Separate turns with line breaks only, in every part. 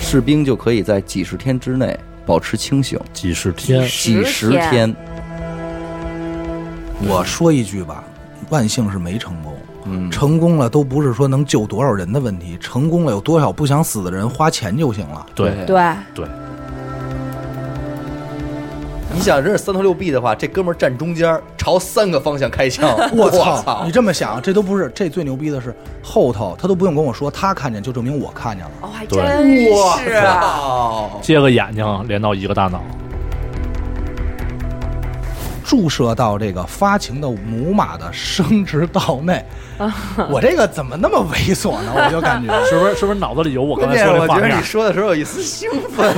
士兵就可以在几十天之内保持清醒，
几十天
几十
十天
天。
我说一句吧，万幸是没成功。
嗯，
成功了都不是说能救多少人的问题，成功了有多少不想死的人花钱就行了。
对
对，
对，
你想，这是三头六臂的话，这哥们儿站中间儿，朝三个方向开 枪。
我
操！
操！你这么想，这都不是这最牛逼的是后头他都不用跟我说，他看见就证明我看见了。
哦，还
对
真是 啊，
操！
接个眼睛连到一个大脑，
注射到这个发情的母马的生殖道内，我这个怎么那么猥琐呢？我就感觉
是不是？是不是脑子里有我刚
关
才
键是
说
我
那画
觉得
面
你？说的时候有一丝兴奋。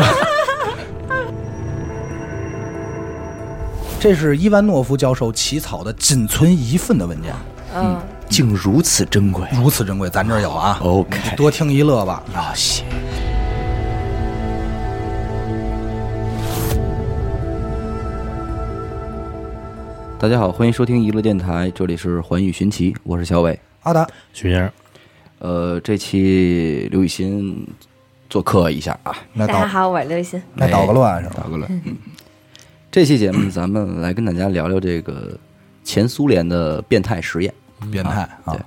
这是伊万诺夫教授起草的仅存一份的文件，
嗯，
竟如此珍贵
如此珍贵，咱这儿有啊。
OK
你多听一乐吧。啊，谢。
大家好，欢迎收听娱乐电台，这里是环宇寻奇，我是小伟。
阿达，
徐先生，
呃，这期刘雨欣做客一下啊，
来
大家
捣
好，我是刘雨欣，
来捣个乱是吧？
个乱。嗯，这期节目咱们来跟大家聊聊这个前苏联的变态实验。
变态啊
对！，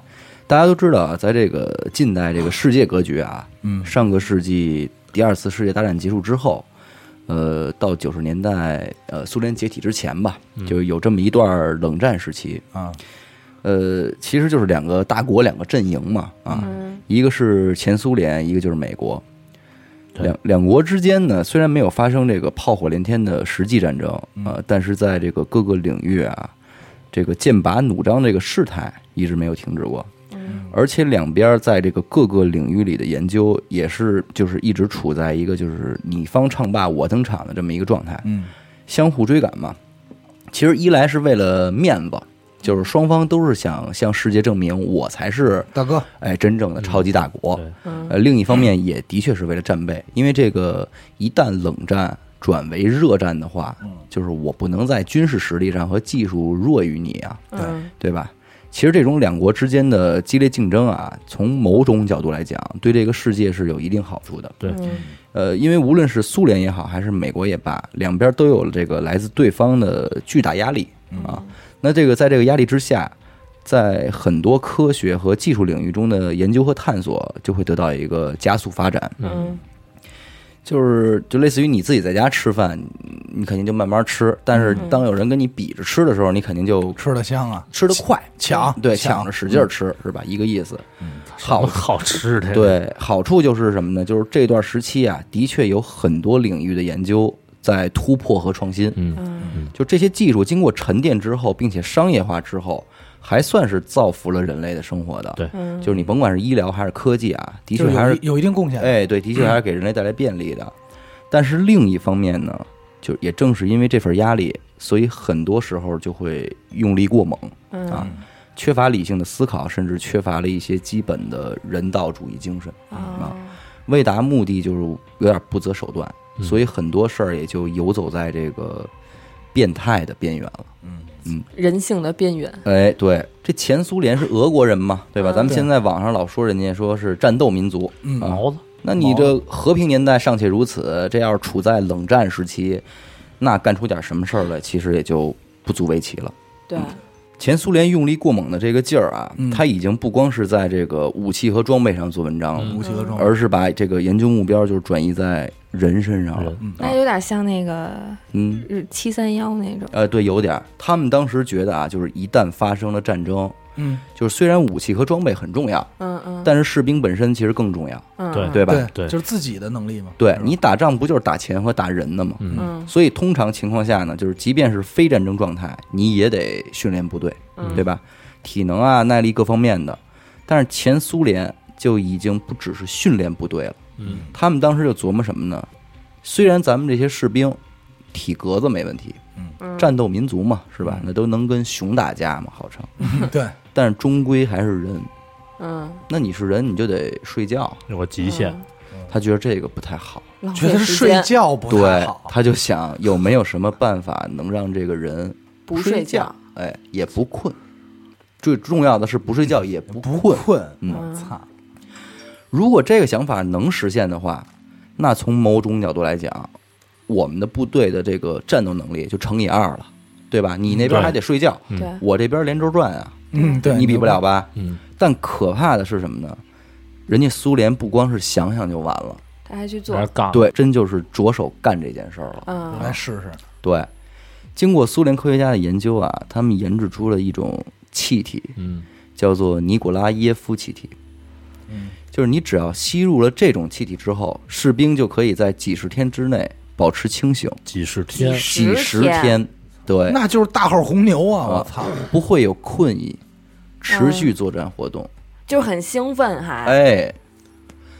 大家都知道啊，在这个近代这个世界格局啊，
嗯
上个世纪第二次世界大战结束之后，呃，到九十年代呃苏联解体之前吧，就有这么一段冷战时期，
啊，
呃，其实就是两个大国两个阵营嘛，啊，一个是前苏联，一个就是美国。
对
两两国之间呢，虽然没有发生这个炮火连天的实际战争啊、但是在这个各个领域啊，这个剑拔弩张这个事态一直没有停止过。而且两边在这个各个领域里的研究也是，就是一直处在一个就是你方唱罢我登场的这么一个状态，
嗯，
相互追赶嘛。其实一来是为了面子，就是双方都是想向世界证明我才是
大哥，
哎真正的超级大国。
嗯对
嗯
呃，另一方面也的确是为了战备，因为这个一旦冷战转为热战的话，就是我不能在军事实力上和技术弱于你啊，
嗯，
对吧？其实这种两国之间的激烈竞争啊，从某种角度来讲，对这个世界是有一定好处的。
对，
呃，因为无论是苏联也好，还是美国也罢，两边都有了这个来自对方的巨大压力啊。那这个在这个压力之下，在很多科学和技术领域中的研究和探索就会得到一个加速发展。
嗯，
就是就类似于你自己在家吃饭，你你肯定就慢慢吃，但是当有人跟你比着吃的时候，你肯定就
吃的香啊，
吃得快，嗯
抢
对，
抢嗯
抢着使劲儿吃，是吧？一个意思。好
好吃的，，
对，好处就是什么呢？就是这段时期啊，的确有很多领域的研究在突破和创新。
嗯
就这些技术经过沉淀之后，并且商业化之后，还算是造福了人类的生活的。
对
嗯
嗯
就是你甭管是医疗还是科技啊，的
就
确还
有
是
一有一定贡献。
哎，对，的确还是给人类带来便利的。但是另一方面呢，就也正是因为这份压力，所以很多时候就会用力过猛
嗯
啊，缺乏理性的思考，甚至缺乏了一些基本的人道主义精神
哦
啊。为达目的就是有点不择手段，所以很多事儿也就游走在这个变态的边缘了。
人性的边缘，
哎，对，这前苏联是俄国人嘛，对吧？咱们现在网上老说人家说是战斗民族，嗯啊，
毛子，
那你这和平年代尚且如此，这要是处在冷战时期，那干出点什么事儿来，其实也就不足为奇了。
对，
嗯前苏联用力过猛的这个劲儿啊，它已经不光是在这个武器和装备上做文章了，
无疾而终。
而是把这个研究目标就是转移在人身上了。
那有点像那个
嗯，
七三幺那种，
呃，对，有点儿。他们当时觉得啊，就是一旦发生了战争，
嗯，
就是虽然武器和装备很重要，
嗯嗯
但是士兵本身其实更重要，
嗯，
对
对吧？
对
对
就是自己的能力嘛。
对你打仗不就是打钱和打人的吗？
嗯
所以通常情况下呢，就是即便是非战争状态，你也得训练部队，对吧？体能啊、耐力各方面的。但是前苏联就已经不只是训练部队了，
嗯，
他们当时就琢磨什么呢？虽然咱们这些士兵体格子没问题，嗯，战斗民族嘛，是
嗯
吧？那都能跟熊打架嘛，号称，
对，
但是终归还是人。
嗯，
那你是人，你就得睡觉。
有个极限，
他觉得这个不太好，
浪
觉
费
得
时
睡
间，
觉嗯不太
对
好，。
他就想有没有什么办法能让这个人
不
睡
睡觉，，
哎，也不困。最重要的是不睡觉也不
不
困。
困，
嗯
我操！
如果这个想法能实现的话，那从某种角度来讲，我们的部队的这个战斗能力就乘以二了，对吧？你那边还得睡觉，
嗯
对，
我这边连轴转啊，
嗯，对
你比不了？吧？
嗯，
但可怕的是什么呢？人家苏联不光是想想就完了，
他还去做
还，干，
对，真就是着手干这件事儿了。
我
嗯
来试试。
对，经过苏联科学家的研究啊，他们研制出了一种气体，
嗯，
叫做尼古拉耶夫气体。
嗯，
就是你只要吸入了这种气体之后，士兵就可以在几十天之内保持清醒，
几十天，
几
十
十
天
天，对，
那就是大号红牛啊！
啊
我操，
不会有困意，持续作战活动。
就是很兴奋还，
嗯哎，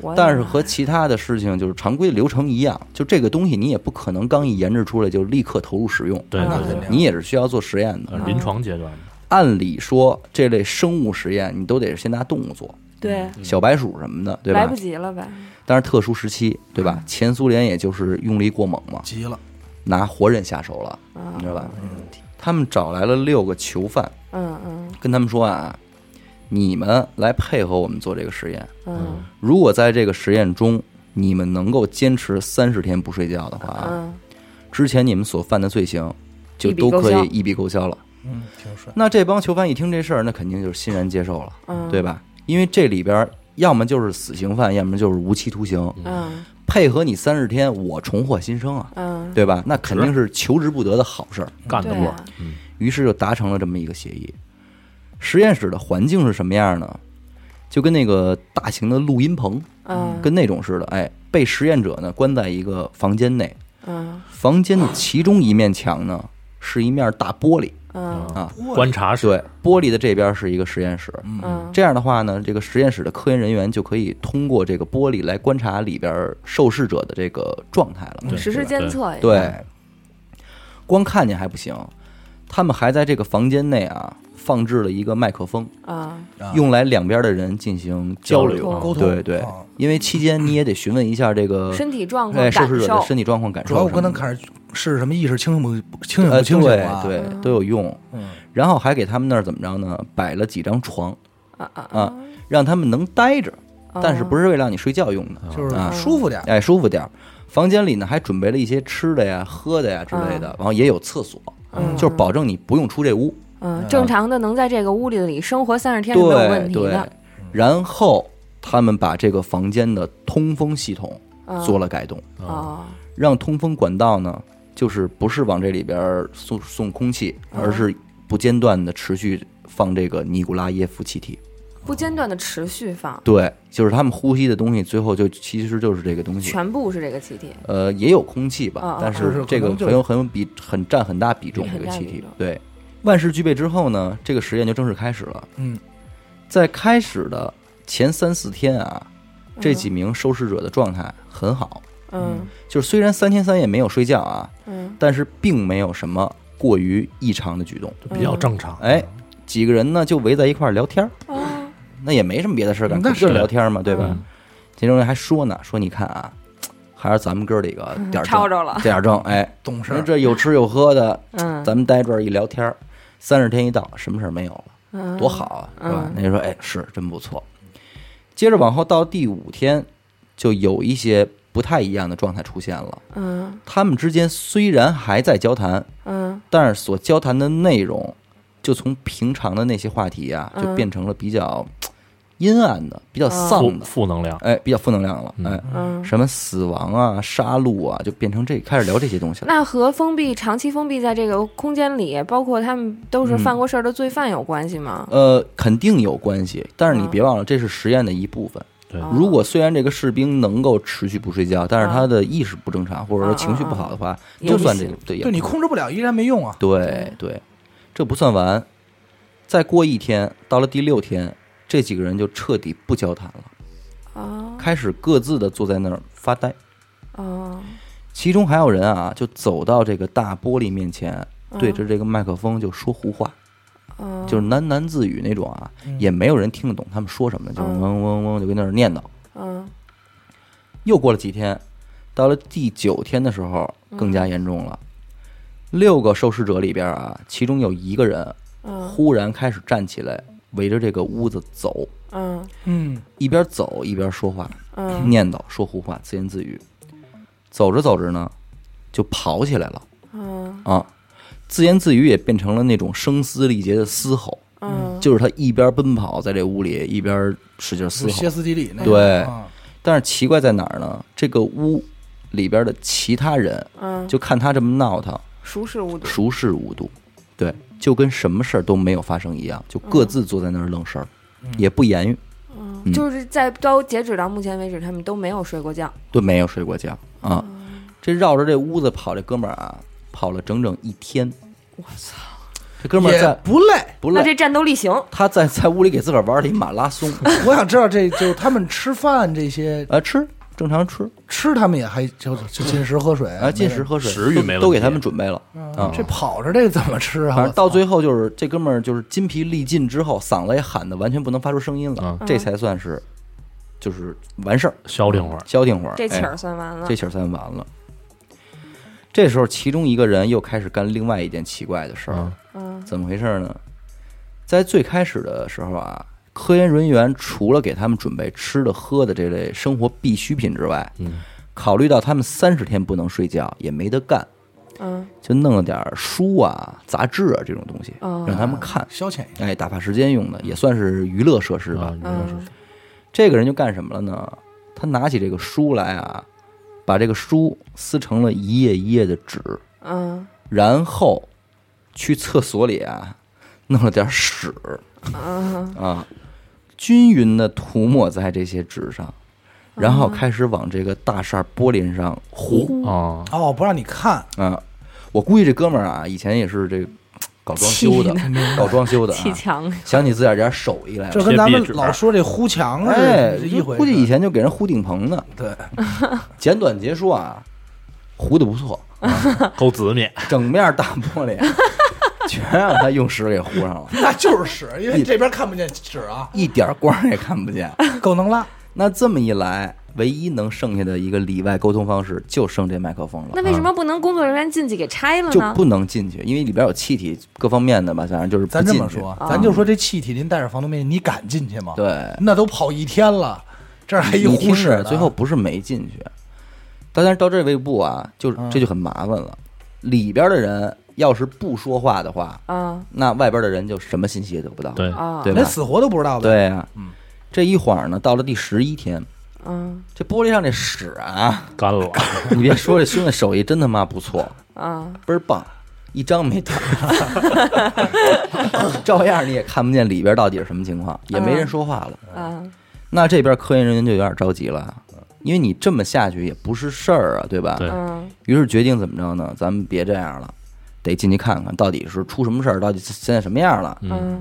我
但是和其他的事情就是常规流程一样，就这个东西你也不可能刚一研制出来就立刻投入使用，
对
啊
对对，
你也是需要做实验
嗯
的。
呃临床阶段的，
按理说，这类生物实验你都得是先拿动物做，
对，
小白鼠什么的，对
来
吧
不？及了吧？
但是特殊时期，对吧？前苏联也就是用力过猛嘛，
急了，
拿活人下手了，
啊
你知道吧？他们找来了六个囚犯，
嗯嗯
跟他们说啊，你们来配合我们做这个实验。
嗯
如果在这个实验中你们能够坚持三十天不睡觉的话，
嗯，
之前你们所犯的罪行就
一笔
都
勾
可
销
以一笔勾销了。
嗯，挺帅。
那这帮囚犯一听这事儿，那肯定就是欣然接受了，
嗯
对吧？因为这里边儿要么就是死刑犯，要么就是无期徒刑。
嗯
配合你三十天，我重获新生啊，
嗯，
对吧？那肯定是求之不得的好事儿。
干得
对
过，
啊，
于是就达成了这么一个协议。实验室的环境是什么样呢？就跟那个大型的录音棚，
嗯
跟那种似的。哎，被实验者呢关在一个房间内，
嗯
房间的其中一面墙呢是一面大玻璃，
嗯
啊
观察室，
对，玻璃的这边是一个实验室。
嗯
这样的话呢，这个实验室的科研人员就可以通过这个玻璃来观察里边受试者的这个状态了。
对
实时监测，，
对，光看见还不行，他们还在这个房间内啊放置了一个麦克风，
啊
啊
用来两边的人进行交流。
沟
沟通
对对
啊，
因为期间你也得询问一下这个
身体状况
哎受
感
试者的
受，
身体状况感受
主
什
要
么的。
我跟他开始是什么意识清醒不清醒
呃，
不清醒啊？
对啊对
嗯
都有用。
嗯，
然后还给他们那儿怎么着呢？摆了几张床，
啊啊
啊让他们能待着，
啊
但是不是为让你睡觉用的，
就是
啊
舒服点儿。
哎，舒服点儿。房间里呢还准备了一些吃的呀、喝的呀之类的，然后也有厕所，
嗯
就是保证你不用出这屋。
嗯，正常的能在这个屋里里生活三十天是没有
啊对
问题
对
的。，
然后他们把这个房间的通风系统
嗯
做了改动，
哦，
让通风管道呢，就是不是往这里边儿送送空气，
嗯
而是不间断的持续放这个尼古拉耶夫气体。
不间断的持续放，
对，就是他们呼吸的东西，最后就其实就是这个东西。
全部是这个气体。
呃，也有空气
啊啊
吧
啊，
但
是
是
可
这个
能就
很有很有比很占很大比重这
很
个
大
气
比
体
重。
对，万事俱备之后呢，这个实验就正式开始了。
嗯，
在开始的前三四天啊，这
嗯
几名受试者的状态很好，
嗯
就是虽然三天三夜没有睡觉啊，
嗯
但是并没有什么过于异常的举动。
比较正常，嗯
哎，几个人呢就围在一块儿聊天儿，
哦
那也没什么别的事儿干，
那
可不就是聊天儿嘛，对吧
嗯？
秦中人还说呢，说你看啊，还是咱们哥儿几个点儿正
嗯吵，着了，
点儿正，哎，
懂事
说
儿。
这有吃有喝的，
嗯，
咱们待这儿一聊天儿，三十天一到，什么事儿没有了。
嗯
多好啊，是吧
嗯？
那就说，哎，是真不错。接着往后到第五天，就有一些不太一样的状态出现了。
嗯
他们之间虽然还在交谈，
嗯
但是所交谈的内容就从平常的那些话题啊，
嗯哦
就变成了比较嘖阴暗的、比较丧
负
的，
负能量，
哎，比较负能量了，
嗯
哎，
嗯。
什么死亡啊、杀戮啊，就变成这开始聊这些东西了。
那和封闭、长期封闭在这个空间里，包括他们都
嗯
是犯过事儿的罪犯有关系吗？
呃，肯定有关系，但是你
嗯
别忘了，这是实验的一部分。
对，
哦
呃如果虽然这个士兵能够持续不睡觉，但是他的意识不正常，或者说
嗯
情绪不好的话，
嗯嗯
就算这个对也
对你控制不了，依然没用啊。
对
嗯
对，这不算完。再过一天，到了第六天，这几个人就彻底不交谈了，
啊
开始各自的坐在那儿发呆。
啊
其中还有人啊，就走到这个大玻璃面前，
嗯
对着这个麦克风就说胡话，
啊！
就是喃喃自语那种啊，
嗯
也没有人听得懂他们说什么，就是
嗯
嗡嗡嗡就跟那儿念叨。
嗯
又过了几天，到了第九天的时候，
嗯
更加严重了。六个受试者里边啊，其中有一个人
嗯
忽然开始站起来，围着这个屋子走，
嗯
嗯，
一边走一边说话，
嗯
念叨说胡话，自言自语。走着走着呢，就跑起来了
嗯
啊，自言自语也变成了那种声嘶力竭的嘶吼，
嗯，
就是他一边奔跑在这屋里，一边使劲嘶
是
吼
歇。斯底里那
对
种啊
但是奇怪在哪儿呢？这个屋里边的其他人
嗯，
就看他这么闹腾，
熟视无睹，
熟视无睹，对，就跟什么事儿都没有发生一样，就各自坐在那儿愣神儿，也不言语，
嗯
嗯
就是在都截止到目前为止，他们都没有睡过觉。
都没有睡过觉啊。
嗯
这绕着这屋子跑，这哥们儿啊，跑了整整一天。
我操，
这哥们儿
也
在
不累。
不
那
累，
这战斗力行，
他在在屋里给自个儿玩了一马拉 松，
我想知道这就是他们吃饭这些
啊，吃正常吃，
吃，他们也还就就进食喝水
啊，进食
没
喝水，
食欲
都
没问题
都给他们准备了。
嗯
人
啊
这跑着这怎么吃啊？
反
我
正
操
到最后就是这哥们儿就是筋疲力尽之后，嗓子也喊的完全不能发出声音了
啊，
嗯
这才算是就是完事儿，
消停会儿，
消停会儿，
这气
哎
儿算完了
这。气儿算完了。这时候，其中一个人又开始干另外一件奇怪的事儿，
嗯
嗯
怎么回事儿呢？在最开始的时候啊，科研人员除了给他们准备吃的、喝的这类生活必需品之外，
嗯，
考虑到他们三十天不能睡觉，也没得干，
嗯
就弄了点儿书啊、杂志啊这种东西
哦
让他们看，
消遣一下，
哎，打发时间用的，也算是娱乐设施吧。
啊，
嗯
这个人就干什么了呢？他拿起这个书来啊，把这个书撕成了一页一页的纸，
嗯
然后去厕所里啊弄了点屎
嗯，
啊，均匀的涂抹在这些纸上，然后开始往这个大扇玻璃上糊
啊，
哦，不让你看，
啊。我估计这哥们儿啊，以前也是这个搞装修的，搞装修的、啊，
砌墙
想起自个儿点手艺来
这
了。
跟咱
贴
们
壁纸
老说这糊墙似
哎
的，是一，回事。
估计以前就给人糊顶棚呢。
对，
简短截说啊，糊的不错，
够紫面，
整面大玻璃 全让他用屎给糊上了，
那就是屎，因为这边看不见纸啊，
一点光儿也看不见。
够能拉。
那这么一来，唯一能剩下的一个里外沟通方式就剩这麦克风了
那。为什么不能工作人员进去给拆了
嗯就
呢？
不能进去，因为里边有气体各方面的吧，反正就是不
咱
进
这
去。啊
么说，咱就说这气体，您戴着防毒面具，你敢进去吗？，
对，
那都跑一天了，这儿还一
你听
护士
着
呢，
最后不是没进去，但是到这一步啊，就
嗯
这就很麻烦了。里边的人要是不说话的话，
啊
那外边的人就什么信息也得不到。
对，
啊
对吧
连死活都不知道呗。
对呀、
嗯
这一晃呢，到了第十一天，
嗯
这玻璃上这屎啊，
干了，
你别说，这兄弟手艺真他妈不错，
啊
倍儿棒，一张没断， 照样你也看不见里边到底是什么情况，也
嗯
没人说话了。
啊
那这边科研人员就有点着急了，因为你这么下去也不是事儿啊，对吧？
对
嗯
于是决定怎么着呢？咱们别这样了，得进去看看到底是出什么事儿，到底现在什么样了。
嗯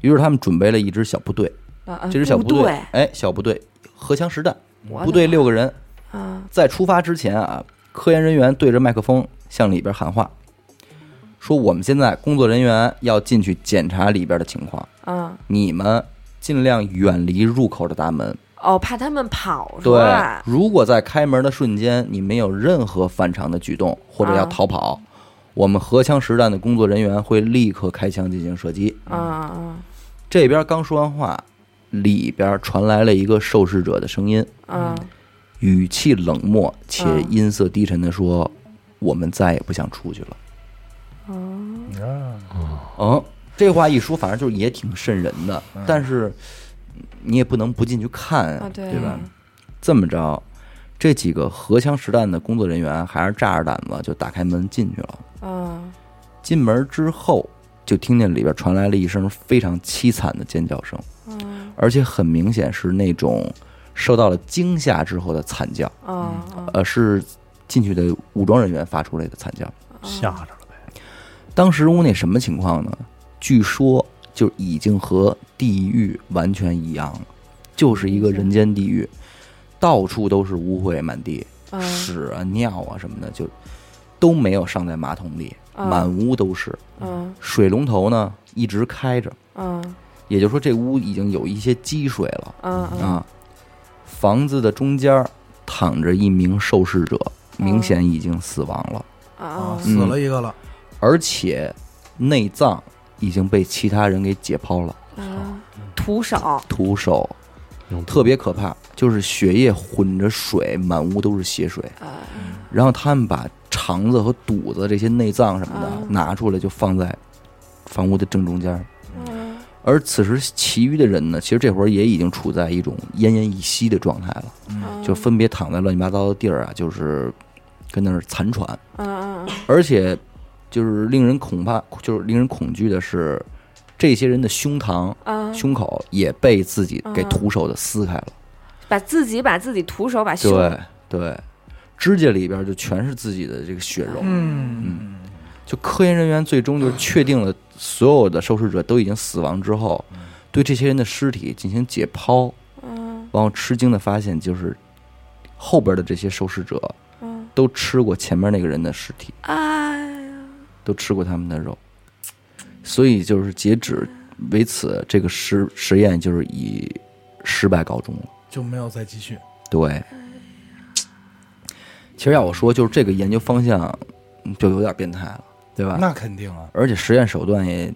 于是他们准备了一支小部队，
啊，
这支小部
队
队，哎，小部队荷枪实弹，
我的
部队六个人，
啊
在出发之前啊，科研人员对着麦克风向里边喊话，说我们现在工作人员要进去检查里边的情况，
啊
你们尽量远离入口的大门。
哦，怕他们跑出
对
来，，
如果在开门的瞬间你们有任何反常的举动或者要
啊
逃跑，我们荷枪实弹的工作人员会立刻开枪进行射击。
啊啊
这边刚说完话，里边传来了一个受试者的声音。
啊
嗯语气冷漠且
嗯
音色低沉的说：“我们再也不想出去了。
啊，”
嗯，这话一说，反正就是也挺瘆人的，但是嗯你也不能不进去看
啊，
对吧？这么着，这几个荷枪实弹的工作人员还是炸着胆子就打开门进去了。嗯
啊
进门之后，就听见里边传来了一声非常凄惨的尖叫声，
啊
而且很明显是那种受到了惊吓之后的惨叫，
啊啊
呃，是进去的武装人员发出来的惨叫。
吓着了呗，
当时屋内什么情况呢？据说就已经和地狱完全一样了，就是一个人间地狱，到处都是污秽满地，
啊
屎啊、尿啊什么的，就都没有上在马桶里，
啊
满屋都是。
啊
水龙头呢一直开着，
啊
也就是说这屋已经有一些积水了
啊啊
啊。房子的中间儿躺着一名受试者，明显已经死亡了。嗯
啊
死了一个了，
而且内脏已经被其他人给解剖了，
啊！徒手
徒手，特别可怕，就是血液混着水，满屋都是血水，
啊
然后他们把肠子和肚子这些内脏什么
啊
的拿出来，就放在房屋的正中间儿。
嗯
而此时，其余的人呢，其实这会儿也已经处在一种奄奄一息的状态了，
嗯
就分别躺在乱七八糟的地儿啊，就是跟那儿残喘。
嗯嗯
而且，就是令人恐怕，就是令人恐惧的是，这些人的胸膛、
嗯，
胸口也被自己给
嗯
徒手的撕开了。
把自己把自己徒手把胸，
对对，指甲里边就全是自己的这个血肉。
嗯
就科研人员最终就确定了所有的受试者都已经死亡之后，对这些人的尸体进行解剖，
嗯
然后吃惊的发现，就是后边的这些受试者
嗯，
都吃过前面那个人的尸体，
哎呀，
都吃过他们的肉，所以就是截止为此，这个实实验就是以失败告终了。
就没有再继续。
对，其实要我说，就是这个研究方向嗯就有点变态了，对吧？
那肯定啊，
而且实验手段也，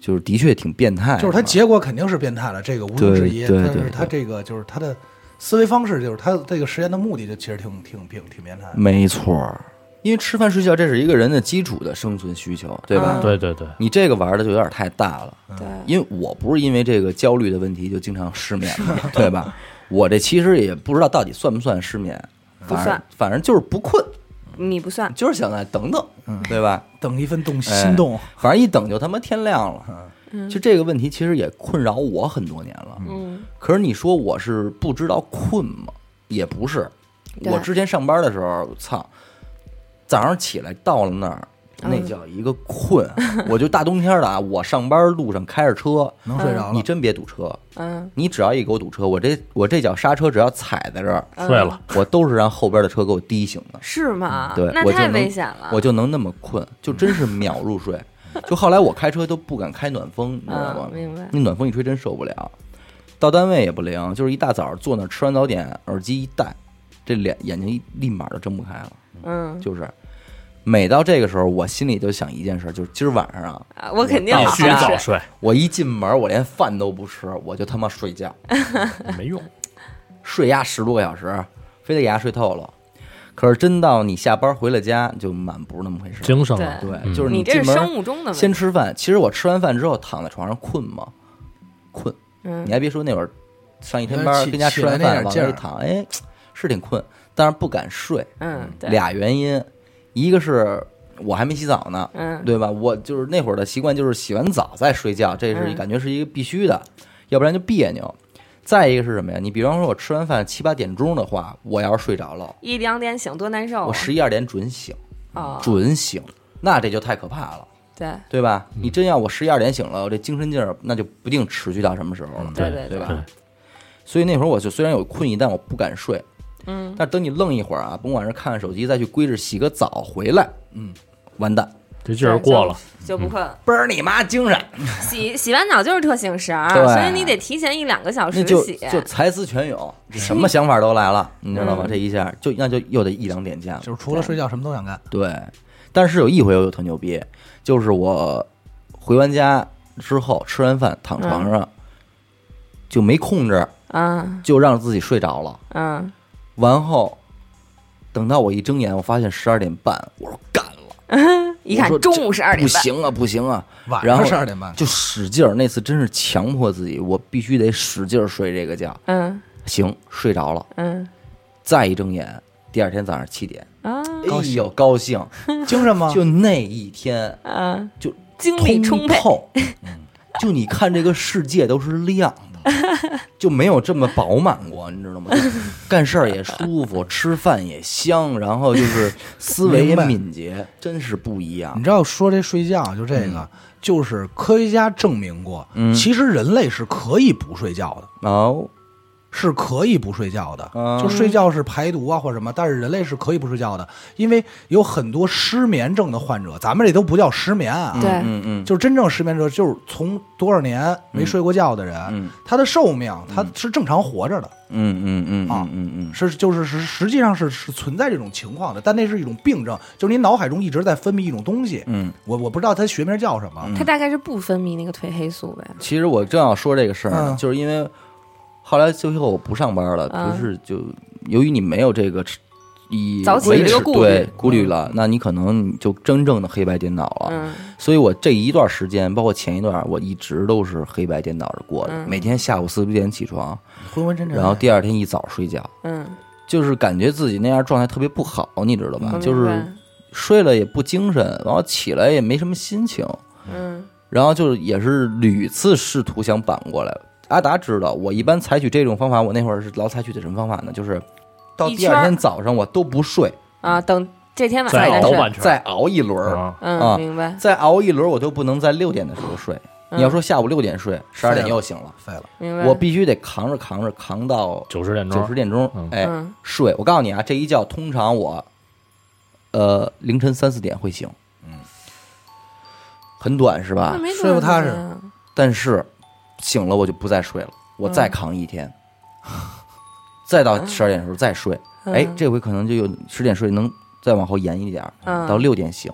就是的确挺变态的嘛，
就是他结果肯定是变态了，这个毋庸
对
置疑。
哎对
但是
对
他这个就是他的思维方式，就是他这个实验的目的，就其实挺挺挺挺变态的。
没错儿，因为吃饭睡觉这是一个人的基础的生存需求，对吧？
嗯
对对对，
你这个玩的就有点太大了，
对，
因为我不是因为这个焦虑的问题就经常失眠嘛，对吧？我这其实也不知道到底算不算失眠，
不
反正
算
反正就是不困，
你不算，
就是想再等等，对吧？
等一份动心动，
哎反正一等就他妈天亮了。嗯就这个问题，其实也困扰我很多年了。
嗯
可是你说我是不知道困吗？也不是，
对
我之前上班的时候，操，早上起来到了那儿，
嗯
那叫一个困 啊。我就大冬天的啊，我上班路上开着车，
能睡着了
你。真别堵车，
嗯
你只要一给我堵车，我这我这脚刹车只要踩在这儿，
睡了，
我都是让后边的车给我滴醒的。
是吗？
对，
啊那
我就
太
能
危险了，
我就能那么困，就真是秒入睡。就后来我开车都不敢开暖风，你知道吗
嗯，？明白，
那暖风一吹真受不了。到单位也不灵，就是一大早坐那儿吃完早点，耳机一戴，这脸眼睛一立马就睁不开了。
嗯，
就是每到这个时候，我心里就想一件事，就是今儿晚上啊，
啊我肯定
必
好
须
好
早
睡，
睡，
我一进门我连饭都不吃，我就他妈睡觉，
没用，
睡压十多个小时，非得给它睡透了。可是真到你下班回了家，就满不是那么回事。
精神了，
对，
嗯
就是
你这
进
是
门
生物钟的问
先
题，
吃饭。其实我吃完饭之后躺在床上困吗？困。
嗯
你还别说，那会儿上一天
有点
班，
起
跟家吃完
起来
饭
那点
往
劲
那
儿
一躺，哎，是挺困，但是不敢睡。
嗯，对，
俩原因，一个是我还没洗澡呢，
嗯
对吧？我就是那会儿的习惯就是洗完澡再睡觉，这是
嗯
感觉是一个必须的，要不然就别扭。再一个是什么呀？你比方说我吃完饭七八点钟的话，我要是睡着了，
一两点醒多难受啊，
我十一二点准醒，
哦，
准醒，那这就太可怕了。
对
对吧？
嗯
你真要我十一二点醒了，我这精神劲儿那就不定持续到什么时候了，
对
对
对吧？
对
所以那会儿我就虽然有困意，但我不敢睡。
嗯，
但等你愣一会儿啊，甭管是看看手机，再去归置洗个澡回来，嗯，完蛋，
这劲儿过了，
就不困了。
倍儿你妈精神，
洗洗完澡就是特醒神儿，
对
所以你得提前一两个小
那
时
就
洗。
就才思泉涌，什么想法都来了，你知道吗？
嗯
这一下就那就又得一两点见了。
就是除了睡觉什么都想干，
对，但是有一回我就特牛逼，就是我回完家之后吃完饭躺床上、就没控制，
嗯
就让自己睡着了。
嗯，
完后，等到我一睁眼，我发现十二点半，我说干了，
一看
我说这
中午十二点
不
半，
行啊，不行啊，
晚
然后
上十二点半
就使劲儿。那次真是强迫自己，我必须得使劲儿睡这个觉。
嗯
行，睡着了，
嗯
再一睁眼，第二天早上七点，
啊
哎呦高兴！
精神吗？
就那一天
啊，
就
精力充
通
沛，
透，嗯就你看这个世界都是亮的，就没有这么饱满过，你知道吗？就干事儿也舒服，吃饭也香，然后就是思维也
明白
敏捷，真是不一样
你。知道说这睡觉就这
嗯
个，就是科学家证明过，其实人类是可以不睡觉的，
哦，
是可以不睡觉的。
嗯
就睡觉是排毒啊或者什么，但是人类是可以不睡觉的，因为有很多失眠症的患者，咱们这都不叫失眠啊。
对
嗯嗯，
就是真正失眠者，就是从多少年没睡过觉的人，
嗯
他的寿命他是正常活着的，
嗯嗯嗯
啊
嗯嗯嗯，
是就是实实际上是是存在这种情况的，但那是一种病症，就是你脑海中一直在分泌一种东西，
嗯，
我我不知道它学名叫什么，
它大概是不分泌那个褪黑素呗。
其实我正要说这个事儿呢，
嗯
就是因为后来最后我不上班了，
嗯
不是就由于你没有这个吃以
早起
维
这
持
个顾虑
对顾虑了，那你可能就真正的黑白颠倒了。
嗯
所以我这一段时间，包括前一段，我一直都是黑白颠倒着过的，
嗯
每天下午四五点起床，
昏昏沉沉。
然后第二天一早睡觉，
嗯，
就是感觉自己那样状态特别不好，你知道吧？
我
啊就
明
是
白
睡了也不精神，然后起来也没什么心情，
嗯
然后就是也是屡次试图想扳过来。阿达知道，我一般采取这种方法，我那会儿是老采取的什么方法呢？就是到
一
第
圈儿
二天早上我都不睡，
啊，等这天晚上
再
再
熬
睡。
半圈，
再熬一轮儿，
啊，
啊
嗯，明白。
再熬一轮儿，我就不能在六点的时候睡。
嗯
你要说下午六点睡，十二点
废了
又醒了，
废了，
明白。
我必须得扛着扛着扛到
九十点钟
九十点钟
嗯，
哎，
嗯
睡。我告诉你啊，这一觉通常我，呃，凌晨三四点会醒，嗯，很短是吧
那？没准
睡不踏实
儿呢
但是醒了我就不再睡了，我再
嗯
扛一 天，再到十二点的时候再睡。哎，
嗯
这回可能就有十点睡，能再往后延一点儿，
嗯
到六点醒，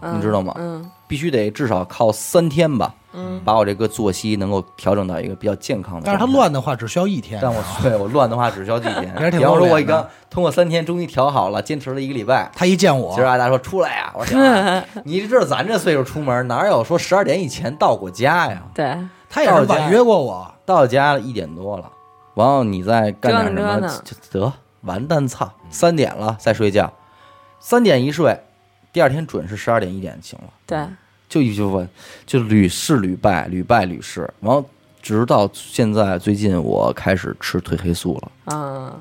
嗯
你知道吗
嗯
必须得至少靠三天吧，
嗯，
把我这个作息能够调整到一个比较健康的。
但是它。乱的话只需要一天。，
但我睡我乱的话只需要几天
还是挺
比方说
方便
我一
的
刚通过三天终于调好了，坚持了一个礼拜，
他一见我
今儿，阿达说出来呀、我说 呀你这咱这岁数出门哪有说十二点以前到过家呀？
对，
他也
到
是
家
婉约过我，
到家了一点多了，完后你再干点什
折
么
腾折腾
就得完蛋操，三点了再睡觉，三点一睡，第二天准是十二点一点醒了，
对，
就一就问，就屡试屡败，屡败屡试，然后直到现在最近我开始吃褪黑素了。
嗯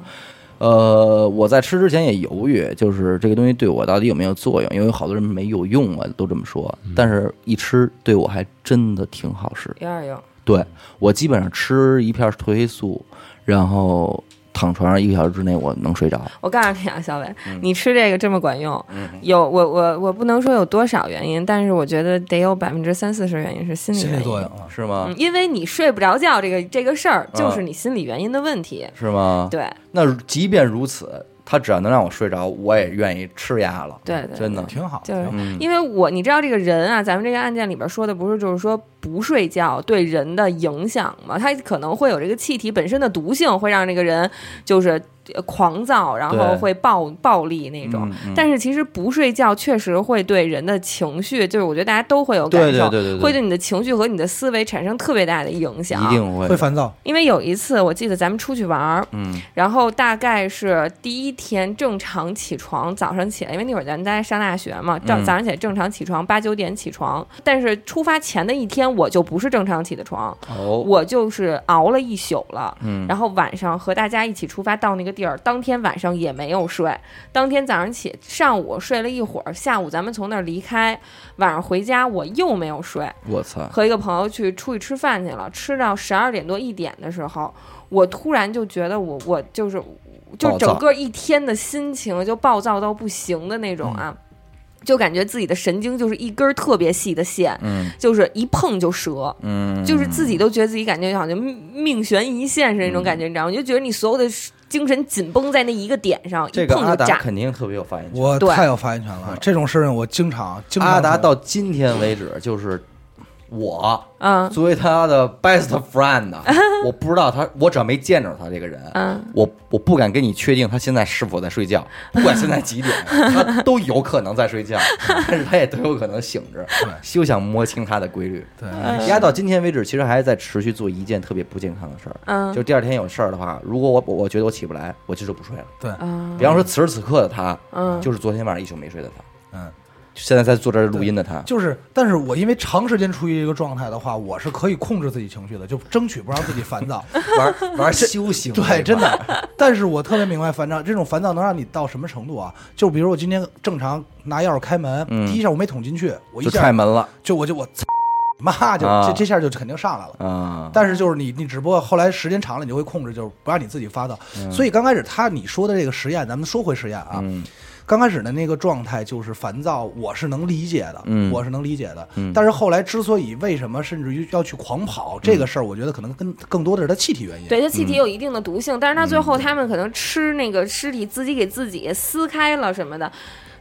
呃，我在吃之前也犹豫，就是这个东西对我到底有没有作用？因为有好多人没有用啊，都这么说。但是，一吃对我还真的挺好使。
有点用，
对我基本上吃一片褪黑素，然后躺床上一个小时之内我能睡着。
我告诉你啊，小伟，
嗯
你吃这个这么管用，有我我我不能说有多少原因，但是我觉得得有百分之三四十原因是心理
心
原
理
因
作用啊。
是吗
嗯，？因为你睡不着觉这个这个事儿，就是
嗯
你心理原因的问题。
是吗？
对
那即便如此，它只要能让我睡着，我也愿意吃鸭了。
对对
真的。
挺好，
就是
挺好
嗯
因为我你知道这个人啊，咱们这个案件里边说的不是就是说不睡觉对人的影响吗？他可能会有这个气体本身的毒性，会让这个人就是呃狂躁，然后
对
会暴暴力那种。
嗯嗯
但是其实不睡觉确实会对人的情绪，就是我觉得大家都会有感
对对
受，
对对对，
会对你的情绪和你的思维产生特别大的影响。
一定会
嗯会烦躁，
因为有一次我记得咱们出去玩儿，
嗯
然后大概是第一天正常起床，早上起来，因为那会儿咱们在上大学嘛，早
嗯
早上起来正常起床，八九点起床。但是出发前的一天，我就不是正常起的床，
哦
我就是熬了一宿了。
嗯
然后晚上和大家一起出发到那个地儿，当天晚上也没有睡，当天早上起上午我睡了一会儿，下午咱们从那儿离开，晚上回家我又没有睡，
我操
和一个朋友去出去吃饭去了，吃到十二点多一点的时候，我突然就觉得我我就是就
暴躁
整个一天的心情就暴躁到不行的那种
嗯
啊，就感觉自己的神经就是一根儿特别细的线，
嗯
就是一碰就折。
嗯
就是自己都觉得自己感觉好像命命悬一线是那种感
嗯
觉，你知道吗？你就觉得你所有的精神紧绷在那一个点上，
这
一
个
碰
阿
就
达
炸。
肯定特别有发言权。
我
对
太有发言权了。这种事情我经常经常
阿达
会
到今天为止，就是我
嗯
作为他的 best friend，我啊 不知道他，我只要没见着他这个人，
嗯，
我我不敢跟你确定他现在是否在睡 觉，不管现在几点，他都有可能在睡觉，但是他也都有可能醒着，休想摸清他的规律。
对，
嗯
压到今天为止，其实还在持续做一件特别不健康的事儿，
嗯
就第二天有事儿的话，如果我我我觉得我起不来，我这就不睡了。
对，
嗯
比方说此时此刻的他，
嗯
就是昨天晚上一宿没睡的他，
嗯，
现在在坐这儿录音的他，
就是，但是我因为长时间处于一个状态的话，我是可以控制自己情绪的，就争取不让自己 烦躁。
玩玩修行，
对，真的。但是我特别明白烦躁，这种烦躁能让你到什么程度啊？就比如我今天正常拿钥匙开门，
嗯
第一下我没捅进去，我 一
就踹
下
门了
就我就我操你妈就、
啊
这这下就肯定上来了。
啊！
但是就是你，你只不过后来时间长了，你就会控制，就是不让你自己发躁。所以刚开始他你说的这个实验，咱们说回实验啊，
嗯
刚开始的那个状态就是烦躁，我是能理解的，
嗯
我是能理解的。
嗯
但是后来之所以为什么甚至于要去狂跑、这个事儿，我觉得可能跟更多的是他气体原因。
对，它气体有一定的毒性，但是到最
嗯
后他们可能吃那个尸体，自己给自己撕开了什么的。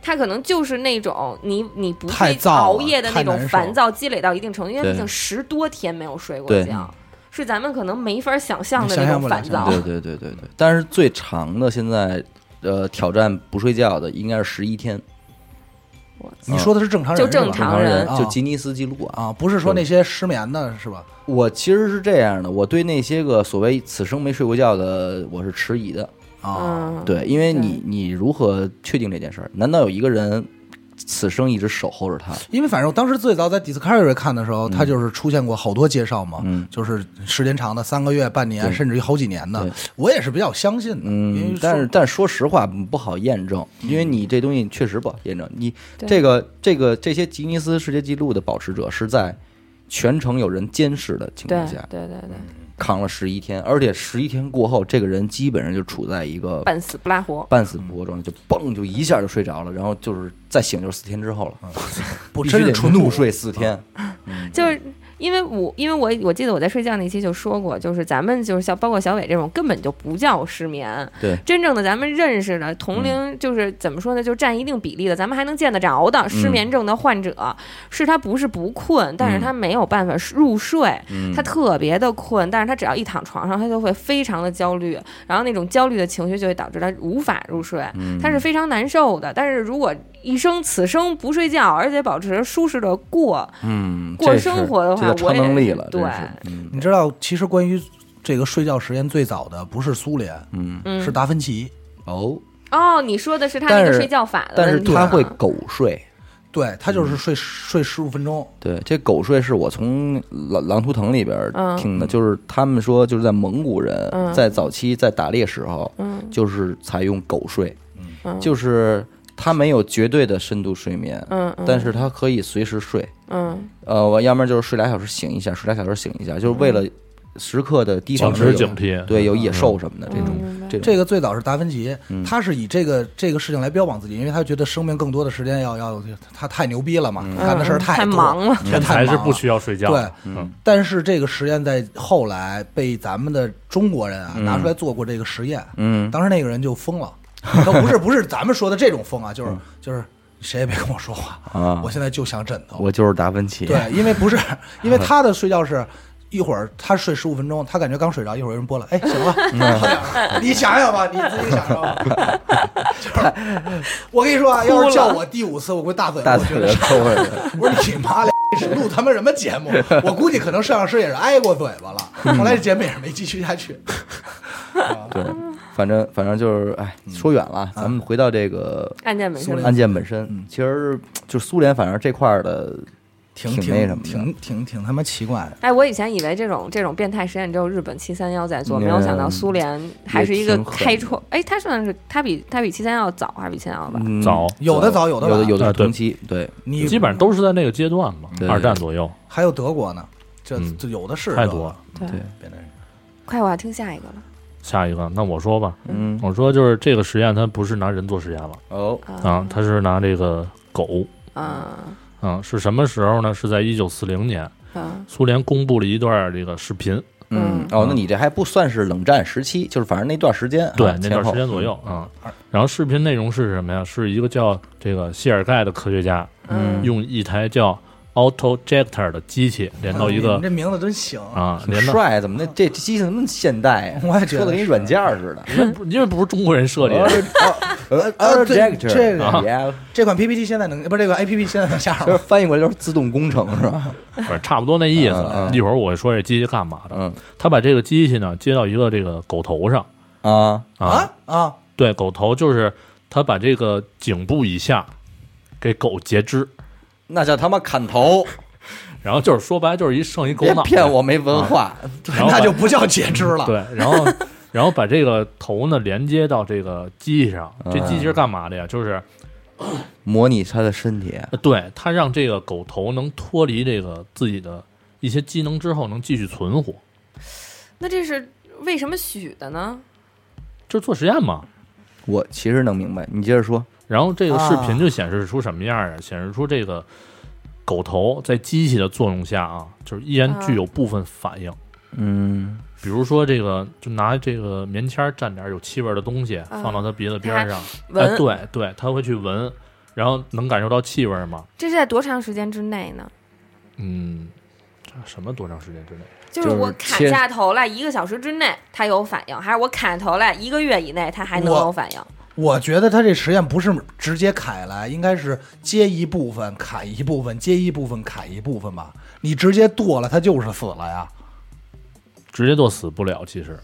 它可能就是那种你你不
太
去
燥了
熬夜的那
太
种
难受
烦躁积累到一定程度，因为
对
毕竟十多天没有睡过
对
觉，是咱们可能没法想象的
你
那
想象
种
不了
烦
想象
躁
不。
对对对对对，但是最长的现在呃挑战不睡觉的应该是十一天，嗯
你说的是正常人
就是正
吧，
正
常
常人
人啊
就吉尼斯纪录啊。
啊，不是说那些失眠的是吧？
我其实是这样的，我对那些个所谓此生没睡过觉的，我是迟疑的。
啊，
嗯，
对，因为你你如何确定这件事儿？难道有一个人此生一直守候着他？
因为反正我当时最早在 Discovery 看的时候，它就是出现过好多介绍嘛，
嗯
就是时间长的三个月、半年，
对
甚至于好几年的
对，
我也是比较相信的。因
嗯
为说，
但是但说实话不好验证，因为你这东西确实不好验证。你
对
这个这个这些吉尼斯世界纪录的保持者是在全程有人监视的情
对
况下
对对对，
扛了十一天，而且十一天过后，这个人基本上就处在一个
半死不拉活。
半死不活状态，就嘣就一下就睡着了，然后就是再醒就是四天之后了，
嗯不
必须
真是
得
纯
入
度
睡四天。
就是
嗯
因为我因为我我记得我在睡觉那期就说过，就是咱们就是像包括小伟这种根本就不叫失眠，
对，嗯
真正的咱们认识的同龄就是怎么说呢，就占一定比例的，咱们还能见得着的失
嗯
眠症的患者，是他不是不困，但是他没有办法入睡，
嗯
他特别的困，但是他只要一躺床上，他就会非常的焦虑，然后那种焦虑的情绪就会导致他无法入睡，
嗯
他是非常难受的。但是如果一生此生不睡觉，而且保持舒适的过，
嗯，
过
这是
生活的话
这叫超
我也
能力了，
对
真是嗯
你知道，其实关于这个睡觉实验最早的不是苏联，
嗯
嗯，
是达芬奇。
哦，
哦，你说的是他那
但
个
是
睡觉法的
但是
问题
他
吗
会狗睡。
对他
嗯
就是睡、睡十五分钟，
对，这狗睡是我从《狼狼图腾》里边儿
嗯
听的，就是他们说，就是在蒙古人、
嗯
在早期在打猎时候，
嗯
就是采用狗睡，
嗯
就是他没有绝对的深度睡眠，
嗯，嗯
但是他可以随时睡，
嗯
呃，我要么就是睡俩小时醒一下，睡俩小时醒一下，就是为了时刻的提
保
防
持
有
警惕。
对有野兽什么的这
嗯
种
明白
这种
这个最早是达芬奇，
嗯
他是以这个这个事情来标榜自己，因为他觉得生命更多的时间要要他太牛逼了嘛，
嗯
干的事
嗯
儿
太
多
忙了，
这
天
太
才
忙
是
了
不需要睡觉的。嗯，
但是这个实验在后来被咱们的中国人啊拿出来做过这个实验，
嗯
当时那个人就疯了， 他不是不是咱们说的这种疯啊，就是就是谁也别跟我说话，
嗯啊，
我现在就想枕头。
我就是达芬奇，
对，因为不是因为他的睡觉是。一会儿他睡十五分钟，他感觉刚睡着，一会儿有人播了，哎，醒了，好点儿了
嗯
你想想吧，你自己想想吧。 就是我跟你说啊，要是叫我第五次，我会大嘴巴，
大
我觉
腿
得
的抠门。
我说你妈了，是录他妈什么 节目？我估计可能摄像师也是挨过嘴巴了。后来这节目也是没继续下去。
对，反正反正就是，哎，说远了，咱们回到这个
案件本身
苏联嗯
案件本身，其实就苏联，反正这块儿的
挺
挺那什么的
挺挺挺他妈奇怪的。
哎，我以前以为这种这种变态实验只有日本七三幺在做，没有想到苏联还是一个
也挺狠
开创。哎，它算是它比它比七三幺早还是比七三幺吧？
嗯
早
有的早有的晚
有的有的
啊
是
对
同期，对，
你
基本上都是在那个阶段嘛，
对
二战左右
还有德国呢，这
嗯
这有的是
太多了。
对
对
这个。别的人
快，我要听下一个了。
下一个，那我说吧，
嗯，
我说就是这个实验，它不是拿人做实验了
哦，
啊，它是拿这个狗
啊
啊，是什么时候呢？是在一九四零年，
啊
苏联公布了一段这个视频，
嗯
嗯，
哦，那你这还不算是冷战时期，就是反正那段时间啊，
对，那
前
段时
后嗯
间左右啊。然后视频内容是什么呀？是一个叫这个谢尔盖的科学家
嗯
用一台叫 Autojector 的机器连到一
哎你
个
们这名字真行！
啊，
挺
连到
帅，怎么那哦这这机器怎么那么现代呀？
我也觉得
说的跟一
是
软件儿似的。哦
因为不因为不是中国人设计的，
呃
啊
呃
对这个
也
这款 PPT 现在能不是这个 APP 现在能下上
就是
吗？
翻译过来就是自动工程是吧？
反正差不多那意思
嗯。嗯
一会儿我会说这机器干嘛的。
嗯
他把这个机器呢接到一个这个狗头上
啊，
啊，
啊啊！
对，狗头就是他把这个颈部以下给狗截肢，
那叫他妈砍头！
然后就是说白了就是一剩一狗
别
脑，啊
骗我没文化，
对
然后把
那就不叫截肢 了。
对，然后然后把这个头呢连接到这个机器上，这
嗯
机器是干嘛的呀？就是
模拟他的身体。啊
呃对它让这个狗头能脱离这个自己的一些机能之后能继续存活，
那这是为什么许的呢？
这是做实验嘛？
我其实能明白，你接着说。
然后这个视频就显示出什么样啊？显示出这个狗头在机器的作用下啊，就是依然具有部分反应。
嗯，
比如说这个，就拿这个棉签儿蘸点有气味的东西放到它鼻子边上，
闻
呃
哎，对对，它会去闻，然后能感受到气味吗？
这是在多长时间之内呢？
嗯，这什么多长时间之内？
就是
就是
我砍
切
下头来一个小时之内，它有反应，还是我砍头来一个月以内，它还能
我
有反应？
我觉得他这实验不是直接砍来，应该是接一部分砍一部分，接一部分砍一部分吧。你直接剁了，他就是死了呀。
直接剁死不了。其实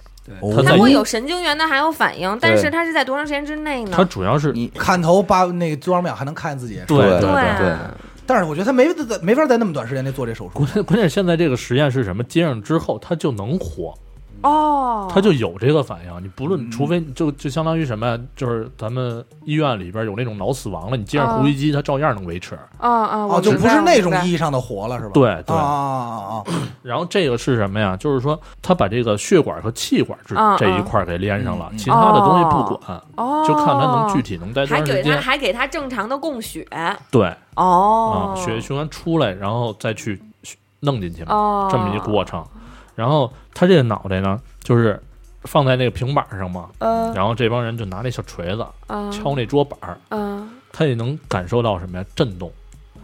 在
哦
它会有神经元的还有反应，但是它是在多长时间之内呢
它？主要是
你
砍头八那多少秒还能看见自己？
对
对
对
啊，
但是我觉得他没没法在那么短时间内做这手术
关。键关键是现在这个实验是什么？接上之后它就能活，
哦，嗯
它就有这个反应。你不论，除非就就相当于什么呀？就是咱们医院里边有那种脑死亡了，你接上
啊
呼吸机，它照样能维持。
啊啊，
哦，
我
就
知
不是
道
那种
明白
意义上的活了，是吧？
对对
啊。
哦
啊啊啊！
然后这个是什么呀？就是说它把这个血管和气管这
啊
这一
啊
块给连上了，其他的东西不管，
哦，
就看它能具体能待多
还
长时
给他
间。
还给他正常的供血
对
哦
啊，，血液循环出来，然后再去去弄进去嘛。
哦，
这么一个过程。然后他这个脑袋呢，就是放在那个平板上嘛，
呃
然后这帮人就拿那小锤子
嗯
敲那桌板儿，
嗯
他也能感受到什么呀？震动，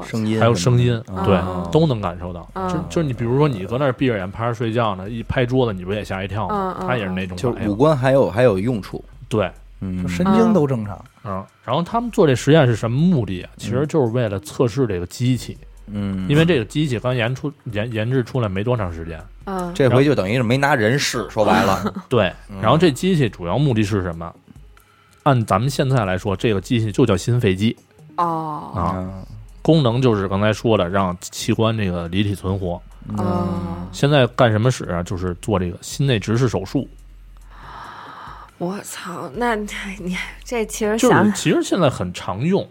声音
还有声音
什么的
对
嗯，
都能感受到。
嗯
就就是你比如说你搁那儿闭着眼趴着睡觉呢，一拍桌子你不也吓一跳吗？
嗯嗯
他也是那种
就
反
是
应
五官还有还有用处，
对，
嗯
就，神经都正常。
嗯。然后他们做这实验是什么目的啊？其实就是为了测试这个机器，
嗯，
因为这个机器刚研出研研制出来没多长时间，
嗯
这回就等于是没拿人试，说白了，
对，
嗯
然后这机器主要目的是什么？按咱们现在来说，这个机器就叫心肺机
哦
啊，
嗯
功能就是刚才说的，让器官这个离体存活。
哦，
现在干什么使啊？就是做这个心内直视手术，
我操，那你这其实
就是
想
其实现在很常用。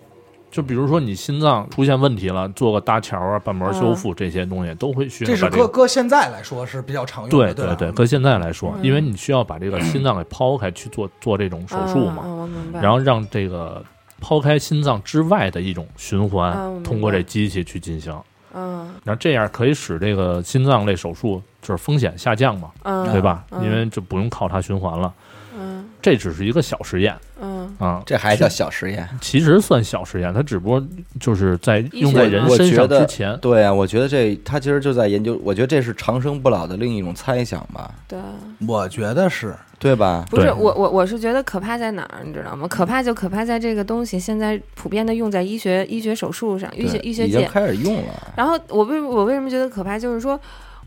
就比如说你心脏出现问题了，做个搭桥啊、瓣膜修复这些东西都会需要
这是
把
搁
个。
搁现在来说是比较常用
对
的，
对
吧
对，搁现在来说，因为你需要把这个心脏给抛开去做做这种手术嘛，
嗯嗯我明白。
然后让这个抛开心脏之外的一种循环，
啊我明白
通过这机器去进行。
嗯
然后这样可以使这个心脏类手术就是风险下降嘛，
嗯，
对吧？
嗯
因为就不用靠它循环了。
嗯
这只是一个小实验
嗯
啊，
这还叫小实验。
其实算小实验，它只不过就是在
学
用在人
我
身
觉
上之
得
前，
对啊，我觉得这他其实就在研究，我觉得这是长生不老的另一种猜想吧，
对。
我觉得是
对吧？
不是
对
我我我是觉得可怕在哪儿，你知道吗？可怕就可怕在这个东西现在普遍的用在医学医学手术上，医学
对
医学
已经
界。
开始用了，
然后我为我为什么觉得可怕，就是说。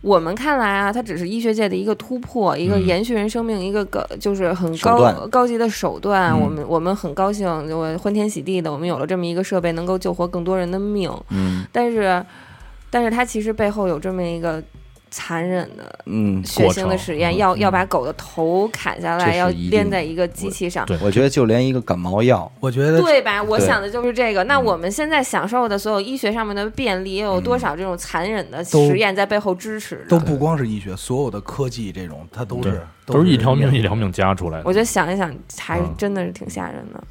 我们看来啊，它只是医学界的一个突破，一个
嗯
延续人生命，一个高就是很
手
高
段
高级的手段。
嗯
我们我们很高兴，我欢天喜地的，我们有了这么一个设备，能够救活更多人的命。
嗯
但是，但是它其实背后有这么一个残忍的
嗯，
血
过
腥的
程
实验，
嗯
要要把狗的头砍下
这
来，
是
要
一定
连
的
在一个机器上。
对
我觉得就连一个感冒药，
我觉得
对吧？我
对
想的就是这个。
嗯
那我们现在享受的所有医学上面的便利，又有多少这种残忍的
都
实验在背后支持
都
着？
不光是医学，所有的科技这种，它都
对
是
都是一条命一条命加出来
我
的。
觉得想一想，还
嗯
真的是挺吓人的。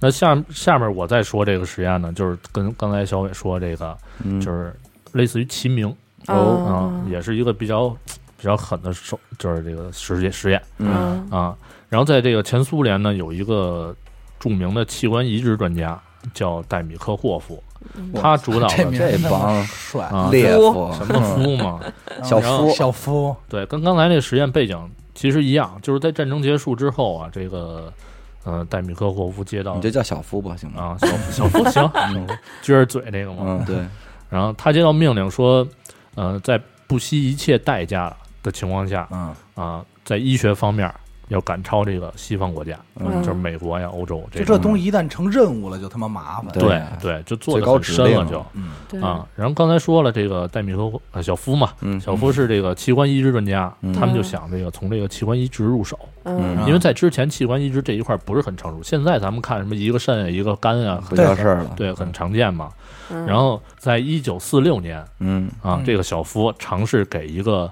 那下下面我再说这个实验呢，就是跟刚才小伟说这个，
嗯，
就是类似于齐名啊、
哦
也是一个比较比较狠的手，就是这个实验实验。
嗯
啊。然后在这个前苏联呢，有一个著名的器官移植专家叫戴米科霍夫，他主导
这
了
名
这
儿那么
帮
帅，
啊
列夫
什么夫 嘛，
小夫，
小夫
对，跟刚才那个实验背景其实一样，就是在战争结束之后啊，这个呃戴米科霍夫接到
你就叫小夫吧，行吗？
啊小小夫 行，撅着嘴那个嘛，
嗯，对，
然后他接到命令说，呃，在不惜一切代价的情况下
嗯，
啊，在医学方面要赶超这个西方国家，
嗯
就是美国呀、欧洲这
就
种
这东西一旦成任务了，就他妈麻烦。
对
对对，就做
最
的
高
很
指
深
令
了
了
就
嗯，
对
啊。然后刚才说了，这个戴米和呃小夫嘛，
嗯，
小夫是这个器官移植专家，
嗯
他们就想这个从这个器官移植入手，
嗯
嗯
因为在之前器官移植这一块不是很成熟，现在咱们看什么一个肾啊、一个肝啊，
不叫事儿了，，
对，很常见嘛。
嗯，
然后在一九四六年
嗯，
啊，
嗯
这个小夫尝试给一个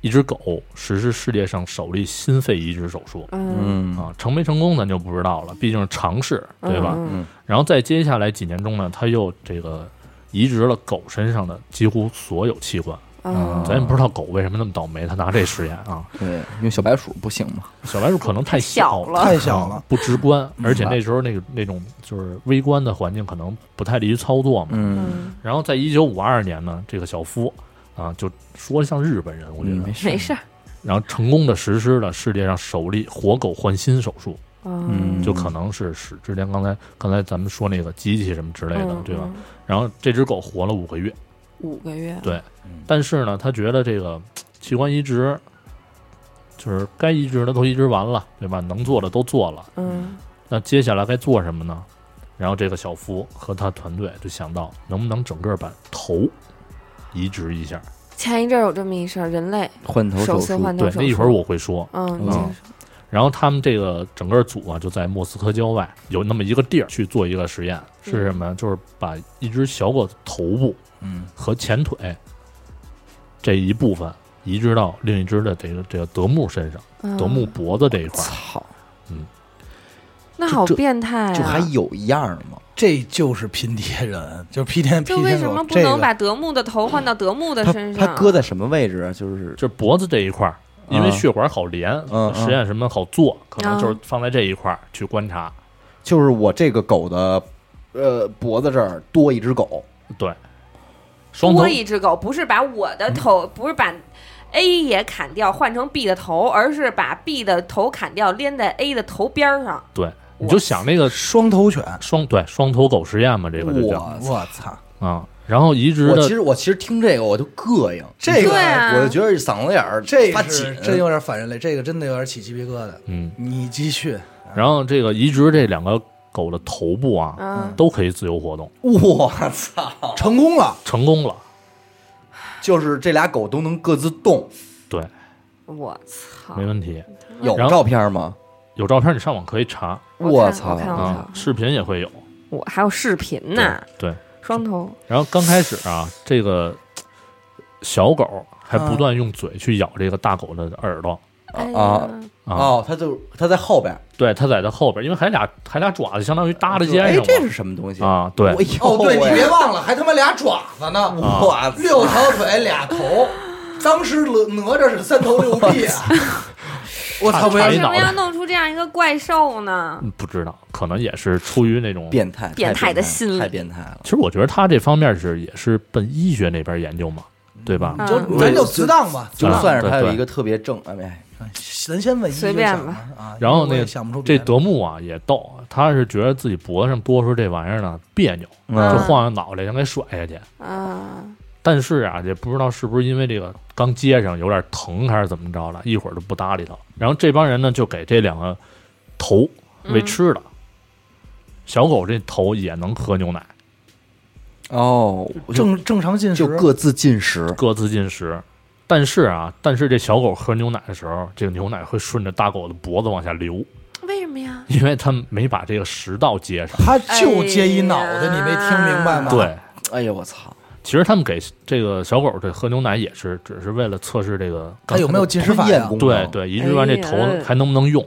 一只狗实施世界上首例心肺移植手术。
嗯
嗯，
啊，成没成功咱就不知道了，毕竟是尝试，对吧？
嗯嗯
然后在接下来几年中呢，他又这个移植了狗身上的几乎所有器官。
嗯
咱也不知道狗为什么那么倒霉，他拿这实验啊。
啊对，用小白鼠不行吗？
小白鼠可能太
小了嗯
啊太小了，
不直观，而且那时候那个那种就是微观的环境可能不太利于操作嘛。
嗯，
嗯，
然后在一九五二年呢，这个小夫啊就说像日本
嗯
嗯
人，我觉得，
没事
没，事儿，
然后成功的实施了世界上首例活狗换心手术。
嗯，
就可能是是之前刚才刚才咱们说那个机器什么之类的，
嗯
对吧？
嗯
然后这只狗活了五个月，
五个月，
对但是呢，他觉得这个器官移植就是该移植的都移植完了，对吧？能做的都做了，
嗯
那接下来该做什么呢？然后这个小福和他团队就想到，能不能整个把头移植一下？
前一阵儿有这么一事儿，人类
换头
首
手
次
术，
换头
对
嗯手，术，
那一会儿我会说。
嗯，你
嗯
接着说
然后他们这个整个组啊，就在莫斯科郊外有那么一个地儿去做一个实验，
嗯
是什么呀？就是把一只小狗的头部
嗯
和前腿这一部分移植到另一只的这个这个德牧身上，
嗯
德牧脖子这一块儿。
操，
那好
这
变态啊！
就还有样儿吗？
这就是拼贴人，就是披天披
就为
天
什么
狗，
不
这
能
个
把德牧的头换到德牧的
它
身上？
它搁在什么位置啊？就是
就是脖子这一块儿，因为
啊
血管好连，呃
嗯
实验什么好做，可能
嗯
就是放在这一块儿去观察。
就是我这个狗的呃脖子这儿多一只狗，
对，双头
多一只狗，不是把我的头，不是把 A 也砍掉换成 B 的头，而是把 B 的头砍掉连在 A 的头边儿上。
对，你就想那个
双头犬，
双对双头狗实验嘛，这个就叫
我操！
我操，
啊。然后移植
我
的
其实我其实听这个我就膈应，
这
对
个
啊
我就觉得嗓子眼儿
这
发
个
紧
是，真有点反人类，这个真的有点起鸡皮疙瘩。
嗯，
你继续，
然后这个移植这两个狗的头部啊，
嗯，
都可以自由活动，
我操！
成功了，
成功了。
就是这俩狗都能各自动，
对，
我操！
没问题。
有
然后
照片吗？
有照片你上网可以查
我看
操
我！看
啊，视频也会有。
我还有视频
对
呢，
对，
双头。
然后刚开始啊，这个小狗还不
啊
断用嘴去咬这个大狗的耳朵
啊
哎
啊
呀，
啊，
哦，它就它在后边儿。
对，它在它后边，因为还俩还俩爪子，相当于搭着肩
啊
哎，
上
这
了
是什么东西？
啊，对
哎呦
哦，对你
喂
别啊忘了，还他妈俩爪子呢，
啊
哇
六条腿俩头，当时哪哪吒是三头六臂 啊！我操，不
差
要
一点
为什
脑
么要
袋
弄出这样一个怪兽呢？
嗯不知道，可能也是出于那种。
变态，太
变态的
了
心理
太变态了。
其实我觉得他这方面是也是奔医学那边研究嘛，对吧？
嗯
就咱就适当吧，
就
啊
算是它
对
有
对
一个特别正，哎，
咱先问一
随便吧
吧啊。
然后
因为
那
我也
个
想不出别
这
的
德牧啊也逗，他是觉得自己脖子上多出这玩意儿呢别扭，就
嗯
晃悠脑袋想给甩下去。
啊，
但是啊，也不知道是不是因为这个刚接上有点疼还是怎么着了，一会儿就不搭理他了。然后这帮人呢就给这两个头喂吃的，小狗这头也能喝牛奶，
哦，
正正常进食
就各自进食，
各自进食。但是啊，但是这小狗喝牛奶的时候，这个牛奶会顺着大狗的脖子往下流，
为什么呀？
因为它没把这个食道接上。
他就接一脑袋，
哎呀
你没听明白吗？，
对，
哎呦我操！
其实他们给这个小狗这喝牛奶也是，只是为了测试这个
他有没有进食
吞
反
咽
应？
功
对
能，
对，移植完这头
哎呀
还能不能用？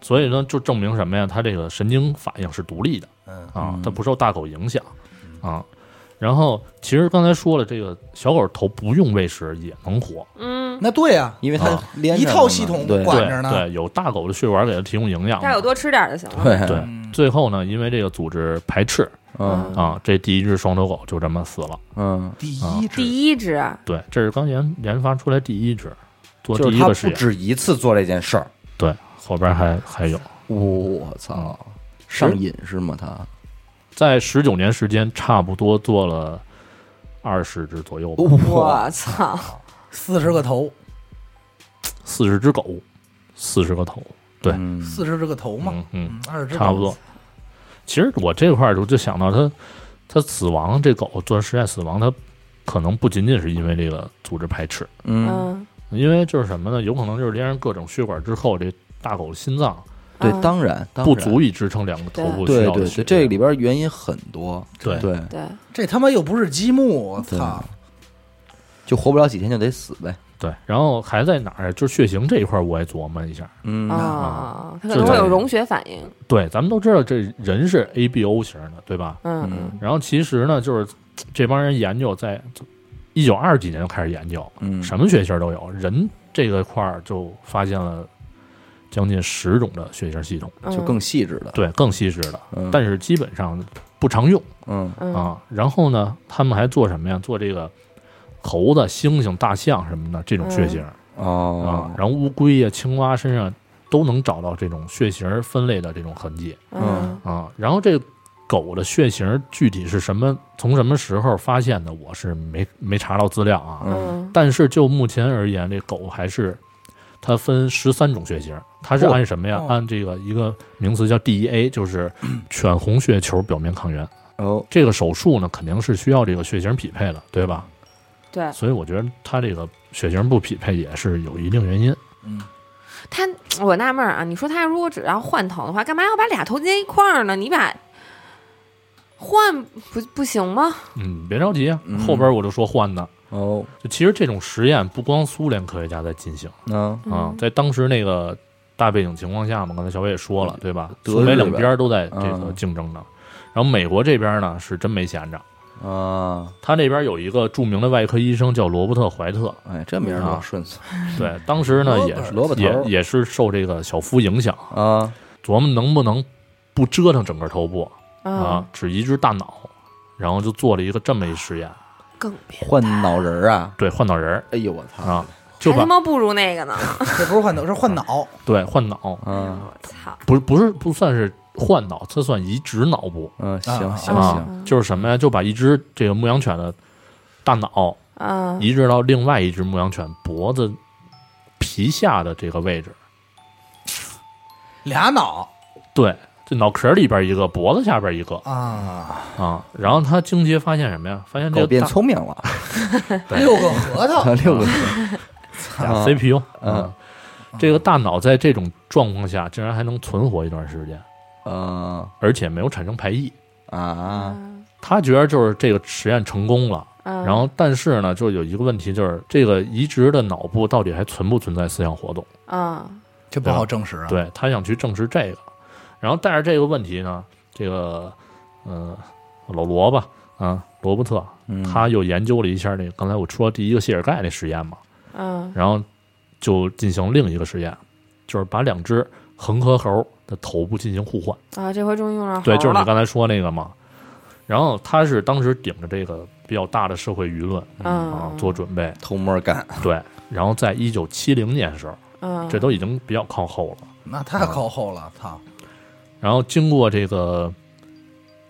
所以呢，就证明什么呀？它这个神经反应是独立的
嗯，
啊
嗯，
它不受大狗影响啊。然后，其实刚才说了，这个小狗头不用喂食也能活，
嗯，
那对啊，
因为它
啊
连
一
着
套
呢
系统
对
管
对
着呢
对，有大狗的血管给它提供营养嘛。
大家有多吃点儿就行了。
对
对，最后呢，因为这个组织排斥
嗯
啊，这第一只双头狗就这么死了。
嗯，
第
啊
一只
第一只，
对，这是刚研研发出来第一只，做
就
第
是
一
它
个实
不
验。
止一次做这件事儿。
对，后边还还有。
我操，
嗯
上瘾是吗？它
在十九年时间，差不多做了二十只左右吧，
我
我操！
四十个头，
四十只狗，四十个头，对，
嗯
四十个头嘛，
嗯嗯，
嗯，二十只
差不多。其实我这块儿就就想到它，它死亡这狗做实验死亡，它可能不仅仅是因为这个组织排斥，
嗯，
嗯，
因为就是什么呢？有可能就是连上各种血管之后，这大狗心脏
对，
嗯
当然当
不
然
足以支撑两个头部需
对
要
对对，
的血。
这里边原因很多，
对
对，
对，
这他妈又不是积木，我操！
就活不了几天就得死呗。
对，然后还在哪儿？就是血型这一块，我也琢磨一下。
嗯
啊，它可
就
能会
在
有溶血反应。
对，咱们都知道这人是 A B O 型的，对吧？
嗯
嗯
然后其实呢，就是这帮人研究在一九二几年就开始研究，
嗯，
什么血型都有。人这个块儿就发现了将近十种的血型系统，
嗯，
就更细致了。
对，更细致的，
嗯
但是基本上不常用
嗯
嗯
啊。然后呢，他们还做什么呀？做这个猴子、猩猩、大象什么的这种血型啊
哦
啊，然后乌龟呀、青蛙身上都能找到这种血型分类的这种痕迹
嗯
啊。然后这狗的血型具体是什么，从什么时候发现的，我是没没查到资料啊。
嗯
但是就目前而言，这狗还是它分十三种血型，它是
嚯
按什么呀？
哦
按这个一个名词叫 DEA，就是犬红血球表面抗原。
哦，
这个手术呢，肯定是需要这个血型匹配的，对吧？
对
所以我觉得它这个血型不匹配也是有一定原因。
嗯，
他，我纳闷儿啊，你说他如果只要换头的话，干嘛要把俩头接一块儿呢？你把换不不行吗？
嗯，别着急啊
嗯，
后边我就说换呢。
哦，
就其实这种实验不光苏联科学家在进行
那
嗯
啊，在当时那个大背景情况下嘛，刚才小伟也说了，对吧？
德日
苏
本
美两边都在这个
嗯
竞争呢。然后美国这边呢是真没闲着，
啊，
他那边有一个著名的外科医生叫罗伯特·怀特，
哎，这名儿
啊
多顺遂
对，当时呢
罗
也
伯
是
萝卜头
也也是受这个小夫影响，
啊，
琢磨能不能不折腾整个头部啊
啊，，
只移植大脑，然后就做了一个这么一实验，
更别
换脑仁儿啊，
对，换脑人儿
哎呦我操，
啊，就
还他
把
妈不如那个呢！
这不是换头， 是换脑。
对换脑，
啊，
我操，
不是不是不算是换脑，它算移植脑部
嗯，行
啊
行
啊
行，，
就是什么呀？就把一只这个牧羊犬的大脑
啊，
移植到另外一只牧羊犬脖子皮下的这个位置，
俩脑
对，这脑壳里边一个，脖子下边一个
啊，
啊。然后他惊奇发现什么呀？发现这
狗
个
变
大
聪明了，
六个核桃
哦
六个字，
啊
啊
CPU，
嗯
啊，这个大脑在这种状况下竟然还能存活一段时间，
嗯
而且没有产生排异。
啊，
他觉得就是这个实验成功了，
嗯，
然后但是呢，就有一个问题，就是这个移植的脑部到底还存不存在思想活动？
啊，
这不好证实啊。
对他想去证实这个，然后带着这个问题呢，这个呃老罗吧，啊罗伯特，
嗯
他又研究了一下那个刚才我说第一个谢尔盖那实验嘛，
嗯
然后就进行另一个实验，就是把两只恒河猴的头部进行互换。
啊，这回终于用上猴
对，就是你
了，
刚才说那个嘛。然后他是当时顶着这个比较大的社会舆论啊
嗯，
做准备，
偷摸干，
对。然后在一九七零年的时候，
嗯，
这都已经比较靠后了。
那太靠后了，操！
嗯然后经过这个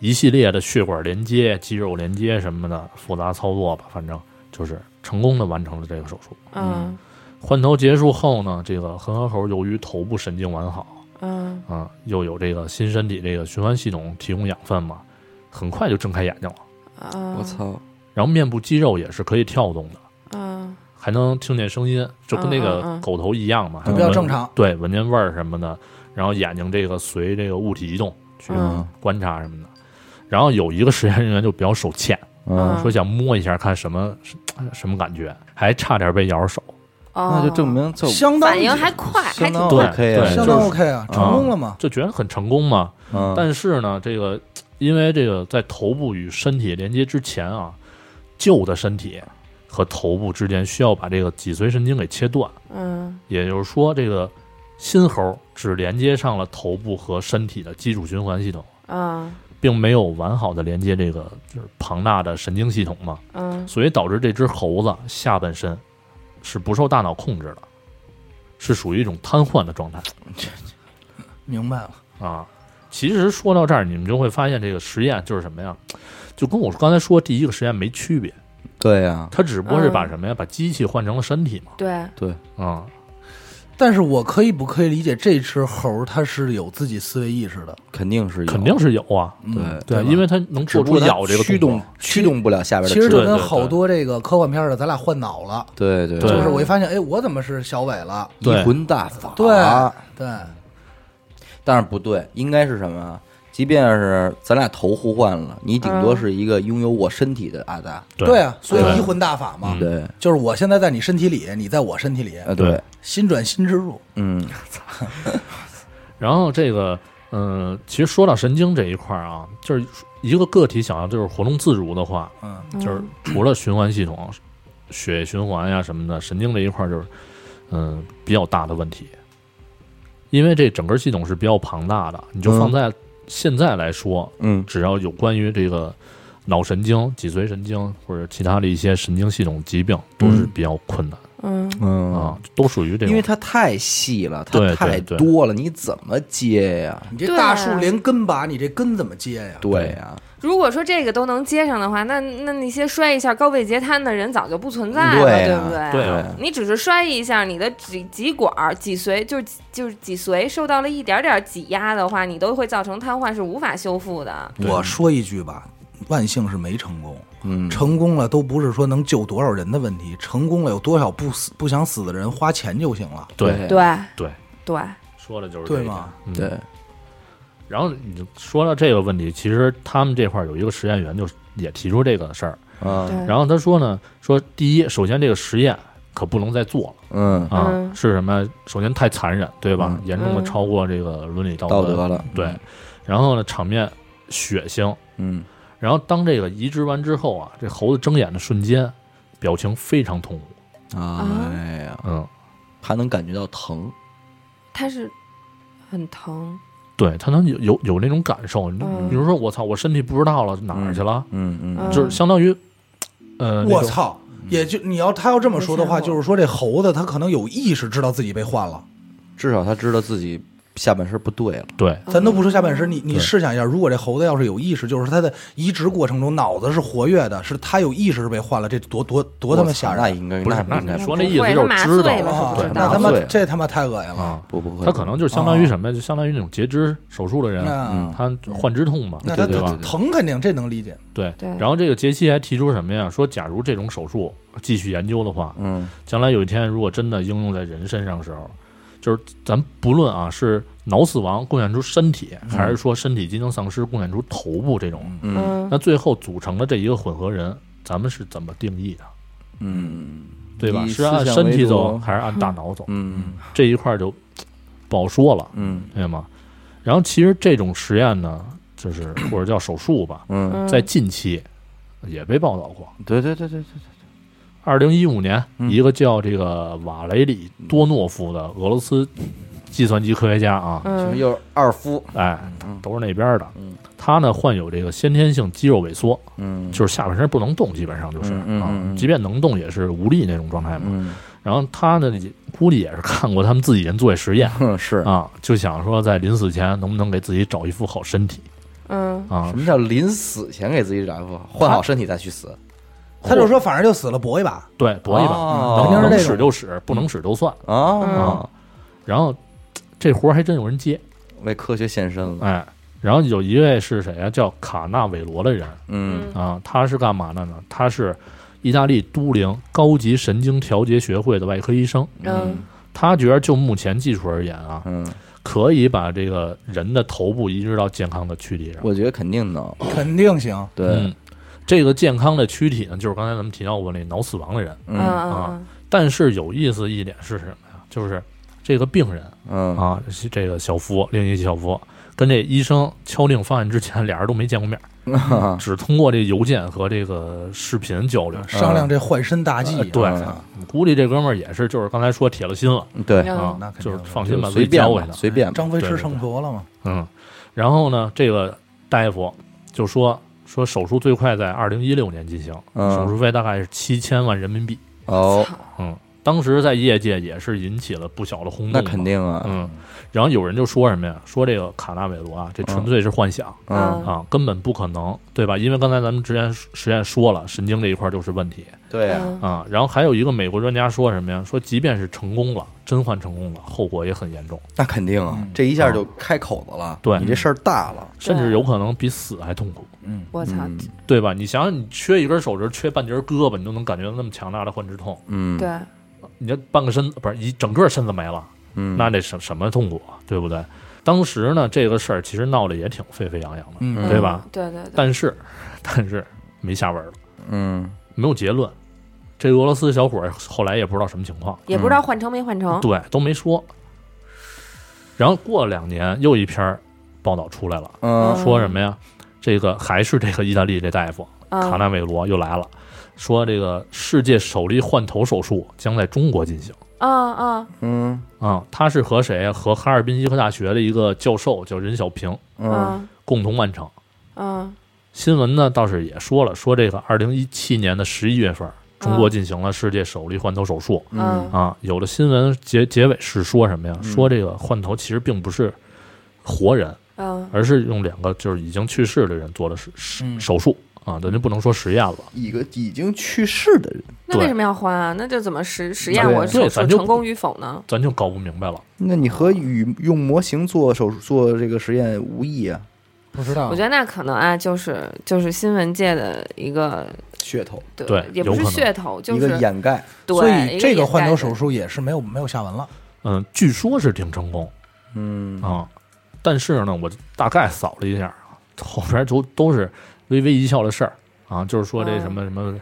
一系列的血管连接、肌肉连接什么的复杂操作吧，反正就是成功的完成了这个手术。
嗯
换头结束后呢，这个恒河猴由于头部神经完好
嗯
啊，又有这个新身体这个循环系统提供养分嘛，很快就睁开眼睛了。
啊，
我，操，
然后面部肌肉也是可以跳动的，
嗯
还能听见声音，就跟那
嗯嗯
个
嗯
狗头一样嘛，
就
还能
比较
闻
正。常。
对，闻见味儿什么的，然后眼睛这个随这个物体移动去
嗯
观察什么的。然后有一个实验人员就比较手欠，
嗯，
说想摸一下看什么什么感觉，还差点被咬着手。
哦，
那就证明就
相当
反应还快，还
相
挺
当
对
OK
嗯对
相
啊，
当
就是
OK 啊，成功了嘛？
就觉得很成功嘛，
嗯，
但是呢，这个因为这个在头部与身体连接之前啊，旧的身体和头部之间需要把这个脊髓神经给切断，
嗯
也就是说，这个新猴只连接上了头部和身体的基础循环系统，
啊
并没有完好的连接这个就是庞大的神经系统嘛，
嗯
所以导致这只猴子下半身是不受大脑控制的，是属于一种瘫痪的状态。
明白了，
啊。其实说到这儿，你们就会发现这个实验就是什么呀？就跟我刚才说第一个实验没区别，
对啊呀，
它只不过是把
嗯
什么呀，把机器换成了身体嘛。
对，
对，
啊、
但是我可以不可以理解这只猴它是有自己思维意识的？
肯定是有
肯定是有啊。
嗯
对
对，
吧
因为它能
只
做
不
出
过它
咬这个
驱
动
动
作，
驱动不了下边的
其实就
肢，
跟
对对
好多这个科幻片似的，咱俩换脑了，
对对
对
就是我一发现，哎，我怎么是小伟了？
对
迷魂大法，
对对，
但是不对，应该是什么啊？即便是咱俩头互换了，你顶多是一个拥有我身体的阿达，
对啊，所以
对
移魂大法嘛，
嗯
对，
就是我现在在你身体里，你在我身体里，
啊
对，
心转心之术，
嗯
然后这个，嗯、其实说到神经这一块儿啊，就是一个个体想要就是活动自如的话，
嗯，
就是除了循环系统、血液循环呀、什么的，神经这一块儿就是嗯、比较大的问题，因为这整个系统是比较庞大的，你就
嗯
放在现在来说，
嗯
只要有关于这个脑神经、脊髓神经或者其他的一些神经系统疾病都是
嗯
比较困难、
嗯，
嗯
啊，，都属于这
因为
种。
它太细了，
对
它
对
太
对
多了，你怎么接呀？
你这
对
大
啊
树连根拔，你这根怎么接呀？
对呀，
如果说这个都能接上的话，那那那些摔一下高位截瘫的人早就不存在了，
对
对
啊
不对？
对啊
对，
你只是摔一下，你的脊脊管儿、脊髓就是就是脊髓受到了一点点挤压的话，你都会造成瘫痪，是无法修复的。
对
我说一句吧，万幸是没成功。
嗯，
成功了都不是说能救多少人的问题，成功了有多少不死不想死的人花钱就行了，
对
对
对，
对，
说的就是这
对
一点
吗？？
嗯
对，
然后你就说到这个问题，其实他们这块儿有一个实验员就也提出这个事儿，
嗯
对
然后他说呢，说第一，首先这个实验可不能再做
嗯，
了啊，
嗯
是什么？首先太残忍，对吧？
嗯
严重的
嗯
超过这个伦理道
道德了，
对，然后呢，场面血腥。
嗯，
然后当这个移植完之后啊，这猴子睁眼的瞬间，表情非常痛苦。
哎呀，
嗯，
它能感觉到疼，
它是很疼，
对他能有有有那种感受。你
嗯
比如说，我操，我身体不知道了哪儿去了，
嗯嗯
嗯
就是相当于，呃，那
我
种
操！也就你要他要这么说的话，
没见过
就是说这猴子他可能有意识知道自己被换了。
至少他知道自己下半身不对了，
对
咱都不说下半身，你
嗯
你
对
试想一下，如果这猴子要是有意识，就是他的移植过程中脑子是活跃的，是他有意识是被换了，这多多多他妈
我
吓
操
人！
那应该
不是
那应
那
该
你
不
说那意思就是知道
啊
那
对，
那
麻
他妈
醉了
这他妈太恶心了！
啊，
不不会，哦
他可能就是相当于什么呀？就相当于那种截肢手术的人，
那
嗯
他患肢痛嘛，
那他
对吧？
疼肯定这能理解，
对
对
然后这个杰西还提出什么呀？说假如这种手术继续研究的话，
嗯
将来有一天如果真的应用在人身上的时候，就是咱不论啊是脑死亡贡献出身体，还是说身体机能丧失贡献出头部这种，
嗯
嗯
那最后组成的这一个混合人，咱们是怎么定义的？
嗯，
对吧？
以
是按
思想
身
为
体
主
走还是按大脑走？
嗯
这一块儿就嘖不好说了，
嗯
对吗？然后其实这种实验呢，就是或者叫手术吧，
嗯，
嗯
在近期也被报道过。
对对对对对，
二零一五年，
嗯
一个叫这个瓦雷里多诺夫的俄罗斯计算机科学家啊，
其实
嗯
又是二夫，
哎，
嗯
都是那边的
嗯。
他呢患有这个先天性肌肉萎缩，
嗯，
就是下半身不能动，基本上就是
嗯嗯
啊
嗯，嗯
即便能动也是无力那种状态嘛。
嗯
然后他呢，也估计也是看过他们自己人做实验
哼是。
啊，就想说在临死前能不能给自己找一副好身体
嗯，
啊
什。么叫临死前给自己找一副，换好身体再去死？
他就说反正就死了搏一把，
对，搏一把，
哦
能能
肯定是这
使
种
就使，不能使就算。
啊！
然后这活儿还真有人接，
为科学献身了，
哎，然后有一位是谁啊？叫卡纳韦罗的人
嗯
嗯
啊，他是干嘛的呢？他是意大利都灵高级神经调节学会的外科医生。
嗯
他觉得就目前技术而言啊，
嗯，
可以把这个人的头部移植到健康的躯体上。
我觉得肯定能，
肯定行。
对
嗯，，这个健康的躯体呢，就是刚才咱们提到过那脑死亡的人。
嗯
嗯
嗯
但是有意思一点是什么呀？就是这个病人
嗯
啊，是这个小夫，另一小夫跟这医生敲定方案之前，俩人都没见过面。
嗯
只通过这邮件和这个视频交流。
商量这换身大计
嗯呃，对
啊
嗯
估计这哥们儿也是，就是刚才说铁了心了
对，
嗯
啊
那，肯定
就是
的
放心
就
吧，
随便
我
吧，随便吧，
张飞
对
吃
嗯对
秤砣了嘛，
嗯。然后呢，这个大夫就说说手术最快在二零一六年进行，
嗯
手术费大概是七千万人民币。
哦，
操
嗯，当时在业界也是引起了不小的轰动。
那肯。定啊，
嗯，然后有人就说什么呀？说这个卡纳韦罗啊，这纯粹是幻想、
嗯，
啊，根本不可能，对吧？因为刚才咱们之前实验说了，神经这一块儿就是问题。
对呀，
嗯
啊，然后还有一个美国专家说什么呀？说即便是成功了，真换成功了，后果也很严重，
那肯定啊，这一下就开口子了，
对
你这事儿大了，
甚至有可能比死还痛苦，
我操，
对吧？你想想，你缺一根手指，缺半截胳膊，你都能感觉到那么强大的幻肢痛，
嗯，
对，
你这半个身子不是一整个身子没了，
嗯，
那得什什么痛苦啊，对不对？当时呢，这个事儿其实闹得也挺沸沸扬扬的，
嗯
对吧
嗯？对对对，
但是，但是没下文了，
嗯
没有结论。这俄罗斯小伙儿后来也不知道什么情况，
也不知道换成没换成，
对，都没说。然后过了两年，又一篇儿报道出来了，
嗯
说什么呀？这个还是这个意大利这大夫卡
啊，
纳韦罗又来了，说这个世界首例换头手术将在中国进行
啊啊，
嗯
啊、他是和谁啊？和哈尔滨医科大学的一个教授叫任小平
嗯
啊
共同完成。
啊，
新闻呢倒是也说了，说这个二零一七年的十一月份，中国进行了世界首例换头手术
嗯
嗯
啊。有的新闻结结尾是说什么呀？说这个换头其实并不是活人，
嗯
而是用两个就是已经去世的人做的手
嗯
手术啊，咱就不能说实验了。
一个已经去世的人，
那为
对
什么要换啊？那就怎么实实验
对
我手
对
术
咱就
成功与否呢？
咱就搞不明白了，
那你和与用模型做手术做这个实验无异啊，
不知道
我觉得那可能啊，就是就是新闻界的一个
噱头，
对
对
也不是
有可能
噱头，就
一
是
个掩盖。
对
所
一
以这
个
个换头手
术，
术也是没有没有下文了。
嗯，据说是挺成功
嗯
啊、但是呢，我大概扫了一下，后边都都是微微一笑的事儿啊，就是说这什么什么，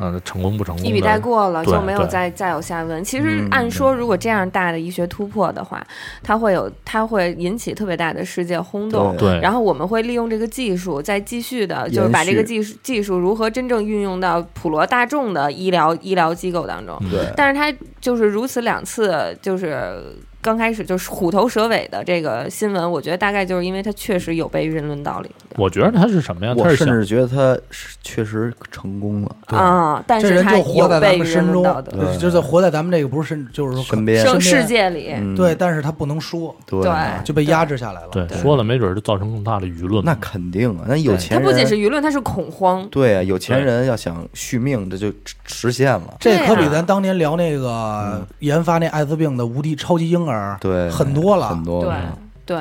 嗯、成功不成功的，
一笔带过了，
对
就没有
对
再再有下文。其实
嗯
按说，如果这样大的医学突破的话，它会有它会引起特别大的世界轰动。
对，
然后我们会利用这个技术，再继续的，就是
延
把这个
续
技术技术如何真正运用到普罗大众的医疗医疗机构当中。
嗯
对，
但是他就是如此两次，就是刚开始就是虎头蛇尾的这个新闻，我觉得大概就是因为他确实有被人伦道理的
我觉得他是什么呀？啊他
我
是
甚
想
至觉得他是确实成功了，
啊，但
这
是
人
他
就活
有
在
被
咱
人
们身
伦
中
道德，
对
就是活在咱们这个不是身，就是说
身边
生
身
世界里，
嗯
对，但是他不能说，
对
对
就被压制下来了。
对说了，没准就造成更大的舆论。
那肯定啊，那有
对
钱
他
人
不仅是舆论，他是恐慌。
对啊，有钱
对
人要想续命，这就实实现了。
这可比
对啊
咱当年聊那
嗯
个研发那艾滋病的无敌超级婴儿
对，
很多了
很多
对
了
对，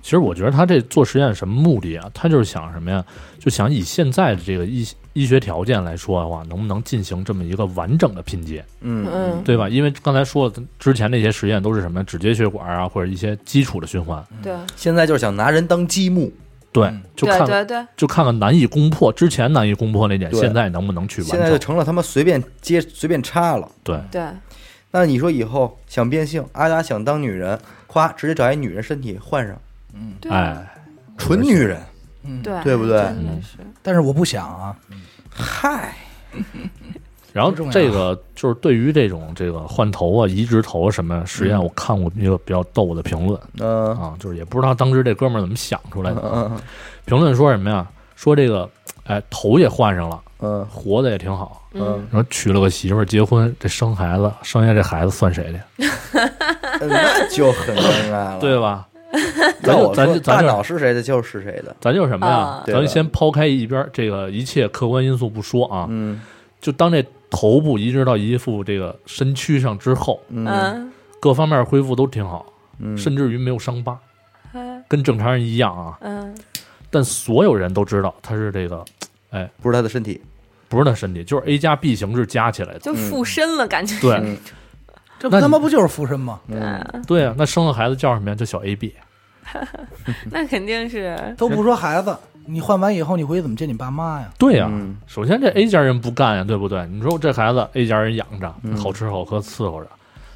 其实我觉得他这做实验什么目的啊？他就是想什么呀？就想以现在的这个医医学条件来说的话，能不能进行这么一个完整的拼接？
嗯
嗯，
对吧？因为刚才说了，之前那些实验都是什么指节血管啊，或者一些基础的循环。
对，
现在就是想拿人当积木，
对
嗯，
就
对
看
对对，
就看看难以攻破之前难以攻破那点，
对
现在能不能去
现
完
在就
成？
成了他妈随便接随便插了。
对，
对，
那你说以后想变性，阿达想当女人，夸直接找一女人身体换上，
对，
哎，
纯女人，
嗯，
对，
对不对
真的是，
但是我不想啊，
嗨，
然后
不重要
这个就是对于这种这个换头啊、移植头啊什么实验，我看过一个比较逗的评论
嗯
啊，就是也不知道当时这哥们儿怎么想出来的啊。
嗯
评论说什么呀？说这个，哎，头也换上了，
嗯
活的也挺好，
嗯，
然后娶了个媳妇儿，结婚，这生孩子，生下这孩子算谁的？
那就很尴尬了。
对吧？咱
要
就
我
咱
说，
就咱
大
就
脑是谁的就是谁的，
咱就是什么呀
啊？
对
咱
吧
先抛开一边儿这个一切客观因素不说啊，
嗯
就当这头部移植到一副这个身躯上之后，
嗯
嗯，
各方面恢复都挺好，
嗯，
甚至于没有伤疤，
嗯
跟正常人一样啊。
嗯，
但所有人都知道他是这个
不是他的身体，
不是他身体，就是 A 加 B 形式加起来的。
就附身了，感觉是
对
嗯
这
那
他妈不就是附身吗？
嗯，
对啊，那生个孩子叫什么呀？叫小 AB。
那肯定是，
都不说孩子，你换完以后你回去怎么见你爸妈呀？
对呀、
嗯
首先这 A 家人不干呀，对不对？你说这孩子 A 家人养着，
嗯
好吃好喝伺候着，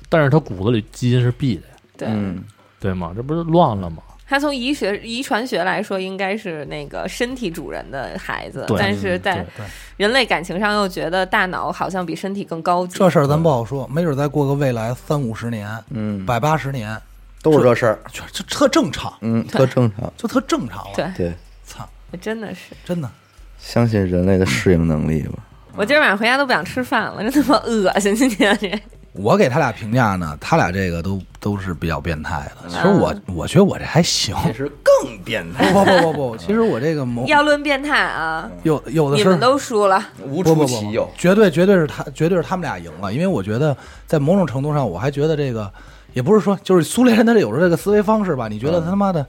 但是他骨子里基因是 B 的呀，
对，
嗯
对吗？这不是乱了吗？
他从遗学、遗传学来说，应该是那个身体主人的孩子，
对
但是在
对
人类感情上又觉得大脑好像比身体更高级。
这事儿咱不好说，没准再过个未来三五十年、
嗯，
百八十年，
都是这事儿，
就就特正常，
嗯，特正常。
就特正常了。
对，
对，
操，
真的是，
真的，
相信人类的适应能力吧。
我今儿晚上回家都不想吃饭了，真他妈恶心！今天这，
我给他俩评价呢，他俩这个都都是比较变态的。其实我
嗯
我觉得我这还行，
实更变态，
不不不不不，其实我这个某
要论变态啊，
有有的
你
是
们都输了。
无
不
出
不
其
不
右，。
绝对绝对是他，绝对是他们俩赢了。因为我觉得在某种程度上，我还觉得这个也不是说就是苏联人他有时候这个思维方式吧，你觉得他妈的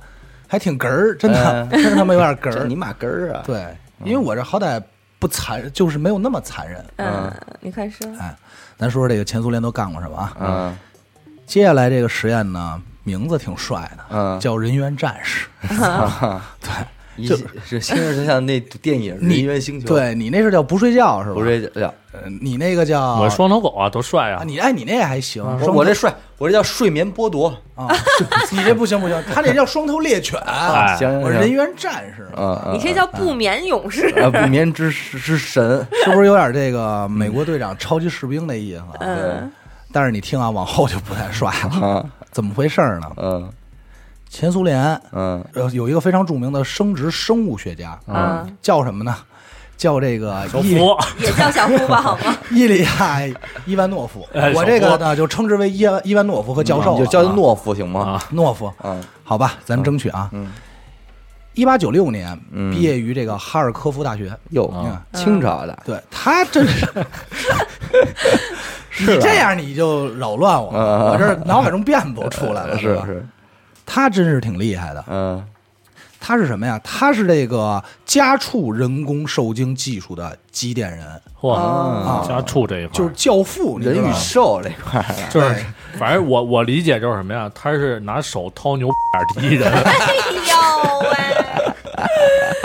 还挺哏儿，真的
嗯
真他妈有点 哏
这
儿
你。妈根儿啊！，
对，因为我这好歹不残，就是没有那么残忍。
嗯
嗯，
你快说，
哎，咱说说这个前苏联都干过什么啊？
嗯
接下来这个实验呢，名字挺帅的，
嗯，
叫人猿战 士。
一是现在 就像那电影《
你
人猿星球》，，
对你那是叫不睡觉是吧？
不，是叫
呃、你那个叫
我双头狗啊，多帅啊
啊，！你哎，你那还行，
我我这睡，我这叫睡眠剥夺
啊， 你这不行不行，他这叫双头猎犬，
哎
行
我
行
人
行，
猿战士，
嗯嗯，
你这叫不眠勇士。
啊不眠之之神，
是不是有点这个美国队长超级士兵那意思啊？
嗯
嗯
但是你听啊，往后就不太帅了，
啊
怎么回事呢？
嗯
前苏联
嗯
呃有一个非常著名的生殖生物学家，
啊
嗯，
叫什么呢？叫这个
小
伊
福，
也叫小夫吧，好吗？
伊利亚·伊万诺夫
哎。嗯
我这个呢就称之为伊万伊万诺夫和教授
你
了，
啊就
啊
叫他懦夫行吗？
诺夫。
啊，
好吧，咱争取啊。
嗯
一八九六年
嗯
毕业于这个哈尔科夫大学。
哟
啊，
清朝的，
对他 真是，你
吧
这样你就扰乱我，
啊呃
我这脑海中辩驳出来了，
嗯是
吧？
是，
他真是挺厉害的，
嗯
他是什么呀？他是这个家畜人工受精技术的积淀人，
嚯，家畜这一块
啊就
儿
是，教父，你知
啊人
道
与
吗？
兽这块儿，
就是
哎
反正我我理解就是什么呀？他是拿手掏牛眼 踢人，
哎呦喂，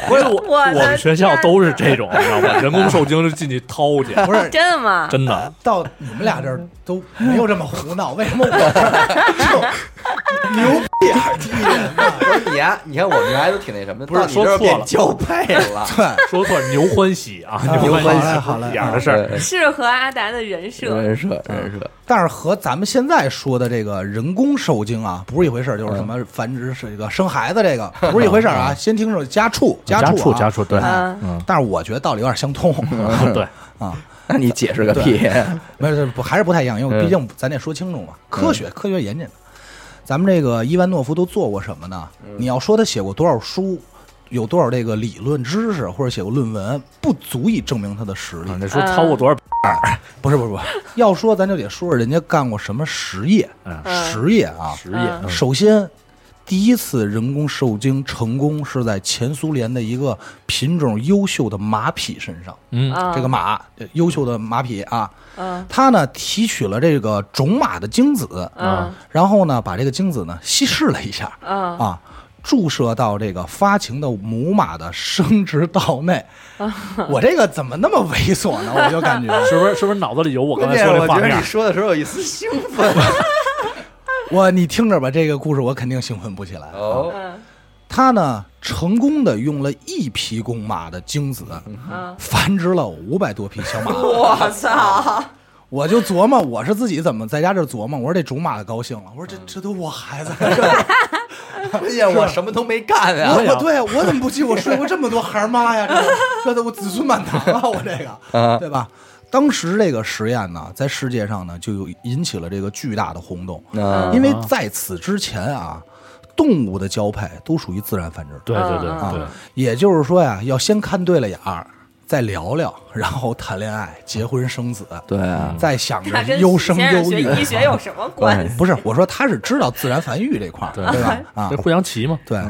不是我
我
我
的
们学校都是这种，你知道吗？人工受精就进去掏 去，
不是
真的吗？
真的。
到你们俩这儿都没有这么胡闹，为什么我这儿就牛逼还踢人呢？，
不是你啊，你看我们原来都挺那什 么的，
不是
到你这儿
说错
变
了
交配 了
对，
说错了牛欢喜啊，
啊
牛欢
好嘞
喜，
好嘞
眼儿的事儿。
对
适合阿达的人设，
人设人设，
但是和咱们现在说的这个人工受精啊，不是一回事儿，就是什么繁殖是这个生孩子这个不是一回事儿啊。先听说家畜，
家
畜、啊，
家畜，对，
嗯
嗯，
但是我觉得道理有点相通
对，
啊，
那你解释个屁？
没有不还是不太一样，因
嗯
为毕竟咱得说清楚嘛，科学科学严谨的。咱们这个伊万诺夫都做过什么呢？你要说他写过多少书，有多少这个理论知识或者写过论文，不足以证明他的实力
啊。那说掏过多少？
不是不是不是，要说咱就得说说人家干过什么实业
嗯，
实业啊，
职业
嗯
首先，第一次人工受精成功是在前苏联的一个品种优秀的马匹身上。
嗯，
啊，
这个马，呃优秀的马匹啊，
嗯
它呢提取了这个种马的精子，
嗯
然后呢把这个精子呢稀释了一下
嗯
啊，注射到这个发情的母马的生殖道内。 我这个怎么那么猥琐呢？我就感觉
是不是是不是脑子里有我刚
关
才
键
说
是我
那画
觉得
面
你？说的时候有一丝兴奋
我你听着吧，这个故事我肯定兴奋不起来。
哦，
嗯
他呢成功的用了一匹公马的精子，
嗯，
繁殖了五百多匹小马。
我 操，
我就琢磨，我是自己怎么在家这琢磨，我说这种马高兴了，我说这这都我孩子， 我
关键我什么都没干呀，
我对我怎么不记我睡过这么多孩儿妈呀？这这都我子孙满堂啊，我这个，对吧？当时这个实验呢，在世界上呢就有引起了这个巨大的轰动，
啊
因为在此之前啊，动物的交配都属于自然繁殖，
对对对
嗯
对
啊，也就是说呀，要先看对了眼儿，再聊聊，然后谈恋爱、结婚生子，
对啊，
再想
那
着
跟
优生
先生
优啊
学
育。
医学 有什么关系？
不是，我说他是知道自然繁育这块儿，
对
嗯对吧？啊
这，互相骑嘛，
对，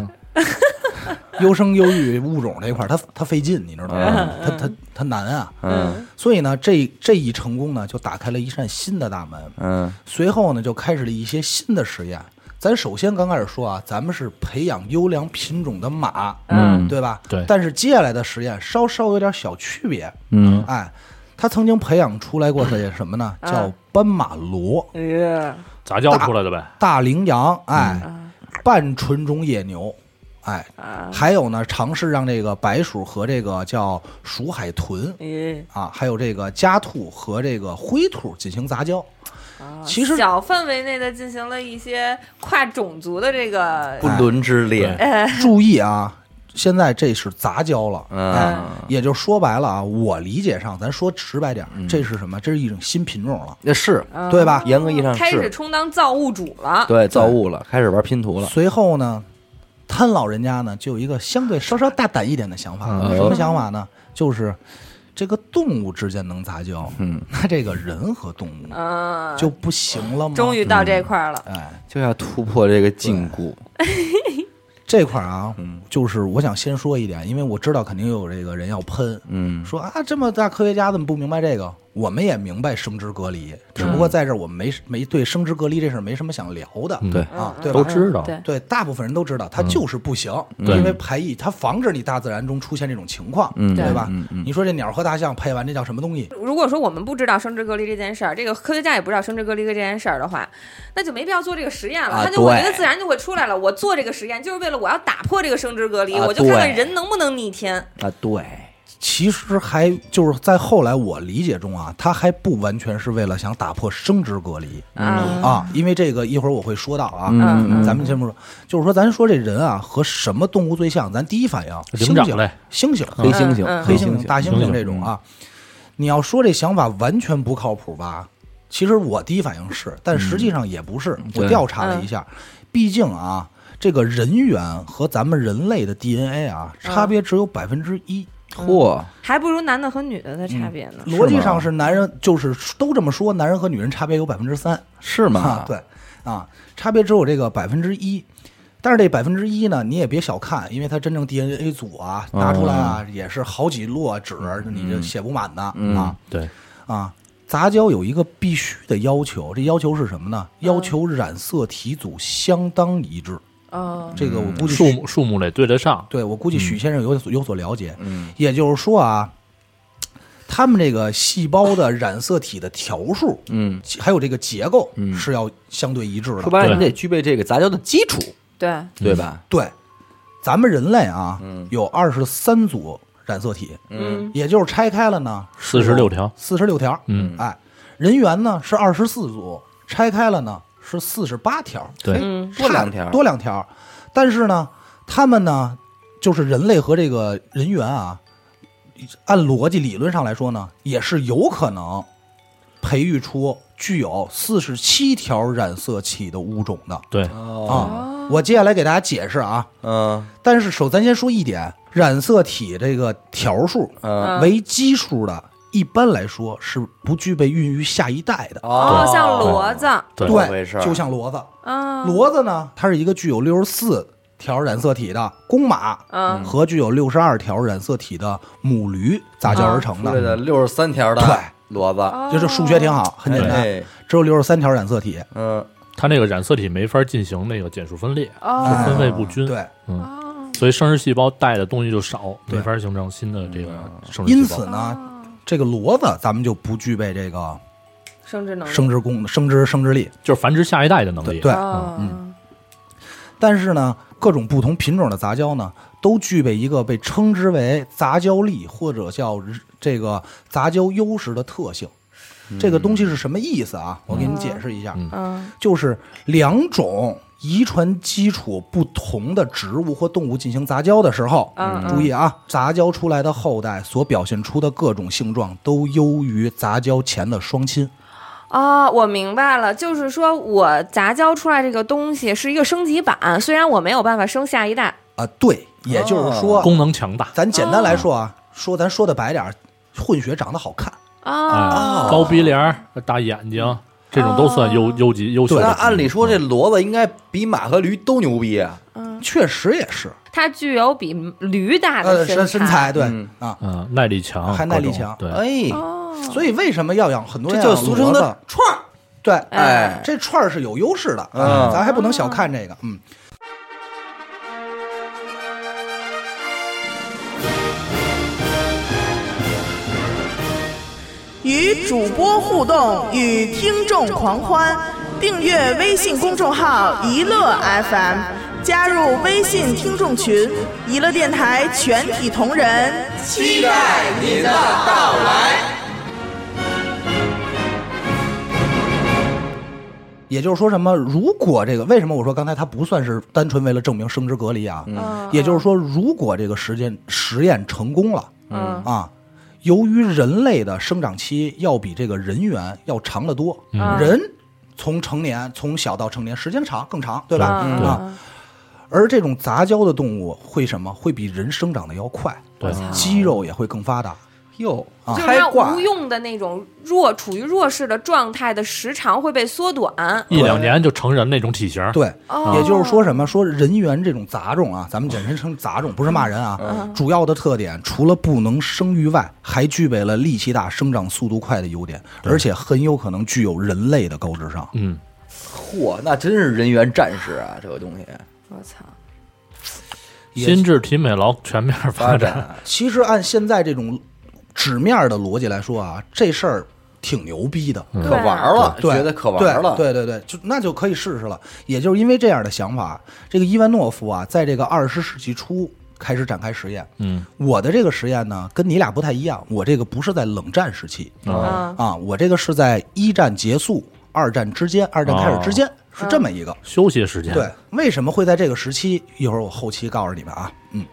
优生优育物种这块儿，他他费劲，你知道吗？他他他难啊。
嗯
嗯所以呢，这这一成功呢，就打开了一扇新的大门。
嗯
随后呢，就开始了一些新的实验。咱首先刚开始说啊，咱们是培养优良品种的马，
嗯
对吧？
对
但是接下来的实验稍稍有点小区别，
嗯，
哎，他曾经培养出来过的什么呢？
嗯
叫斑马罗、
哎呀，
杂交出来的呗。
大羚羊，哎，
嗯
半纯种野牛，哎，
啊，
还有呢，尝试让这个白鼠和这个叫鼠海豚。
咦，
啊，还有这个家兔和这个灰兔进行杂交，
哦
其实
小范围内的进行了一些跨种族的这个
不伦之恋，
注意啊，现在这是杂交了，
嗯
也就说白了啊，我理解上，咱说直白点
嗯
儿，这是什么？这是一种新品种了，
那是
嗯
啊
对吧？
严格意义上
哦开始
是，
充当造物主了。
对，造物了，开始玩拼图了，
随后呢，贪老人家呢就有一个相对稍稍大胆一点的想法，
哎
嗯
什么想法呢？就是这个动物之间能杂交，
嗯，
那这个人和动物
嗯，
就嗯不行了吗？
终于到这块儿了。
哎，
就要突破这个禁锢，
这块儿啊，
嗯
就是我想先说一点，因为我知道肯定有这个人要喷，
嗯
说啊，这么大科学家怎么不明白这个？我们也明白生殖隔离，只不
嗯
过在这儿我们没没对生殖隔离这事儿没什么想聊的、
嗯
对，
啊，
嗯
对
都？
吧
知道
对，
对，大部分人都知道，它就是不行，
对
因为排异，它防止你大自然中出现这种情况，
嗯
对吧？
嗯嗯
你说这鸟和大象配完，这叫什么东西？
如果说我们不知道生殖隔离这件事儿，这个科学家也不知道生殖隔离这件事儿的话，那就没必要做这个实验了。
啊
他就我
对
觉得自然就会出来了。我做这个实验就是为了我要打破这个生殖隔离，
啊
我就看看
对
人能不能逆天。
啊，对，
其实还就是在后来我理解中啊，他还不完全是为了想打破生殖隔离
啊
啊，因为这个一会儿我会说到啊。
嗯
咱们先不说，就是说，咱说这人啊和什么动物最像？咱第一反应，
灵
猩
长
猩
类、
猩猩、
黑猩猩，
嗯嗯
黑
猩
猩
猩
猩、大猩
猩猩
猩这种
嗯
啊。你要说这想法完全不靠谱吧？其实我第一反应是，但实际上也不是。我
嗯对嗯
调查了一下，毕竟啊，这个人猿和咱们人类的 DNA 啊，
嗯
差别只有百分之一。
嗯
嚯，
还不如男的和女的的差别呢。
逻辑上是男人就是都这么说，男人和女人差别有百分之三
是
啊
吗？，
对啊，差别只有这个百分之一。但是这百分之一呢，你也别小看，因为它真正 DNA 组啊
嗯
拿出来啊，也是好几摞纸，你这写不满的、
嗯
啊
对，
啊。杂交有一个必须的要求，这要求是什么呢？
嗯
要求染色体组相当一致。
哦，
这
嗯
个我嗯估计
树
许
木树木得对得上，
对我估计许先生有所有所了解。
嗯，
也就是说啊，他们这个细胞的染色体的条数，
嗯，
还有这个结构是要相对一致的。
说白了，你得具备这个杂交的基础，
对，嗯
对吧？
对，咱们人类啊，
嗯
有二十三组染色体，
嗯
也就是拆开了呢，
46条
四十六条。
嗯，
哎，人猿呢是二十四组，拆开了呢是四十八条，
对，
嗯
多两条，
多两条。但是呢，他们呢，就是人类和这个人猿啊，按逻辑理论上来说呢，也是有可能培育出具有四十七条染色体的物种的
对，
哦，
啊。我接下来给大家解释啊，
嗯
但是首咱先说一点，染色体这个条数
嗯，
嗯
为基数的，一般来说是不具备孕育下一代的。
哦，像骡子
对
这么回事
对，
儿
就像骡子，
啊，
骡子呢，它是一个具有六十四条染色体的公马，
嗯
和具有六十二条染色体的母驴杂交而成
出来
的，
的六十三条的骡子，
哦
就是数学挺好，很简单，
哎，
只有六十三条染色体。
嗯，
它那个染色体没法进行那个减数分裂，
哦
分位不均，嗯
对，
哦
所以生殖细胞带的东西就少，
对
没法形成新的这个生殖
因
细胞
此。呢，这个骡子咱们就不具备这个
生殖能力
生殖功生殖生殖力。
就是繁殖下一代的能力。
对
哦
但是呢，各种不同品种的杂交呢，都具备一个被称之为杂交力或者叫这个杂交优势的特性。这个东西是什么意思啊？我给你解释一下，
嗯
就是两种遗传基础不同的植物或动物进行杂交的时候，
嗯
注意啊，杂交出来的后代所表现出的各种性状都优于杂交前的双亲。
哦，我明白了，就是说我杂交出来这个东西是一个升级版，虽然我没有办法生下一代，
啊、对，也就是
哦
说，
功能强大，
咱简单来说啊，说咱说的白点儿，混血长得好看。
啊，
哎高鼻梁儿、大眼睛，这种都算优优级优秀
那
的。
按理说这骡子应该比马和驴都牛逼啊，
确实也是，
它具有比驴大
呃，
的
身
身
材对、
嗯
啊，
嗯，耐力强，
还耐力呃
各种
强
对，
哎，
哦
所以为什么要养很多
这
人
就
养
俗称
骡
的
子
串儿，
对，
哎
这串儿是有优势的，啊
嗯
咱还不能小看这个，嗯。
与主播互动，与听众狂欢。订阅微信公众号“一乐 FM”，加入微信听众群，一乐电台全体同仁期待您的到来。
也就是说，什么？如果这个为什么我说刚才它不算是单纯为了证明生殖隔离
嗯
啊？也就是说，如果这个实践实验成功了，
嗯
啊，由于人类的生长期要比这个人猿要长得多，
嗯
人从成年从小到成年时间长更长，对吧？
嗯
啊，而这种杂交的动物会什么？会比人生长得要快，
对
肌肉也会更发达。
哟，
啊
啊
就是
开
它
挂
无，用的那种弱处于弱势的状态的时长会被缩短。
一两年就成人那种体型。
对，
哦
也就是说什么说人猿这种杂种啊，咱们简称称杂种，不是骂人啊。
嗯
主要的特点除了不能生育外，还具备了力气大、生长速度快的优点，而且很有可能具有人类的高智商。
嗯，
嚯，那真是人猿战士啊，这个东西
我操，
也
心智体美劳全面
发
发
展，
展。
啊
其实按现在这种纸面的逻辑来说啊，这事儿挺牛逼的。
嗯
可玩了，
对，
觉得可玩了，
对对对对，就那就可以试试了。也就是因为这样的想法，这个伊万诺夫啊，在这个二十世纪初开始展开实验。
嗯
我的这个实验呢，跟你俩不太一样，我这个不是在冷战时期
啊，
啊，
啊，我这个是在一战结束、二战之间、二战开始之间、是这么一个。
休息时间
对，为什么会在这个时期？一会儿我后期告诉你们啊。嗯，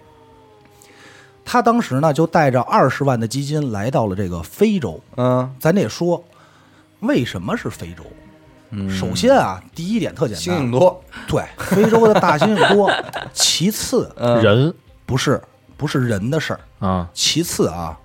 他当时呢就带着二十万的基金来到了这个非洲。
嗯，
咱得说，为什么是非洲？首先啊，第一点特简
猩
单
猩，嗯多，
对，非洲的大猩猩多。其次，
人
不是不是人的事儿。
啊，
其次啊，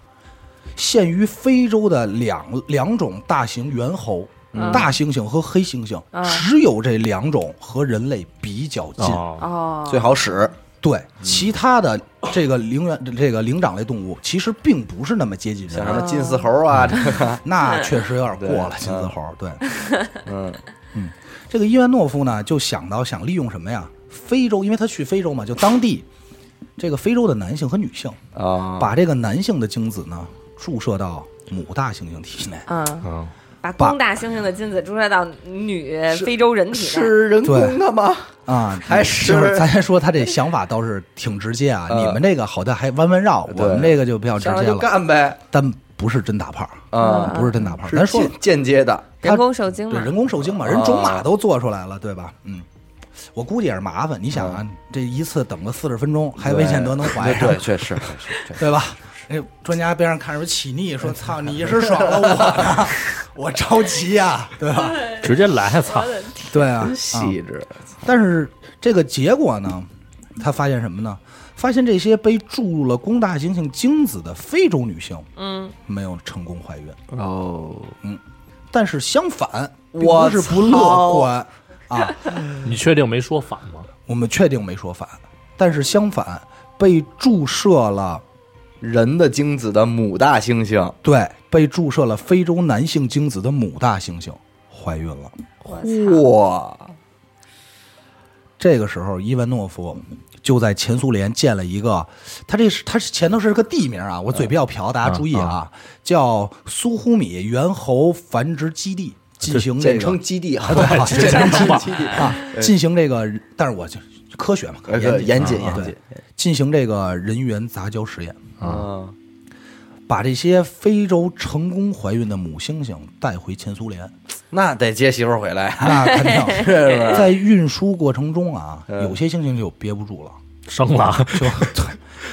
限于非洲的两两种大型猿猴，大猩猩和黑猩猩，
嗯
只有这两种和人类比较近。
哦，
哦，
最好使，
对，其他的这个灵原这个灵长类动物其实并不是那么接近
像
人
什
类，
么金丝猴
嗯
啊，这个，
那确实有点过了
对。
金丝猴，对，
嗯
这个伊万诺夫呢，就想到想利用什么呀？非洲，因为他去非洲嘛，就当地这个非洲的男性和女性，
啊，
把这个男性的精子呢注射到母大猩猩体内。
啊
嗯，
嗯，
把公大猩猩的精子注射到女非洲人体内，
是人工的吗？
啊，
还是
就是咱先说他这想法倒是挺直接啊，
嗯
你们这个好像还弯弯绕，
对
我们这个就比较直
上来
接
就
了。
干呗，
但不是真打炮，
啊，
不是真打炮，咱
是
说了
间间接的，
人工受精
对
嘛，
人工受精嘛，人
啊
种马都做出来了，对吧？嗯，我估计也是麻烦。你想啊，这一次等个四十分钟，还未见得能怀啊嗯上
对，，确实，确实，确实
对吧？那专家边上看着起腻，说：“操，你是爽了我呢， 我着急呀、对吧？
直接来， 操，
对啊，
真细致，
但是这个结果呢，他发现什么呢？发现这些被注入了公大猩猩精子的非洲女性
嗯，
没有成功怀孕，
哦，
但是相反，并
我
不是不乐观啊。
你确定没说反吗？
我们确定没说反，但是相反，被注射了
人的精子的母大猩猩，
对，被注射了非洲男性精子的母大猩猩怀孕了。
我操，
哇，
这个时候，伊万诺夫就在前苏联建了一个，他这是他是前头是个地名啊，我嘴比较瓢，
嗯
大家注意啊，叫苏呼米猿猴繁殖基地，进行这
啊简
个
称基地，啊，
对
简称基地
啊，进行这个，但是我就科学嘛，
呃，
严
严谨
啊
严谨
对，进行这个人猿杂交实验，
啊，
把这些非洲成功怀孕的母猩猩带回前苏联，
那得接媳妇儿回来，啊
那肯定
是不是？
在运输过程中啊，
嗯
有些猩猩就憋不住了。
生 了，
就对，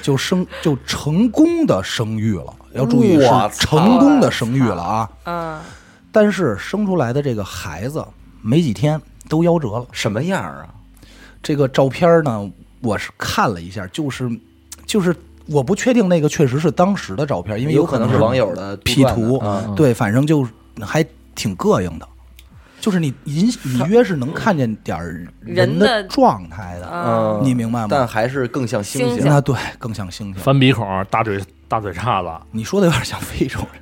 就生就成功的生育了，要注意是
我操
成功的生育了啊！
嗯，
但是生出来的这个孩子没几天都夭折了。
什么样啊？
这个照片呢，我是看了一下，就是就是我不确定那个确实是当时的照片，因为
有
可
可能
是
是网友的
P
断的
图，
啊
对，反正就还挺膈应的。就是你隐隐约是能看见点儿
人的
的状态的，
嗯，
啊你明白吗？
但还是更像猩
猩
猩
猩
那对更像猩猩。
翻鼻孔，大嘴大嘴叉子，
你说的有点像非洲 人。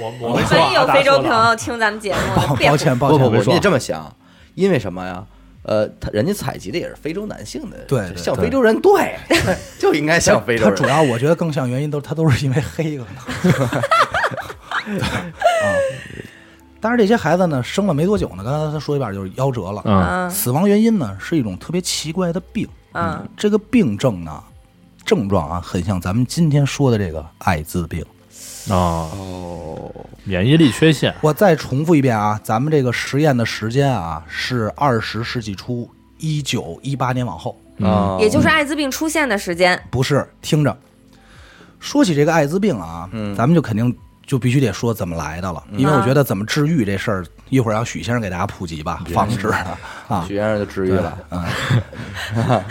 我我没说
万一有
啊，
非洲朋
啊，
友听咱们节目
抱
的，别
抱歉，抱
不
歉，
不不，
没
你
说
得这么想，因为什么呀？呃，他人家采集的也是非洲男性的，
对对
像
对
非洲人，对， 就应该像非洲
他主
人。
要我觉得更像原因都是他都是因为黑 可能。对啊，但是这些孩子呢，生了没多久呢，刚才他说一半就是夭折了。
嗯，
嗯
死亡原因呢是一种特别奇怪的病，
嗯，
这个病症呢症状啊很像咱们今天说的这个艾滋病。
啊，
哦
免疫力缺陷，
我再重复一遍啊，咱们这个实验的时间啊是二十世纪初一九一八年往后。
啊，
嗯
也就是艾滋病出现的时间，
不是，听着。说起这个艾滋病啊，咱们就肯定就必须得说怎么来的了，因为我觉得怎么治愈这事儿，一会儿让许先生给大家普及吧，防止啊
许。先生就治愈了，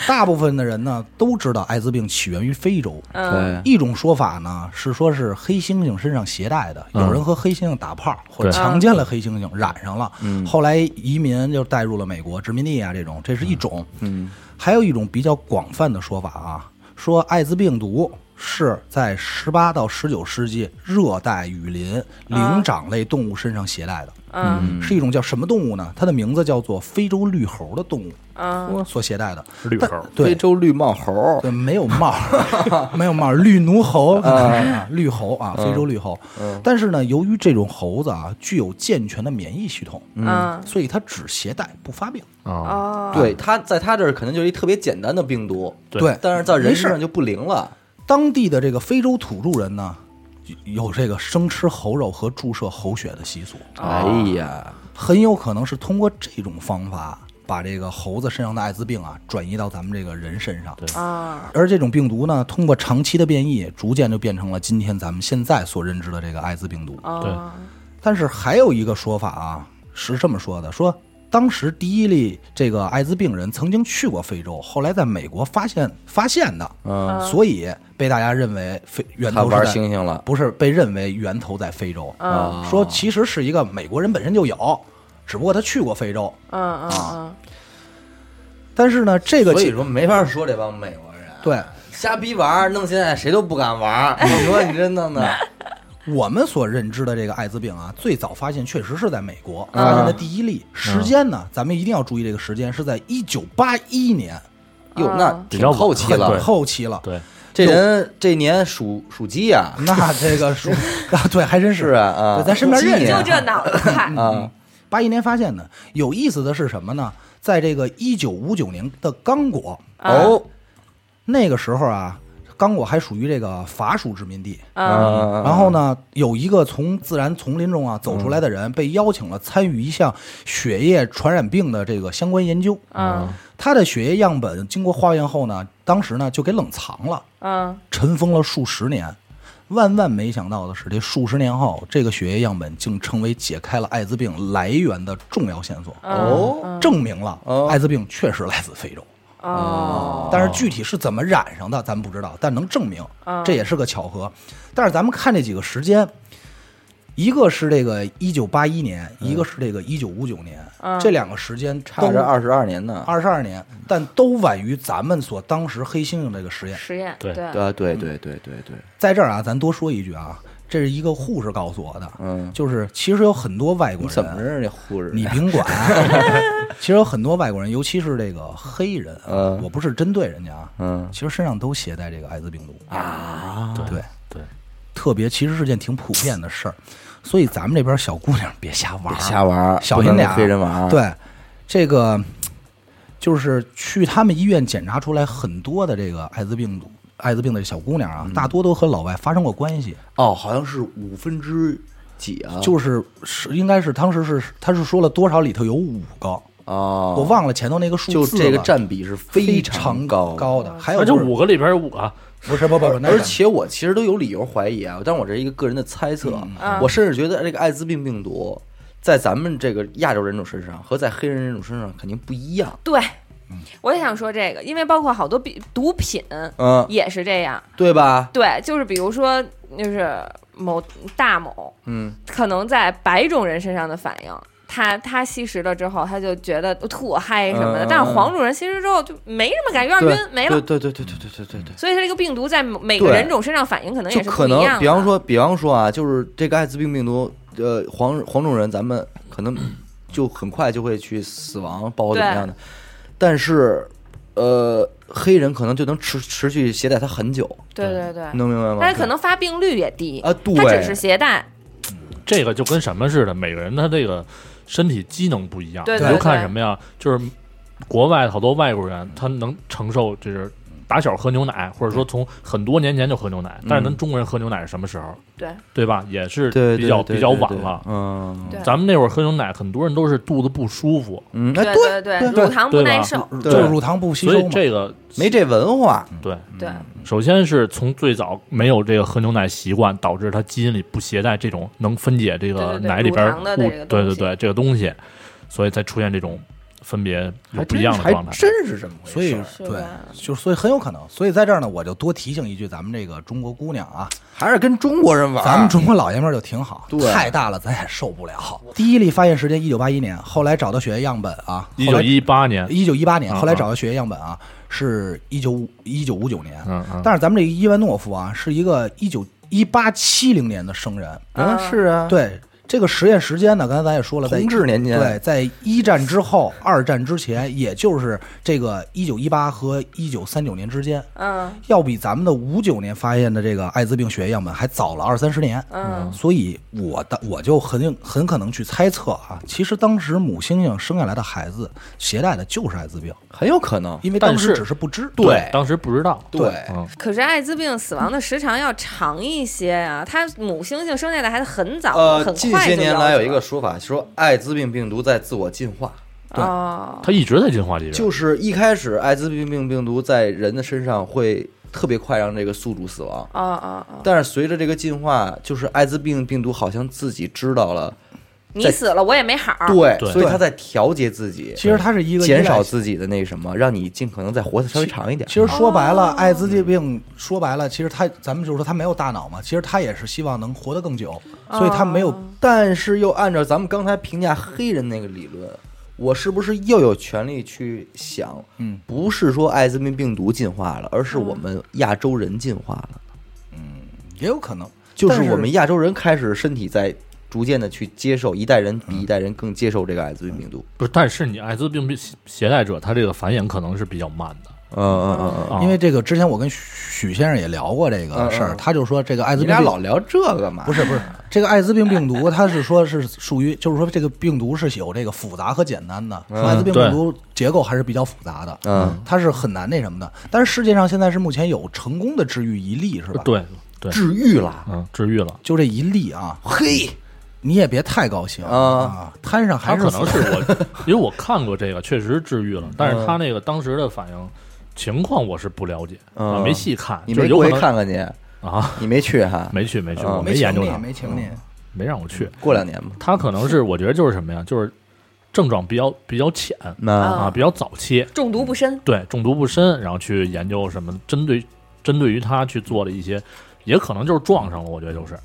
大部分的人呢都知道艾滋病起源于非洲，
嗯，
对，
一种说法呢是说是黑猩猩身上携带的，有人和黑猩猩打炮或者
嗯对嗯
强奸了黑猩猩，染上了，后来移民就带入了美国殖民地啊这
嗯
种，这是一种。嗯，还有一种比较广泛的说法啊，说艾滋病毒是在十八到十九世纪热带雨林灵长类动物身上携带的，
嗯
是一种叫什么动物呢？它的名字叫做非洲绿猴的动物
嗯
所携带的。
绿
但
猴，
非
对
洲绿帽猴，
对，没有帽儿， 没有帽儿，绿奴猴，啊绿猴啊，非洲绿猴。但是呢，由于这种猴子啊具有健全的免疫系统，
嗯
所以它只携带不发病。
啊，
哦，
对，它在它这儿可能就是一特别简单的病毒，
对
对，
但是在人
没事
身
儿
上就不灵了。
当地的这个非洲土著人呢，有这个生吃猴肉和注射猴血的习俗，
哎
啊
呀，
很有可能是通过这种方法把这个猴子身上的艾滋病啊转移到咱们这个人身上。
对
啊，
而这种病毒呢，通过长期的变异，逐渐就变成了今天咱们现在所认知的这个艾滋病毒。
哦
对
但是还有一个说法啊，是这么说的：说当时第一例这个艾滋病人曾经去过非洲，后来在美国发现发现的，
嗯，
所以被大家认为非源
它
头
玩
是在
猩猩了
不是被认为源头在非洲，
嗯
啊，
说其实是一个美国人本身就有，只不过他去过非洲。啊
嗯嗯嗯，
但是呢，这个
所以说没法说这帮美国人
对
瞎逼玩儿，弄现在谁都不敢玩 儿。你说你这弄的，
我们所认知的这个艾滋病啊，最早发现确实是在美国
嗯
发现的第一例。时间呢，咱们一定要注意这个时间，是在一九八一年，
哟，
嗯
那
比
挺
较晚
后期
很
了。
后期了。
对，
这人这年属属鸡呀，
那这个是啊，对，还真
是啊啊
对，嗯咱身边认识
今
人
年
就这脑子快，
啊，
八一年发现的。有意思的是什么呢？在这个一九五九年的刚果，
啊
哦，
那个时候啊，刚果还属于这个法属殖民地。
嗯
啊哦
然后呢，有一个从自然丛林中啊走出来的
嗯
人，被邀请了参与一项血液传染病的这个相关研究。
嗯
他的血液样本经过化验后呢，当时呢就给冷藏了，
嗯
尘封了数十年。万万没想到的是，这数十年后，这个血液样本竟成为解开了艾滋病来源的重要线索，
哦，
证明了
哦
艾滋病确实来自非洲。
哦
但是具体是怎么染上的，咱不知道，但能证明，这也是个巧合。但是咱们看这几个时间，一个是这个一九八一年，
嗯
一个是这个一九五九年，这两个时间
差
都
着二十二年呢。
二十二年，但都晚于咱们所当时黑猩猩这个实验。
实验
对
对啊对对对对对，
在这儿啊，咱多说一句啊，这是一个护士告诉我的，
嗯，
就是其实有很多外国
你
人，
怎么认识那护士？
你甭管，啊 其实有很多外国人，尤其是这个黑人啊，
嗯
我不是针对人家啊，
嗯
其实身上都携带这个艾滋病毒啊，对，
对，
特别其实是件挺普遍的事儿，所以咱们这边小姑娘别瞎玩儿，
别瞎玩儿，
小
不
心
能
点
跟
儿
黑人玩儿。啊
对，这个就是去他们医院检查出来很多的这个艾滋病毒。艾滋病的小姑娘
嗯
啊，大多都和老外发生过关系，
哦，好像是五分之几啊？
就是是应该是当时是他是说了多少里头有五个，
哦，
我忘了前头那个数
就
字
这个
了
占比是
非
常
高
高。哦
的，还有
那这
就是
五个里边有五个，
不是不不不，那
而
个
且我其实都有理由怀疑啊，但我这是一个个人的猜测，啊
嗯
我甚至觉得这个艾滋病病毒在咱们这个亚洲人种身上和在黑人人种身上肯定不一样。
对，
嗯
我也想说这个，因为包括好多比毒品
嗯，
也是这样，
对吧？
对，就是比如说就是某大某，
嗯，
可能在白种人身上的反应。他他吸食了之后，他就觉得特嗨什么的，
嗯
但是黄种人吸食之后就没什么感觉，有
对
点晕，没了
对。对对对对对对对对。
所以它这个病毒在每个
对
人种身上反应可能
就
也是不
可
一样
能，
的。
比方说，比方说啊，就是这个艾滋病病毒，呃，黄黄种人，咱们可能就很快就会去死亡，包括怎么样的，但是，呃，黑人可能就能持持续携带它很久，
对对对，
能明白吗？
但是可能发病率也低
啊对
它只是携带，
这个就跟什么似的，每个人他这个身体机能不一样，
对
你
对
就
对
看什么呀？就是国外好多外国人，他能承受就是打小喝牛奶，或者说从很多年前就喝牛奶，
嗯
但是咱中国人喝牛奶是什么时候？
对
对吧？也是
对
比较
对对
比较晚
对
了。
嗯
对
咱们那会儿喝牛奶，很多人都是肚子不舒服，
嗯，哎，
对对对，乳糖不
对吧
耐受，
对
就是乳糖不吸
所
收
以
嘛，
这个
没这文化，
对，
对
首先是从最早没有这个喝牛奶习惯，导致他基因里不携带这种能分解这
对
个
对对
奶里边
乳糖的
物
这个，东
对
西
对对这个东西，所以才出现这种分别
还
有不
真
一样的
还
状态。
真是这么回事。
所以
是
对
吧，
就是所以很有可能，所以在这儿呢，我就多提醒一句咱们这个中国姑娘啊，
还是跟中国人玩儿，
咱们中国老爷们儿就挺好
对，
太大了咱也受不了。第一例发现时间一九八一年，后来找到血液样本啊，
一九一八年，
一九一八年，
嗯
后来找到血液样本啊，是一九五一九五九年，
嗯嗯，
但是咱们这个伊万诺夫啊，是一个一九一八七零年的生人，
嗯是啊，
对。这个实验时间呢？刚才咱也说了，在
同治年间
对，在一战之后、二战之前，也就是这个一九一八和一九三九年之间，
嗯
要比咱们的五九年发现的这个艾滋病血液样本还早了二三十年。
嗯
所以我的我就很有很可能去猜测啊，其实当时母猩猩生下来的孩子携带的就是艾滋病，
很有可能。
因为当
但
时
是
只是不知。
对，当时不知道，
对
嗯，
可是艾滋病死亡的时长要长一些啊，它母猩猩生下的孩子很早，
呃，
啊很
近
快
些
就
年
夭
来有
折
一个说法，说艾滋病病毒在自我进化，
哦，
他一直在进化地
就是是一开始艾滋病病病毒在人的身上会特别快让这个宿主死亡，
哦哦哦，
但是随着这个进化，就是艾滋病病毒好像自己知道了，
你
在
死了我也没好，
对，
对
所以它在调节自己，
其实它是一个
减
依赖
少
性
自己的那什么，让你尽可能再活得稍微长一点。
其实说白
哦
了，艾滋病说白了，其实他咱们就是说他没有大脑嘛，其实他也是希望能活得更久，所以他没
哦
有。
但是又按照咱们刚才评价黑人那个理论，我是不是又有权利去想，
嗯，
不是说艾滋病病毒进化了，而是我们亚洲人进化了，
也有可能，
就是
但是
我们亚洲人开始身体在逐渐的去接受，一代人比一代人更接受这个艾滋病病毒。
不是？但是你艾滋病病携带者，他这个繁衍可能是比较慢的。
嗯嗯嗯嗯，
啊
因为这个之前我跟许许先生也聊过这个事
嗯
儿，
嗯
他就说这个艾滋
你
病
俩老聊这个嘛？
不是不是这个艾滋病病毒，它是说是属于就是说这个病毒是有这个复杂和简单的，说艾滋病病毒结构还是比较复杂的，
嗯，
它是很难那什么的。但是世界上现在是目前有成功的治愈一例是吧？，
对对，
治愈了，
嗯，治愈了。
就这一例啊，
嘿，
你也别太高兴
啊
啊，摊
他
上还是
可能
死
是我， 因为我看过这个，确实治愈
嗯
了，但是他那个当时的反应情况我是不了解，
嗯
啊，没细看，
你
就
没
是有
过
可
去
能
看看去？
啊，
你没去哈？
没去没去，
嗯
我
没
研究
请
他
你，没请你。
没让我去。
过两年吧。
他可能是我觉得就是什么呀，就是症状比较比较浅
那
哦
啊，比较早期，
中毒不深，
对中毒不深，然后去研究什么针对针对于他去做的一些，也可能就是撞上了，我觉得就是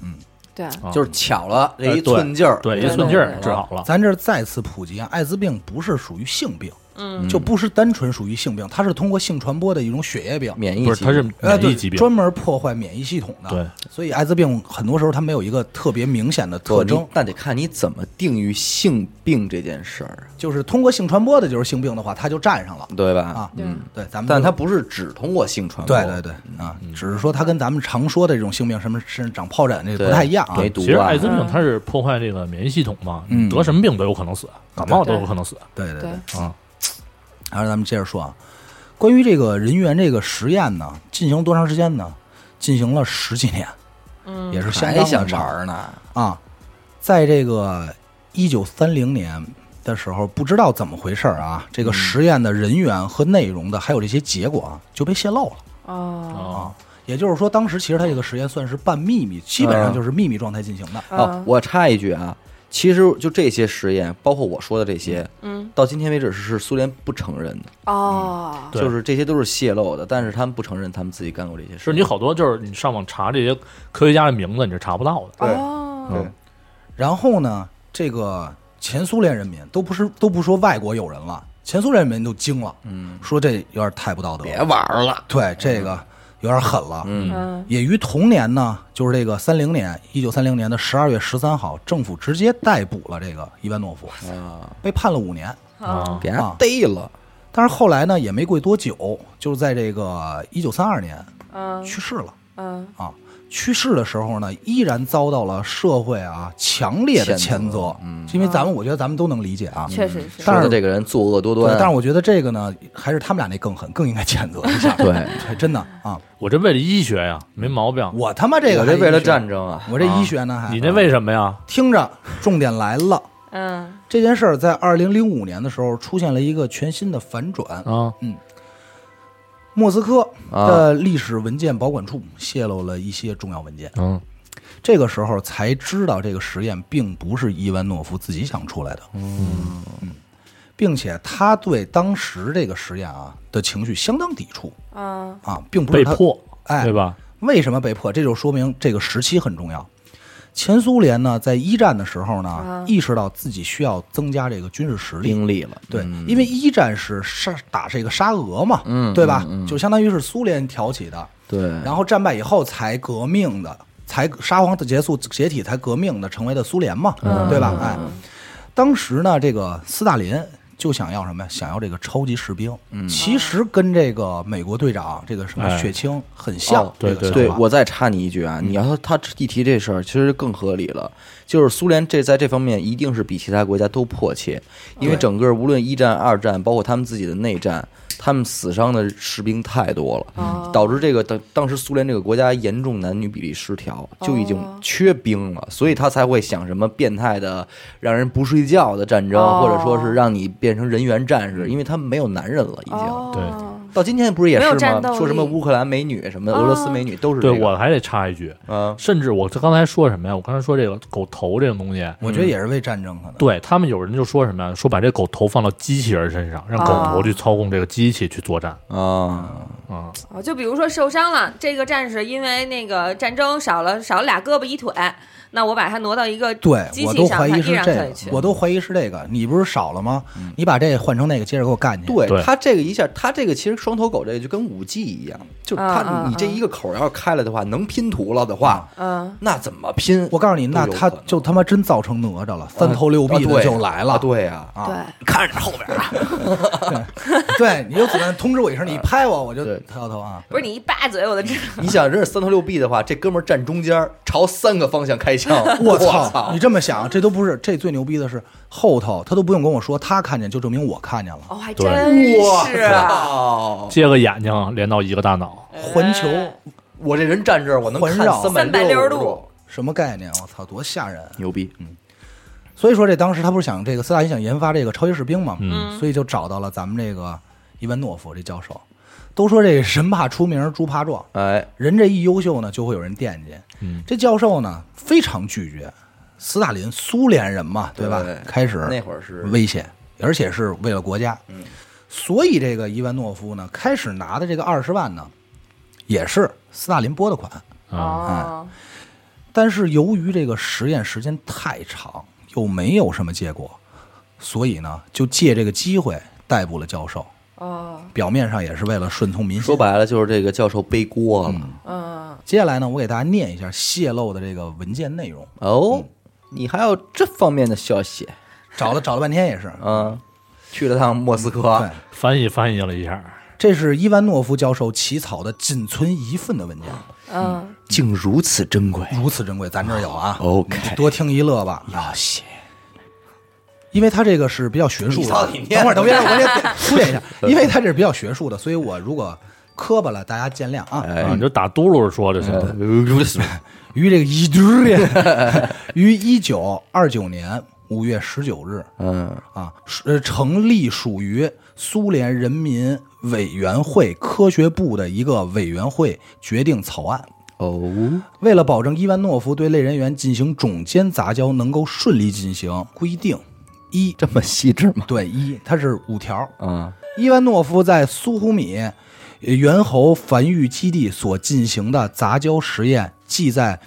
对，
啊
就是巧了，这
呃
嗯一
对
寸劲儿，
对一
对
寸
对
劲儿
对
治好了，
咱这儿再次普及啊，艾滋病不是属于性病，
嗯
就不是单纯属于性病，它是通过性传播的一种血液病，
免疫
不是
疾
他是
病
呃，
免
对
疫
哎
疾，病，
专门破坏免疫系统的。
对，
所以艾滋病很多时候它没有一个特别明显的特
不
征
你，那得看你怎么定义性病这件事儿，
就是通过性传播的，就是性病的话，它就占上了
对吧？
啊。
对
嗯，
对，咱们
但
就
它不是只通过性传播，
对对对啊，
嗯
只是说它跟咱们常说的这种性病，什么甚至长疱疹这个
对，
不太一样啊
没。毒
其实
啊
艾滋病它是破坏这个免疫系统嘛，
嗯
得什么病都有可能死，感冒都有可能死
对对
对，
啊。
然后咱们接着说啊，关于这个人猿这个实验呢，进行多长时间呢？进行了十几年，
嗯
也是相当
还
的
想
长
茬儿呢？
啊。在这个一九三零年的时候，不知道怎么回事儿啊，这
嗯
个实验的人员和内容的，还有这些结果啊，就被泄露了。
啊，
哦
也就是说，当时其实它这个实验算是半秘密，基本上就是秘密状态进行的。
哦，我插一句啊，其实就这些实验，包括我说的这些，
嗯
到今天为止是苏联不承认的，
哦，
对
就是这些都是泄露的，但是他们不承认他们自己干过这些事。
是你好多就是你上网查这些科学家的名字，你是查不到的。
嗯
对
哦，
对
然后呢，这个前苏联人民都不是都不说外国有人了，前苏联人民都惊了，嗯，说这有点太不道德了，
玩儿了，
对这个有点狠了。
嗯，
嗯
也于同年呢，就是这个三零年，一九三零年的十二月十三号，政府直接逮捕了这个伊万诺夫，
啊，
被判了五年。
啊，
给他逮了，
但是后来呢，也没过多久，就是在这个一九三二年
嗯
去世了。
嗯
啊，去世的时候呢，依然遭到了社会啊强烈的
谴
谴
责嗯
责，因为咱们我觉得咱们都能理解啊，
确实是，
说
但
的
是
这个人作恶多
对
端，，
但是我觉得这个呢，还是他们俩那更狠，更应该谴责一下，
对，
对，真的啊，
我这为了医学呀，没毛病。
我他妈这个
我这
还
为了
医学
战，争啊，
我这医学呢还
你那为什么呀？
听着，重点来了。
嗯
这件事儿在二零零五年的时候出现了一个全新的反转。
啊，
莫斯科
啊
的历史文件保管处泄露了一些重要文件，
嗯，
这个时候才知道这个实验并不是伊万诺夫自己想出来的，嗯，并且他对当时这个实验啊的情绪相当抵触
啊，
啊，并不
被
是他
迫，
哎
对吧？
为什么被迫？这就说明这个时期很重要。前苏联呢，在一战的时候呢，
啊
意识到自己需要增加这个军事实力。
经历了，
对，
嗯
因为一战是杀打这个沙俄嘛，
嗯
对吧？
嗯嗯
就相当于是苏联挑起的，
对，
然后战败以后才革命的，才沙皇的结束解体才革命的，成为了苏联嘛，
嗯
对吧？哎，当时呢，这个斯大林就想要什么呀？想要这个超级士兵，
嗯
其实跟这个美国队长这个什么
哎
血清很像，
哦
这个
对
想
对
对
法
我再插你一句
嗯
啊，你要说他一提这事儿，其实更合理了。就是苏联这在这方面一定是比其他国家都迫切，因为
对
整个无论一战、二战，包括他们自己的内战，他们死伤的士兵太多
哦
了，导致这个当当时苏联这个国家严重男女比例失调，
哦
就已经缺兵了，所以他才会想什么变态的让人不睡觉的战争，
哦嗯
或者说是让你变成人猿战士，因为他们没有男人了已经。
哦，
对
到今天不是也
没有
是
战斗
吗？说什么
力啊
乌克兰美女什么的俄罗斯美女都是
对
这个
我还得插一句，
嗯
甚至我刚才说什么呀？我刚才说这个狗头这种东西，
我觉得也是为战争可能。
对他们有人就说什么呀？说把这狗头放到机器人身上，让狗
哦
头去操控这个机器去作战
啊，
啊。
哦，就比如说受伤了，这个战士因为那个战争少了少了俩胳膊一腿，那我把他挪到一个
对，
机
我
器
都
上，
怀
他
疑
依
是
然
这
可以
个
去，。
我都怀疑是这个。你不是少了吗？你把这换成那个，接着给我干
嗯
去。
对
对
他这个一下，他这个其实双头狗这个就跟五 G 一样，就
嗯嗯
他
嗯
你这一个口要是开了的话，能拼图了的话，
嗯，
那怎么拼？
我告诉你，那
都有
他
可能
就他妈真造成哪吒了，三头六臂
啊
的
对
就来了。
啊对呀，
啊，
对，
看着点后边啊。 对，你就子弹通知我一声，你一拍我，我就
对
摇头啊。
不是你一巴嘴我就知道。
你想真是三头六臂的话，这哥们儿站中间儿，朝三个方向开枪，
我
操！
你这么想，这都不是，这最牛逼的是后头他都不用跟我说，他看见就证明我看见了，
哦，还
对
真
我
是啊，
操！
接个眼睛连到一个大脑，
环球
我这人站这儿，我能看
环绕
三
360
十
度，
什么概念？我操，多吓人！啊
牛逼！嗯
所以说这当时他不是想这个斯大林想研发这个超级士兵嘛，
嗯
所以就找到了咱们这个伊万诺夫这教授。都说这神怕出名，猪怕壮，
哎，
人这一优秀呢，就会有人惦记。
嗯，
这教授呢非常拒绝，斯大林苏联人嘛，对吧？
对
开始
那会儿是
危险，而且是为了国家。嗯，所以这个伊万诺夫呢，开始拿的这个二十万呢，也是斯大林拨的款。
啊
嗯
哦，
但是由于这个实验时间太长，又没有什么结果，所以呢，就借这个机会逮捕了教授。
哦，
表面上也是为了顺从民心。
说，白了就是这个教授背锅了。
嗯，
接下来呢，我给大家念一下泄露的这个文件内容。
哦，你还有这方面的消息？
找了找了半天也是，
嗯，去了趟莫斯
对
科，
翻译翻译了一下，
这是伊万诺夫教授起草的仅存一份的文件，
嗯，
竟如此珍贵。
如此珍贵，咱这儿有啊。
哎 OK
你多听一乐吧。要写，因为他这个是比较学术
你
的
到底。念
等会儿，等会儿，我得铺垫一下，因为他这是比较学术的，所以我如果磕巴了，大家见谅啊。
啊，你就打嘟噜着说就行了。
于这个一堆呀，于一九二九年五月十九日
嗯，
啊，呃，成立属于苏联人民委员会科学部的一个委员会决定草案。
哦，
为了保证伊万诺夫对类人猿进行种间杂交能够顺利进行，规定一
这么细致吗？
对一，它是五条。
啊，
伊万诺夫在苏胡米呃猿猴繁育基地所进行的杂交实验，既在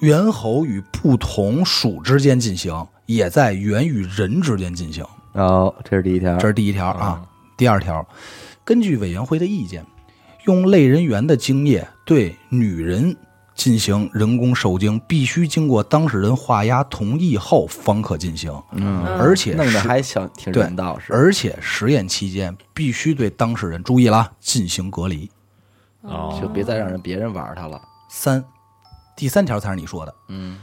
猿猴与不同属之间进行，也在猿与人之间进行。
哦，这是第一条
这是第一条啊。第二条，根据委员会的意见，用类人猿的精液对女人进行人工受精，必须经过当事人画押同意后方可进行。嗯，而且
弄得
实
还想挺
对
人道是，
而且实验期间必须对当事人注意了啊，进行隔离。
哦
嗯
嗯
就，别再让人别人玩它了。
三，第三条才是你说的，嗯，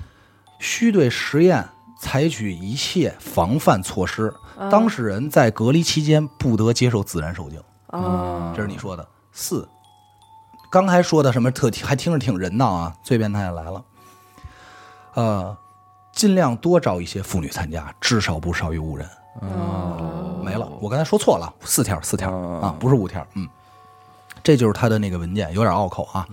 需对实验采取一切防范措施，
嗯
当事人在隔离期间不得接受自然受精。
啊
哦，
这是你说的。四，刚才说的什么特还听着挺人道啊，最变态的来了。呃，尽量多找一些妇女参加，至少不少于五人。
哦，
没了，我刚才说错了，四条，四条
哦
啊，不是五条。嗯，这就是他的那个文件，有点拗口啊。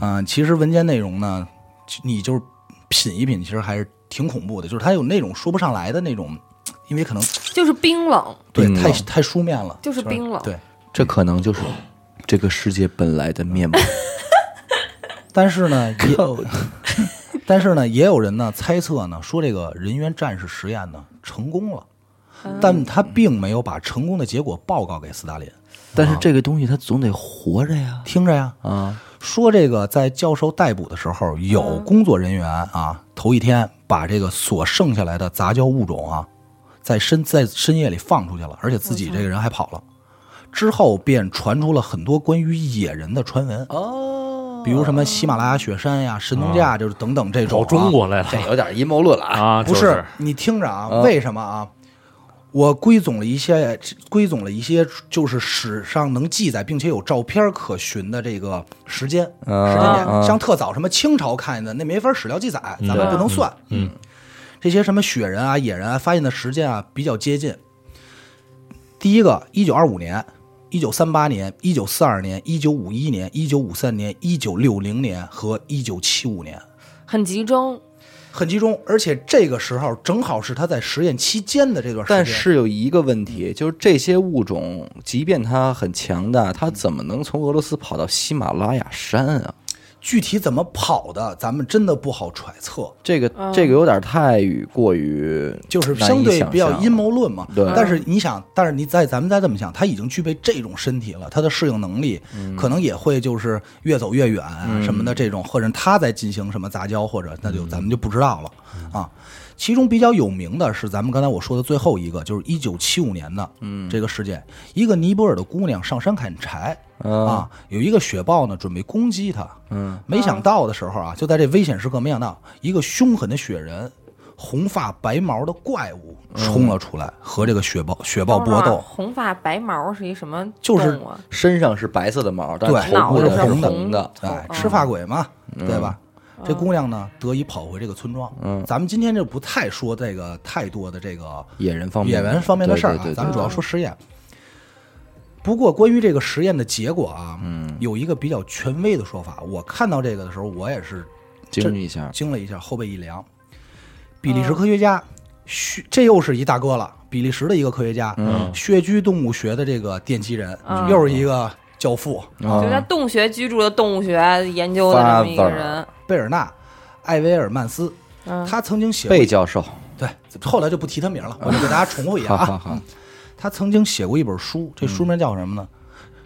嗯、其实文件内容呢，其你就是品一品，其实还是挺恐怖的，就是他有那种说不上来的那种，因为可能
就是冰冷，
对，
冰
太
冷
太书面了，
就是冰冷
对，
这可能就是这个世界本来的 面貌。
但是呢， 也有，但是呢，也有人呢猜测呢，说这个人猿战士实验呢成功了，
嗯
但他并没有把成功的结果报告给斯大林。
但是这个东西它总得活着呀，
听着呀，
啊，
说这个在教授逮捕的时候，有工作人员啊，头一天把这个所剩下来的杂交物种啊，在深在深夜里放出去了，而且自己这个人还跑了。之后便传出了很多关于野人的传闻，
哦，
比如什么喜马拉雅雪山呀、神农架，就是等等这种、
哦跑
啊。
中国来了
这有点阴谋论了啊。
啊，
不，
就是
你听着啊，为什么啊？我归总了一些，归总了一些，就是史上能记载并且有照片可寻的这个时间
啊
时间点，
啊
像特早什么清朝看见的，那没法史料记载，咱们不能算。
嗯，
这些什么雪人啊、野人啊，发现的时间啊比较接近。第一个，一九二五年。一九三八年、一九四二年、一九五一年、一九五三年、一九六零年和一九七五年，
很集中。
很集中，而且这个时候正好是他在实验期间的这段时间。嗯
但是有一个问题，就是这些物种，即便它很强大，它怎么能从俄罗斯跑到喜马拉雅山啊？
具体怎么跑的，咱们真的不好揣测，
这个
嗯
这个有点太于过于
就是
难
相
以
对
想
比较
象啊
阴谋论嘛。
对
但是你想，但是你再咱们再这么想，他已经具备这种身体了，他的适应能力
嗯
可能也会就是越走越远啊、什么的这种，或者他在进行什么杂交，或者那
嗯
就咱们就不知道了、啊。其中比较有名的是咱们刚才我说的最后一个，就是一九七五年的这个事件，一个尼泊尔的姑娘上山砍柴。啊，有一个雪豹呢，准备攻击她。嗯，没想到的时候啊，就在这危险时刻，没想到一个凶狠的雪人，红发白毛的怪物冲了出来，和这个雪豹雪豹搏
等会儿
斗
啊。红发白毛是一什么
就
动
是
物啊？
身上是白色的毛，但
对
头部
脑
是
袋是
红
红
的。
哎，
嗯
吃发鬼嘛，对吧？这姑娘呢，得以跑回这个村庄。嗯，咱们今天就不太说这个太多的这个
野人方面，
演员方面的事儿啊
对对对，对
咱们主要说实验。不过，关于这个实验的结果啊，嗯，有一个比较权威的说法。我看到这个的时候，我也是
经历一下，
惊了一下，后背一
啊
凉。比利时科学家薛，这又是一大哥了，比利时的一个科学家，
嗯
穴居动物学的这个奠基人，
嗯
又是一个教父，
就在
啊，
洞穴居住的洞穴研究的这么一个人，
贝尔纳·艾维尔曼斯。
嗯
他曾经写过
贝教授，
对，后来就不提他名
啊
了，我就给大家重复一下
好好
啊。
好，
他曾经写过一本书，这书名叫什么呢？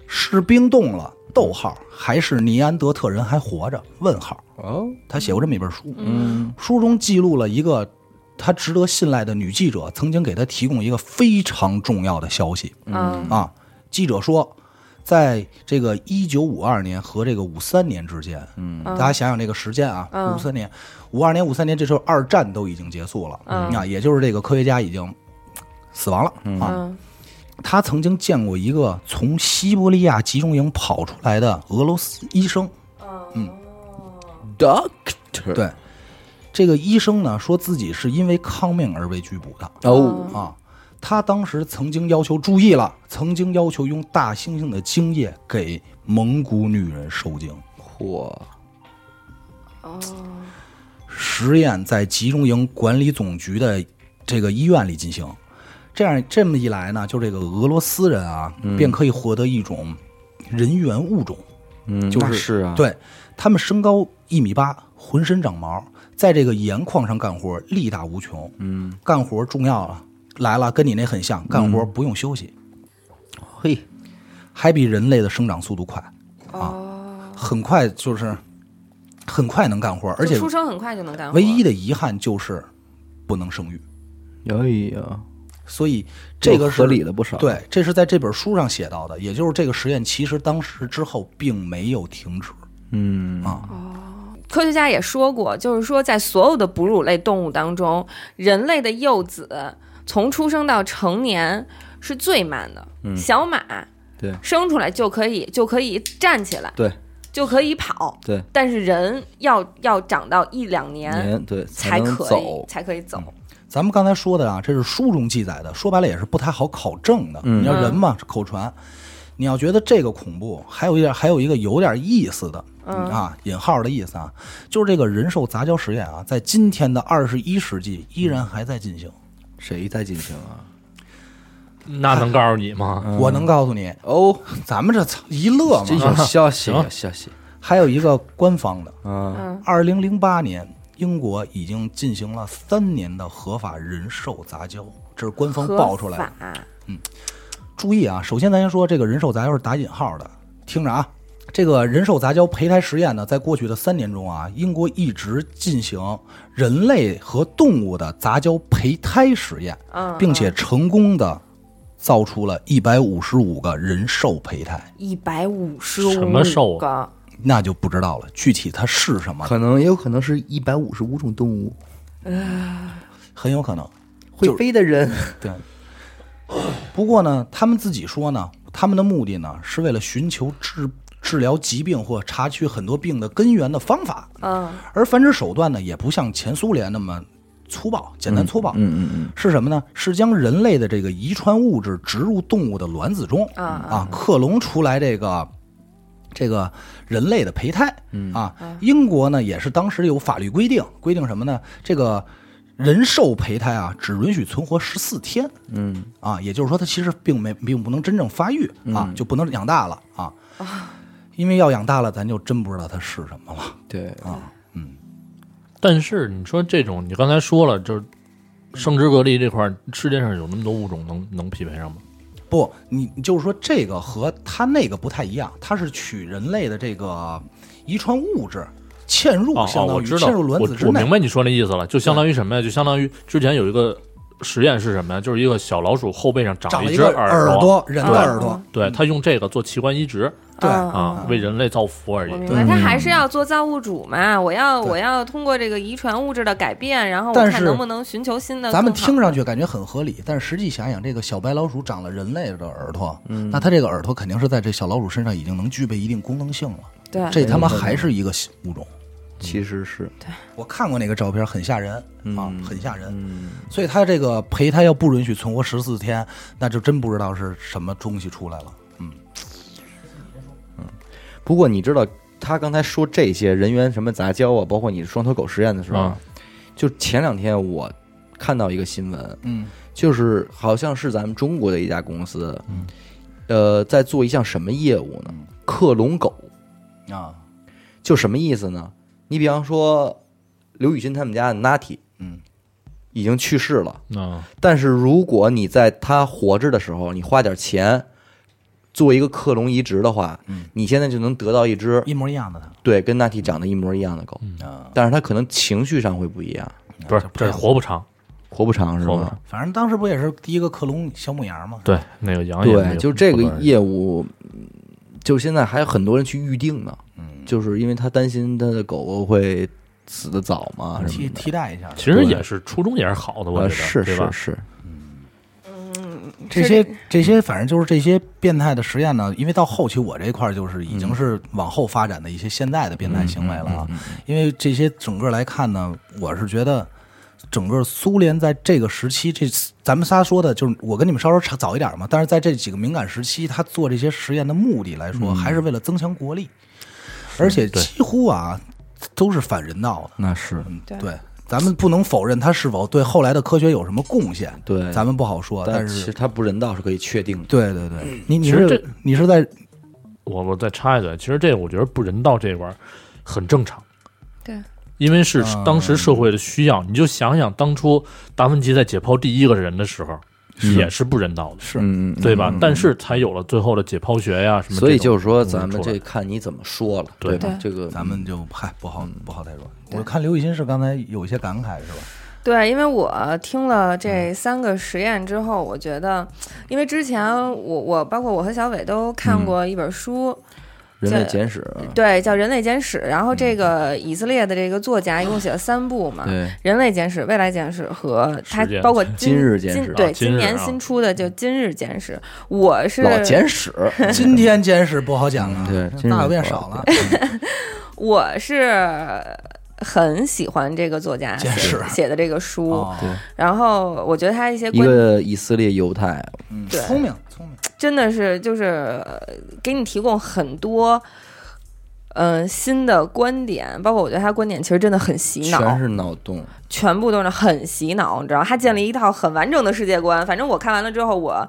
是冰冻了？逗号，还是尼安德特人还活着？问号。
哦，
他写过这么一本书，
嗯，
书中记录了一个他值得信赖的女记者曾经给他提供一个非常重要的消息
嗯
啊。记者说，在这个一九五二年和这个五三年之间，嗯，大家想想这个时间啊，
嗯
五三年、五二年、五三年，这时候二战都已经结束了，
嗯
啊，也就是这个科学家已经死亡了啊。
嗯
他曾经见过一个从西伯利亚集中营跑出来的俄罗斯医生。嗯
Doctor，，
对，这个医生呢，说自己是因为抗命而被拘捕的
哦，
啊。他当时曾经要求，注意了，曾经要求用大猩猩的精液给蒙古女人受精。
嚯，
实验在集中营管理总局的这个医院里进行。这样这么一来呢，就这个俄罗斯人啊，便可以获得一种人猿物种。
嗯，
就是
那是啊，，
对他们身高一米八，浑身长毛，在这个盐矿上干活力大无穷。嗯，干活重要了，来了跟你那很像，干活不用休息，
嗯嘿，
还比人类的生长速度快啊，很快就是很快能干活，而
就
且
出生很快就能干活。
唯一的遗憾就是不能生育，
哎呀，
所以这个是
合理了不少，，
对，这是在这本书上写到的，也就是这个实验其实当时之后并没有停止。
嗯
啊
科学家也说过，就是说在所有的哺乳类动物当中，人类的幼子从出生到成年是最慢的。
嗯
小马
对
生出来就可以就可以站起来，
对
就可以跑，
对，
但是人要要长到一两年
年对才
才
能
可以
走，
才可以
嗯
走。
咱们刚才说的啊，这是书中记载的，说白了也是不太好考证的。你要
嗯
人嘛，口传。你要觉得这个恐怖，还有一点，还有一个有点意思的、
嗯
啊，引号的意思啊，就是这个人兽杂交实验啊，在今天的二十一世纪依然还在进行。
谁在进行啊？
那能告诉你吗？
我能告诉你，
哦，
咱们这操一乐
这
嘛。
有消息，
行
有消息，
还有一个官方的，
嗯，
嗯，
二零零八年，英国已经进行了三年的合法人兽杂交，这是官方爆出来的
合。法
注意啊，首先咱先说这个人兽杂交是打引号的，听着啊，这个人兽杂交胚胎实验呢，在过去的三年中啊，英国一直进行人类和动物的杂交胚胎实验，
嗯，
并且成功的造出了一百五十五个人兽胚胎，
一百五十
什么兽啊
五个，
那就不知道了，具体它是什么，
可能也有可能是一百五十五种动物，
很有可能。
会飞的人，
对。不过呢，他们自己说呢，他们的目的呢是为了寻求治治疗疾病或查取很多病的根源的方法，
嗯
而繁殖手段呢也不像前苏联那么粗暴、简单粗暴，
嗯嗯
是什么呢？是将人类的这个遗传物质植入动物的卵子中
啊
啊，克隆出来这个。这个人类的胚胎
嗯
啊，英国呢也是当时有法律规定，规定什么呢？这个人兽胚胎啊，只允许存活十四天，
嗯
啊，也就是说它其实并没并不能真正发育啊，就不能养大了啊，因为要养大了，咱就真不知道它是什么了
嗯，对
啊。
但是你说这种，你刚才说了，就是生殖隔离这块儿，世界上有那么多物种能能匹配上吗？
不，你你就是说这个和它那个不太一样，它是取人类的这个遗传物质嵌入
哦，，哦
相当
我
于
知道，
嵌入
我
卵子之
我
内
明。白你说那意思了，就相当于什么呀？就相当于之前有一个实验是什么呀？就是一个小老鼠后背上
长
长
了
一
一
只
个
朵，
朵，人的
对
耳朵，
对，它用这个做器官移植
对
嗯
嗯
啊，为人类造福而已
我。明白，
对
他还是要做造物主嘛。我要
对
我要通过这个遗传物质的改变，然后
但
我看
是
能不能寻求新的。
咱们听，上去感觉很合理，但是实际想想，这个小白老鼠长了人类的耳朵，
嗯
嗯
那它这个耳朵肯定是在这小老鼠身上已经能具备一定功能性了。
对，
这他妈还是一个新物种。
其实是，
我看过那个照片，很吓人啊，很吓人。
嗯，
所以它这个胚胎要不允许存活十四天，那就真不知道是什么东西出来了。
不过你知道他刚才说这些人员什么杂交啊，包括你双头狗实验的时候
啊，
就前两天我看到一个新闻，
嗯
就是好像是咱们中国的一家公司，呃，在做一项什么业务呢？克隆狗，
啊，
就什么意思呢？你比方说刘雨欣他们家的 Natty，
嗯，
已经去世了。
嗯，
但是如果你在它活着的时候，你花点钱做一个克隆移植的话，
嗯
你现在就能得到一只
一模一样的它。
对跟纳蒂长得一模一样的狗，
嗯
啊，
但是它可能情绪上会不一样，
哎
不是，这是活不长，
活不长是
活不长
吗？
反正当时不也是第一个克隆小母羊吗？
对，那个羊也没
对，
有
就这个
不能
业务，嗯就现在还有很多人去预定呢，
嗯
就是因为他担心他的狗狗会死的早嘛什
替
么的。
替代一下。
其实
对
也是初衷也是好嗯的，我
啊，
觉得
是
对吧
是？是，
这些这些，反正就是这些变态的实验呢，因为到后期我这一块儿就是已
嗯
经是往后发展的一些现在的变态行为了啊。
嗯
因为这些整个来看呢，我是觉得整个苏联在这个时期，这咱们仨说的就是我跟你们稍稍早一点嘛，但是在这几个敏感时期，他做这些实验的目的来说，还是为了增强国力，而且
嗯对
几乎啊都是反人道的。
那是
嗯，
对
对，咱们不能否认他是否对后来的科学有什么贡献，
对
咱们不好说，但
哎但其
是
实它不人道是可以确定的。
对对
嗯
对，你你
其实
是
这
你是在
我我再插一嘴，其实这个我觉得不人道这一块儿很正常，
对，
因为是
嗯
当时社会的需要。你就想想当初达芬奇在解剖第一个人的时候，也是不人道的，
是
嗯，嗯
对吧？但是才有了最后的解剖学呀、什么这种东西出来。
所以就是说，咱们这看你怎么说了，
对
吧？这
对
个嗯
咱们就嗨不好不好再说。我看刘雨欣是刚才有一些感慨 是吧？
对，因为我听了
嗯
这三个实验之后，我觉得，因为之前我我包括我和小伟都
嗯
看过一本书，
人类
这
简史，啊
对，叫《人类简史》，然后
嗯
这个以色列的这个作家一共写了三部嘛，
对，
人类简史、未来简史和它
时间
包括
今日简史
今
啊
对，
今
今
日
年
啊
新出的就《今日简史》，我是
老简 史，
今天监视不好讲了，啊
嗯对今日
大有变
不好
少了。
我是很喜欢这个作家
简
写
史
写的这个书，
哦，
然后我觉得他一些
一
观
个以色列犹太，
对
嗯聪明聪明，
真的是就是呃给你提供很多呃新的观点，包括我觉得他观点其实真的很洗脑，
全是脑洞，
全部都是很洗脑，你知道，他建立一套很完整的世界观。反正我看完了之后，我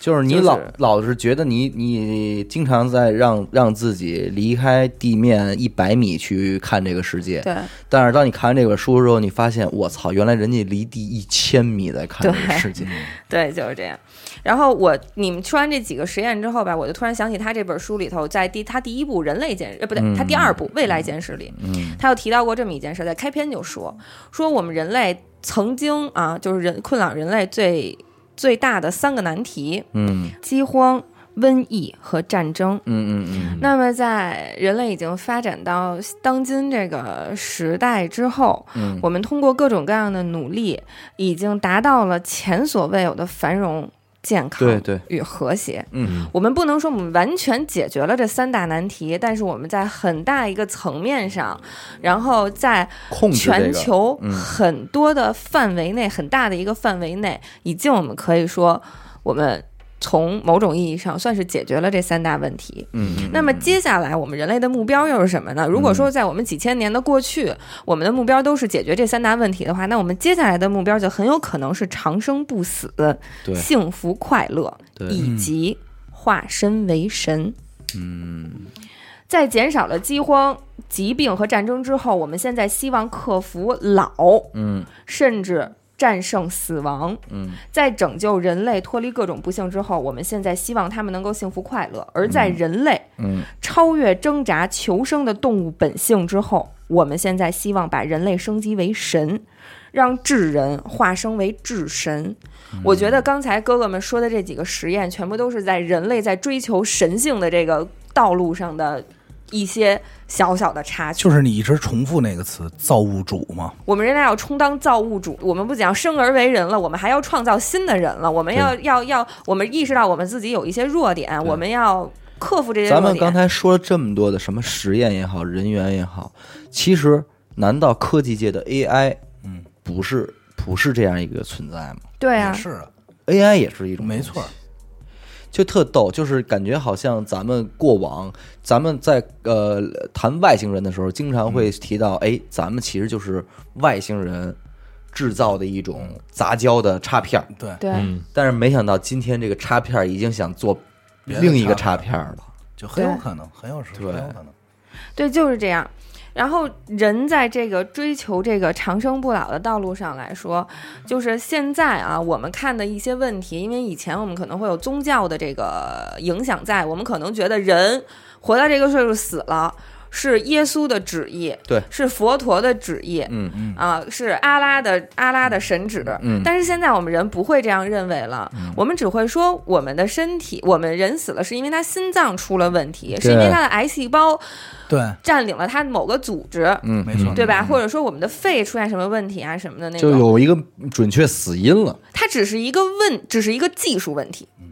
就是你
就是
老老是觉得你你经常在让让自己离开地面一百米去看这个世界，
对
但是当你看完这本书之后，你发现我操，原来人家离地一千米在看这个世 界，
对就是这样。然后我你们说完这几个实验之后吧，我就突然想起他这本书里头，在第他第一部《人类简史》呃不对，他第二部《未来简史》里，
嗯
他又提到过这么一件事，在开篇就说说我们人类曾经啊，就是人困扰人类最最大的三个难题：
嗯
饥荒、瘟疫和战争。
嗯嗯
那么，在人类已经发展到当今这个时代之后，
嗯
我们通过各种各样的努力，已经达到了前所未有的繁荣、健康
对对
与和谐。
嗯
我们不能说我们完全解决了这三大难题，但是我们在很大一个层面上，然后在
嗯，控制这个，
全球
嗯
很多的范围内，很大的一个范围内，已经我们可以说，我们从某种意义上算是解决了这三大问题。
嗯，嗯
那么接下来我们人类的目标又是什么呢？如果说在我们几千年的过去，我们的目标都是解决这三大问题的话，那我们接下来的目标就很有可能是长生不死、
对
幸福快乐
对
以及化身为神。嗯，在减少了饥荒、疾病和战争之后，我们现在希望克服老，
嗯
甚至战胜死亡。
嗯，
在拯救人类脱离各种不幸之后，我们现在希望他们能够幸福快乐。而在人类
嗯
超越挣扎求生的动物本性之后，我们现在希望把人类升级为神，让智人化生为智神。我觉得刚才哥哥们说的这几个实验，全部都是在人类在追求神性的这个道路上的一些小小的插曲。
就是你一直重复那个词“造物主”嘛。
我们仍然要充当造物主，我们不仅要生而为人了，我们还要创造新的人了。我们要要要，我们意识到我们自己有一些弱点，我们要克服这些弱
咱
点。
们刚才说了这么多的什么实验也好，人员也好，其实难道科技界的 AI，嗯，不是不是这样一个存在吗
对
也
啊，
是啊，
？AI 也是一种，
没错，
就特逗，就是感觉好像咱们过往，咱们在呃谈外星人的时候，经常会提到，哎，咱们其实就是外星人制造的一种杂交的插片儿，
对，
对，啊
嗯，
但是没想到今天这个插片儿已经想做
别的
另一个插
插
片儿了，
就很有
对
可能，很有时，很
对
有可能。
对，就是这样。然后，人在这个追求这个长生不老的道路上来说，就是现在啊，我们看的一些问题，因为以前我们可能会有宗教的这个影响在，我们可能觉得人活到这个岁数死了是耶稣的旨意，
对
是佛陀的旨意，
嗯嗯
啊、是阿拉的阿拉的神旨。
嗯
但是现在我们人不会这样认为了，我们只会说我们的身体，我们人死了是因为他心脏出了问题，是因为
对
他的癌细胞
对，
占领了他某个组织，
嗯，
没错，
对吧？或者说我们的肺出现什么问题啊什么的那
就
种，
有一个准确死因了，
它只是一个问，只是一个技术问题。
嗯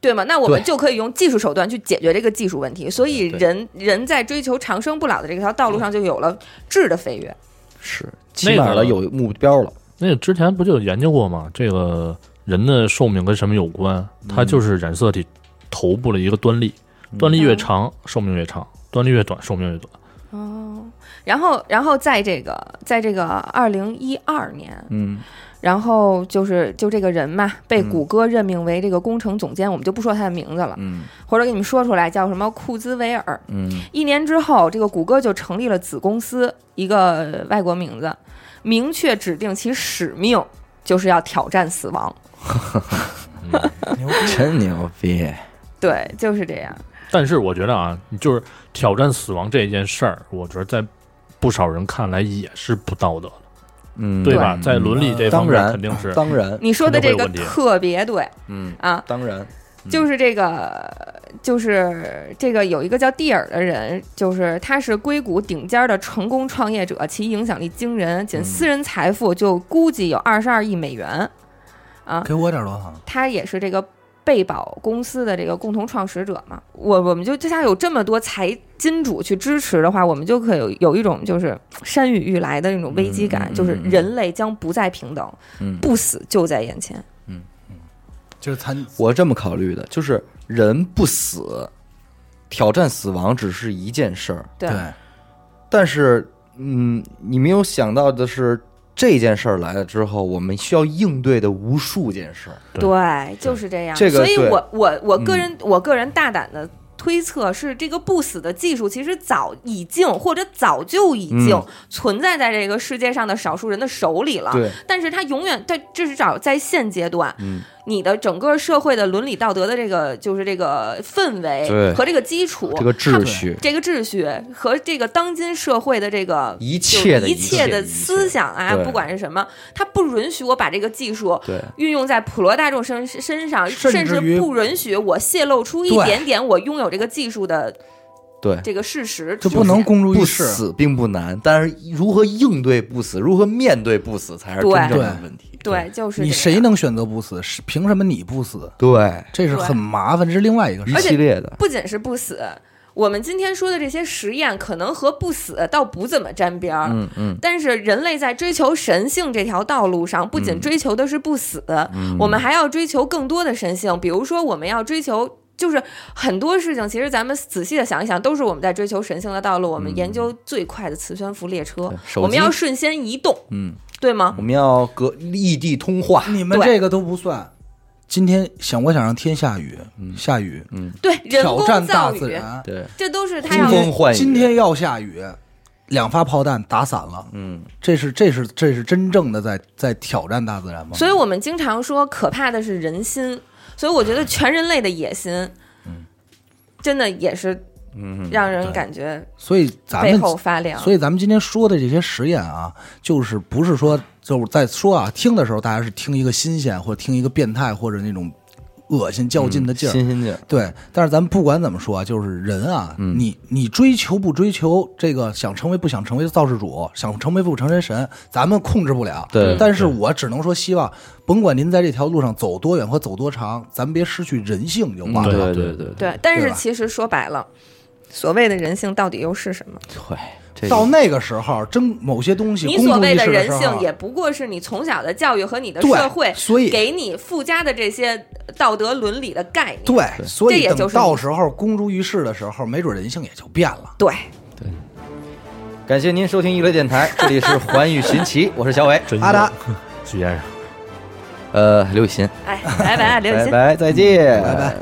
对吗？那我们
对
就可以用技术手段去解决这个技术问题，所以
对
人人在追求长生不老的这条道路上就有了质的飞跃。
是起码了有目标了，
那个之前不就有研究过吗？这个人的寿命跟什么有关？
嗯
它就是染色体头部的一个端粒，端粒越长，寿命越长；端粒越短，寿命越短。
哦，然后，然后在这个，在这个二零一二年，
嗯
然后就是就这个人嘛，被谷歌任命为这个工程总监，我们就不说他的名字了，
嗯
或者给你们说出来叫什么库兹韦尔。
嗯
一年之后，这个谷歌就成立了子公司，一个外国名字，明确指定其使命就是要挑战死亡。
嗯
牛逼，
真牛逼，
对，就是这样。
但是我觉得啊，就是挑战死亡这件事儿，我觉得在不少人看来也是不道德的，
嗯，
对吧？在伦理嗯这方
当
面
然
肯定是
当然，
你说的这个
肯定会有问题
特别对
嗯，
啊，
当然，
就是这个，就是这个有一个叫蒂尔的人，就是他是硅谷顶尖的成功创业者，其影响力惊人，
嗯
仅私人财富就估计有二十二亿美元。啊，
给我点多好。
他也是这个贝宝公司的这个共同创始者嘛。我我们就这下有这么多财金主去支持的话，我们就可以有有一种就是山雨欲来的那种危机感，
嗯嗯嗯
就是
嗯
人类将不再平等，
嗯，
不死就在眼前。
就是参
我这么考虑的，就是人不死，挑战死亡只是一件事儿，
对，
但是，嗯，你没有想到的是，这件事儿来了之后，我们需要应对的无数件事儿。
对
对，就是这样。
这个
所以
对
我我我个
嗯
人、我个人大胆的推测是，这个不死的技术其实早已经或者早就已经
嗯
存在在这个世界上的少数人的手里了。
对，
但是它永远，它至少在现阶段，
嗯，
你的整个社会的伦理道德的这个就是这个氛围
对
和这个基础，
这个
它
秩序，
这个秩序和这个当今社会的这个
一切的
就一
一切
的
一切
思想啊，
对
不管是什么，它不允许我把这个技术
对
运用在普罗大众身身上，
甚
甚
至
至
于
不允许我泄露出一
对
点点我拥有这个技术的
对，
这个事实，
就不能公诸于
不
世。
死并不难，但是如何应对不死，如何面对不死，才是真正的问题。
对，就是
你
这样
谁能选择不死？是凭什么你不死？
对，
这是很麻烦，这是另外一个事
一
儿。
系列的，
不仅是不死，我们今天说的这些实验，可能和不死倒不怎么沾边儿。
嗯嗯，
但是人类在追求神性这条道路上，不
嗯
仅追求的是不死，我们还要追求更多的神性。比如说，我们要追求。就是很多事情，其实咱们仔细的想一想，都是我们在追求神性的道路。我们研究最快的磁悬浮列车，
嗯手机
我们要瞬间移动，
嗯，
对吗
我？们要隔异地通话，
你们
对
这个都不算。嗯今天想，我想让天下雨，下雨，
对，人
挑
工
战
造
大自
雨，
然。
对，
这都是他
今
惊
要
风
天
幻雨
今天要下雨，两发炮弹打散了。
嗯，
这是这是这是真正的在在挑战大自然吗？
所以我们经常说，可怕的是人心。所以我觉得全人类的野心，真的也是
嗯，
让人
嗯对
感觉
所以咱
背
们
后发凉。
所以咱们今天说的这些实验啊，就是不是说就是在说啊，听的时候大家是听一个新鲜，或者听一个变态，或者那种恶心较劲的劲儿。
新鲜劲儿，
对，但是咱们不管怎么说啊，就是人啊，你你追求不追求这个想成为不想成为的造世主，想成为不成为神，咱们控制不了。
对
但是
对
我只能说，希望甭管您在这条路上走多远和走多长，咱别失去人性就
嗯
完
对
了。
对对对
对，但
嗯对
是
吧
其实说白了，所谓的人性到底又是什么？
对，这
到那个时候，真某些东西，
你
公
所
诸
谓
于
的
世的
人
时候啊
性，也不过是你从小的教育和你的
对
社会
所以
给你附加的这些道德伦理的概念。
对，所
这
以
也就
等
是
到时候公诸于世的时候，没准人性也就变了。
对，
感谢您收听娱乐电台，这里是环宇寻奇，我是小伟，
真
阿达
有，许先生。
呃，刘雨欣，
哎，拜拜，刘雨
拜
欣。
拜，再见，
拜拜。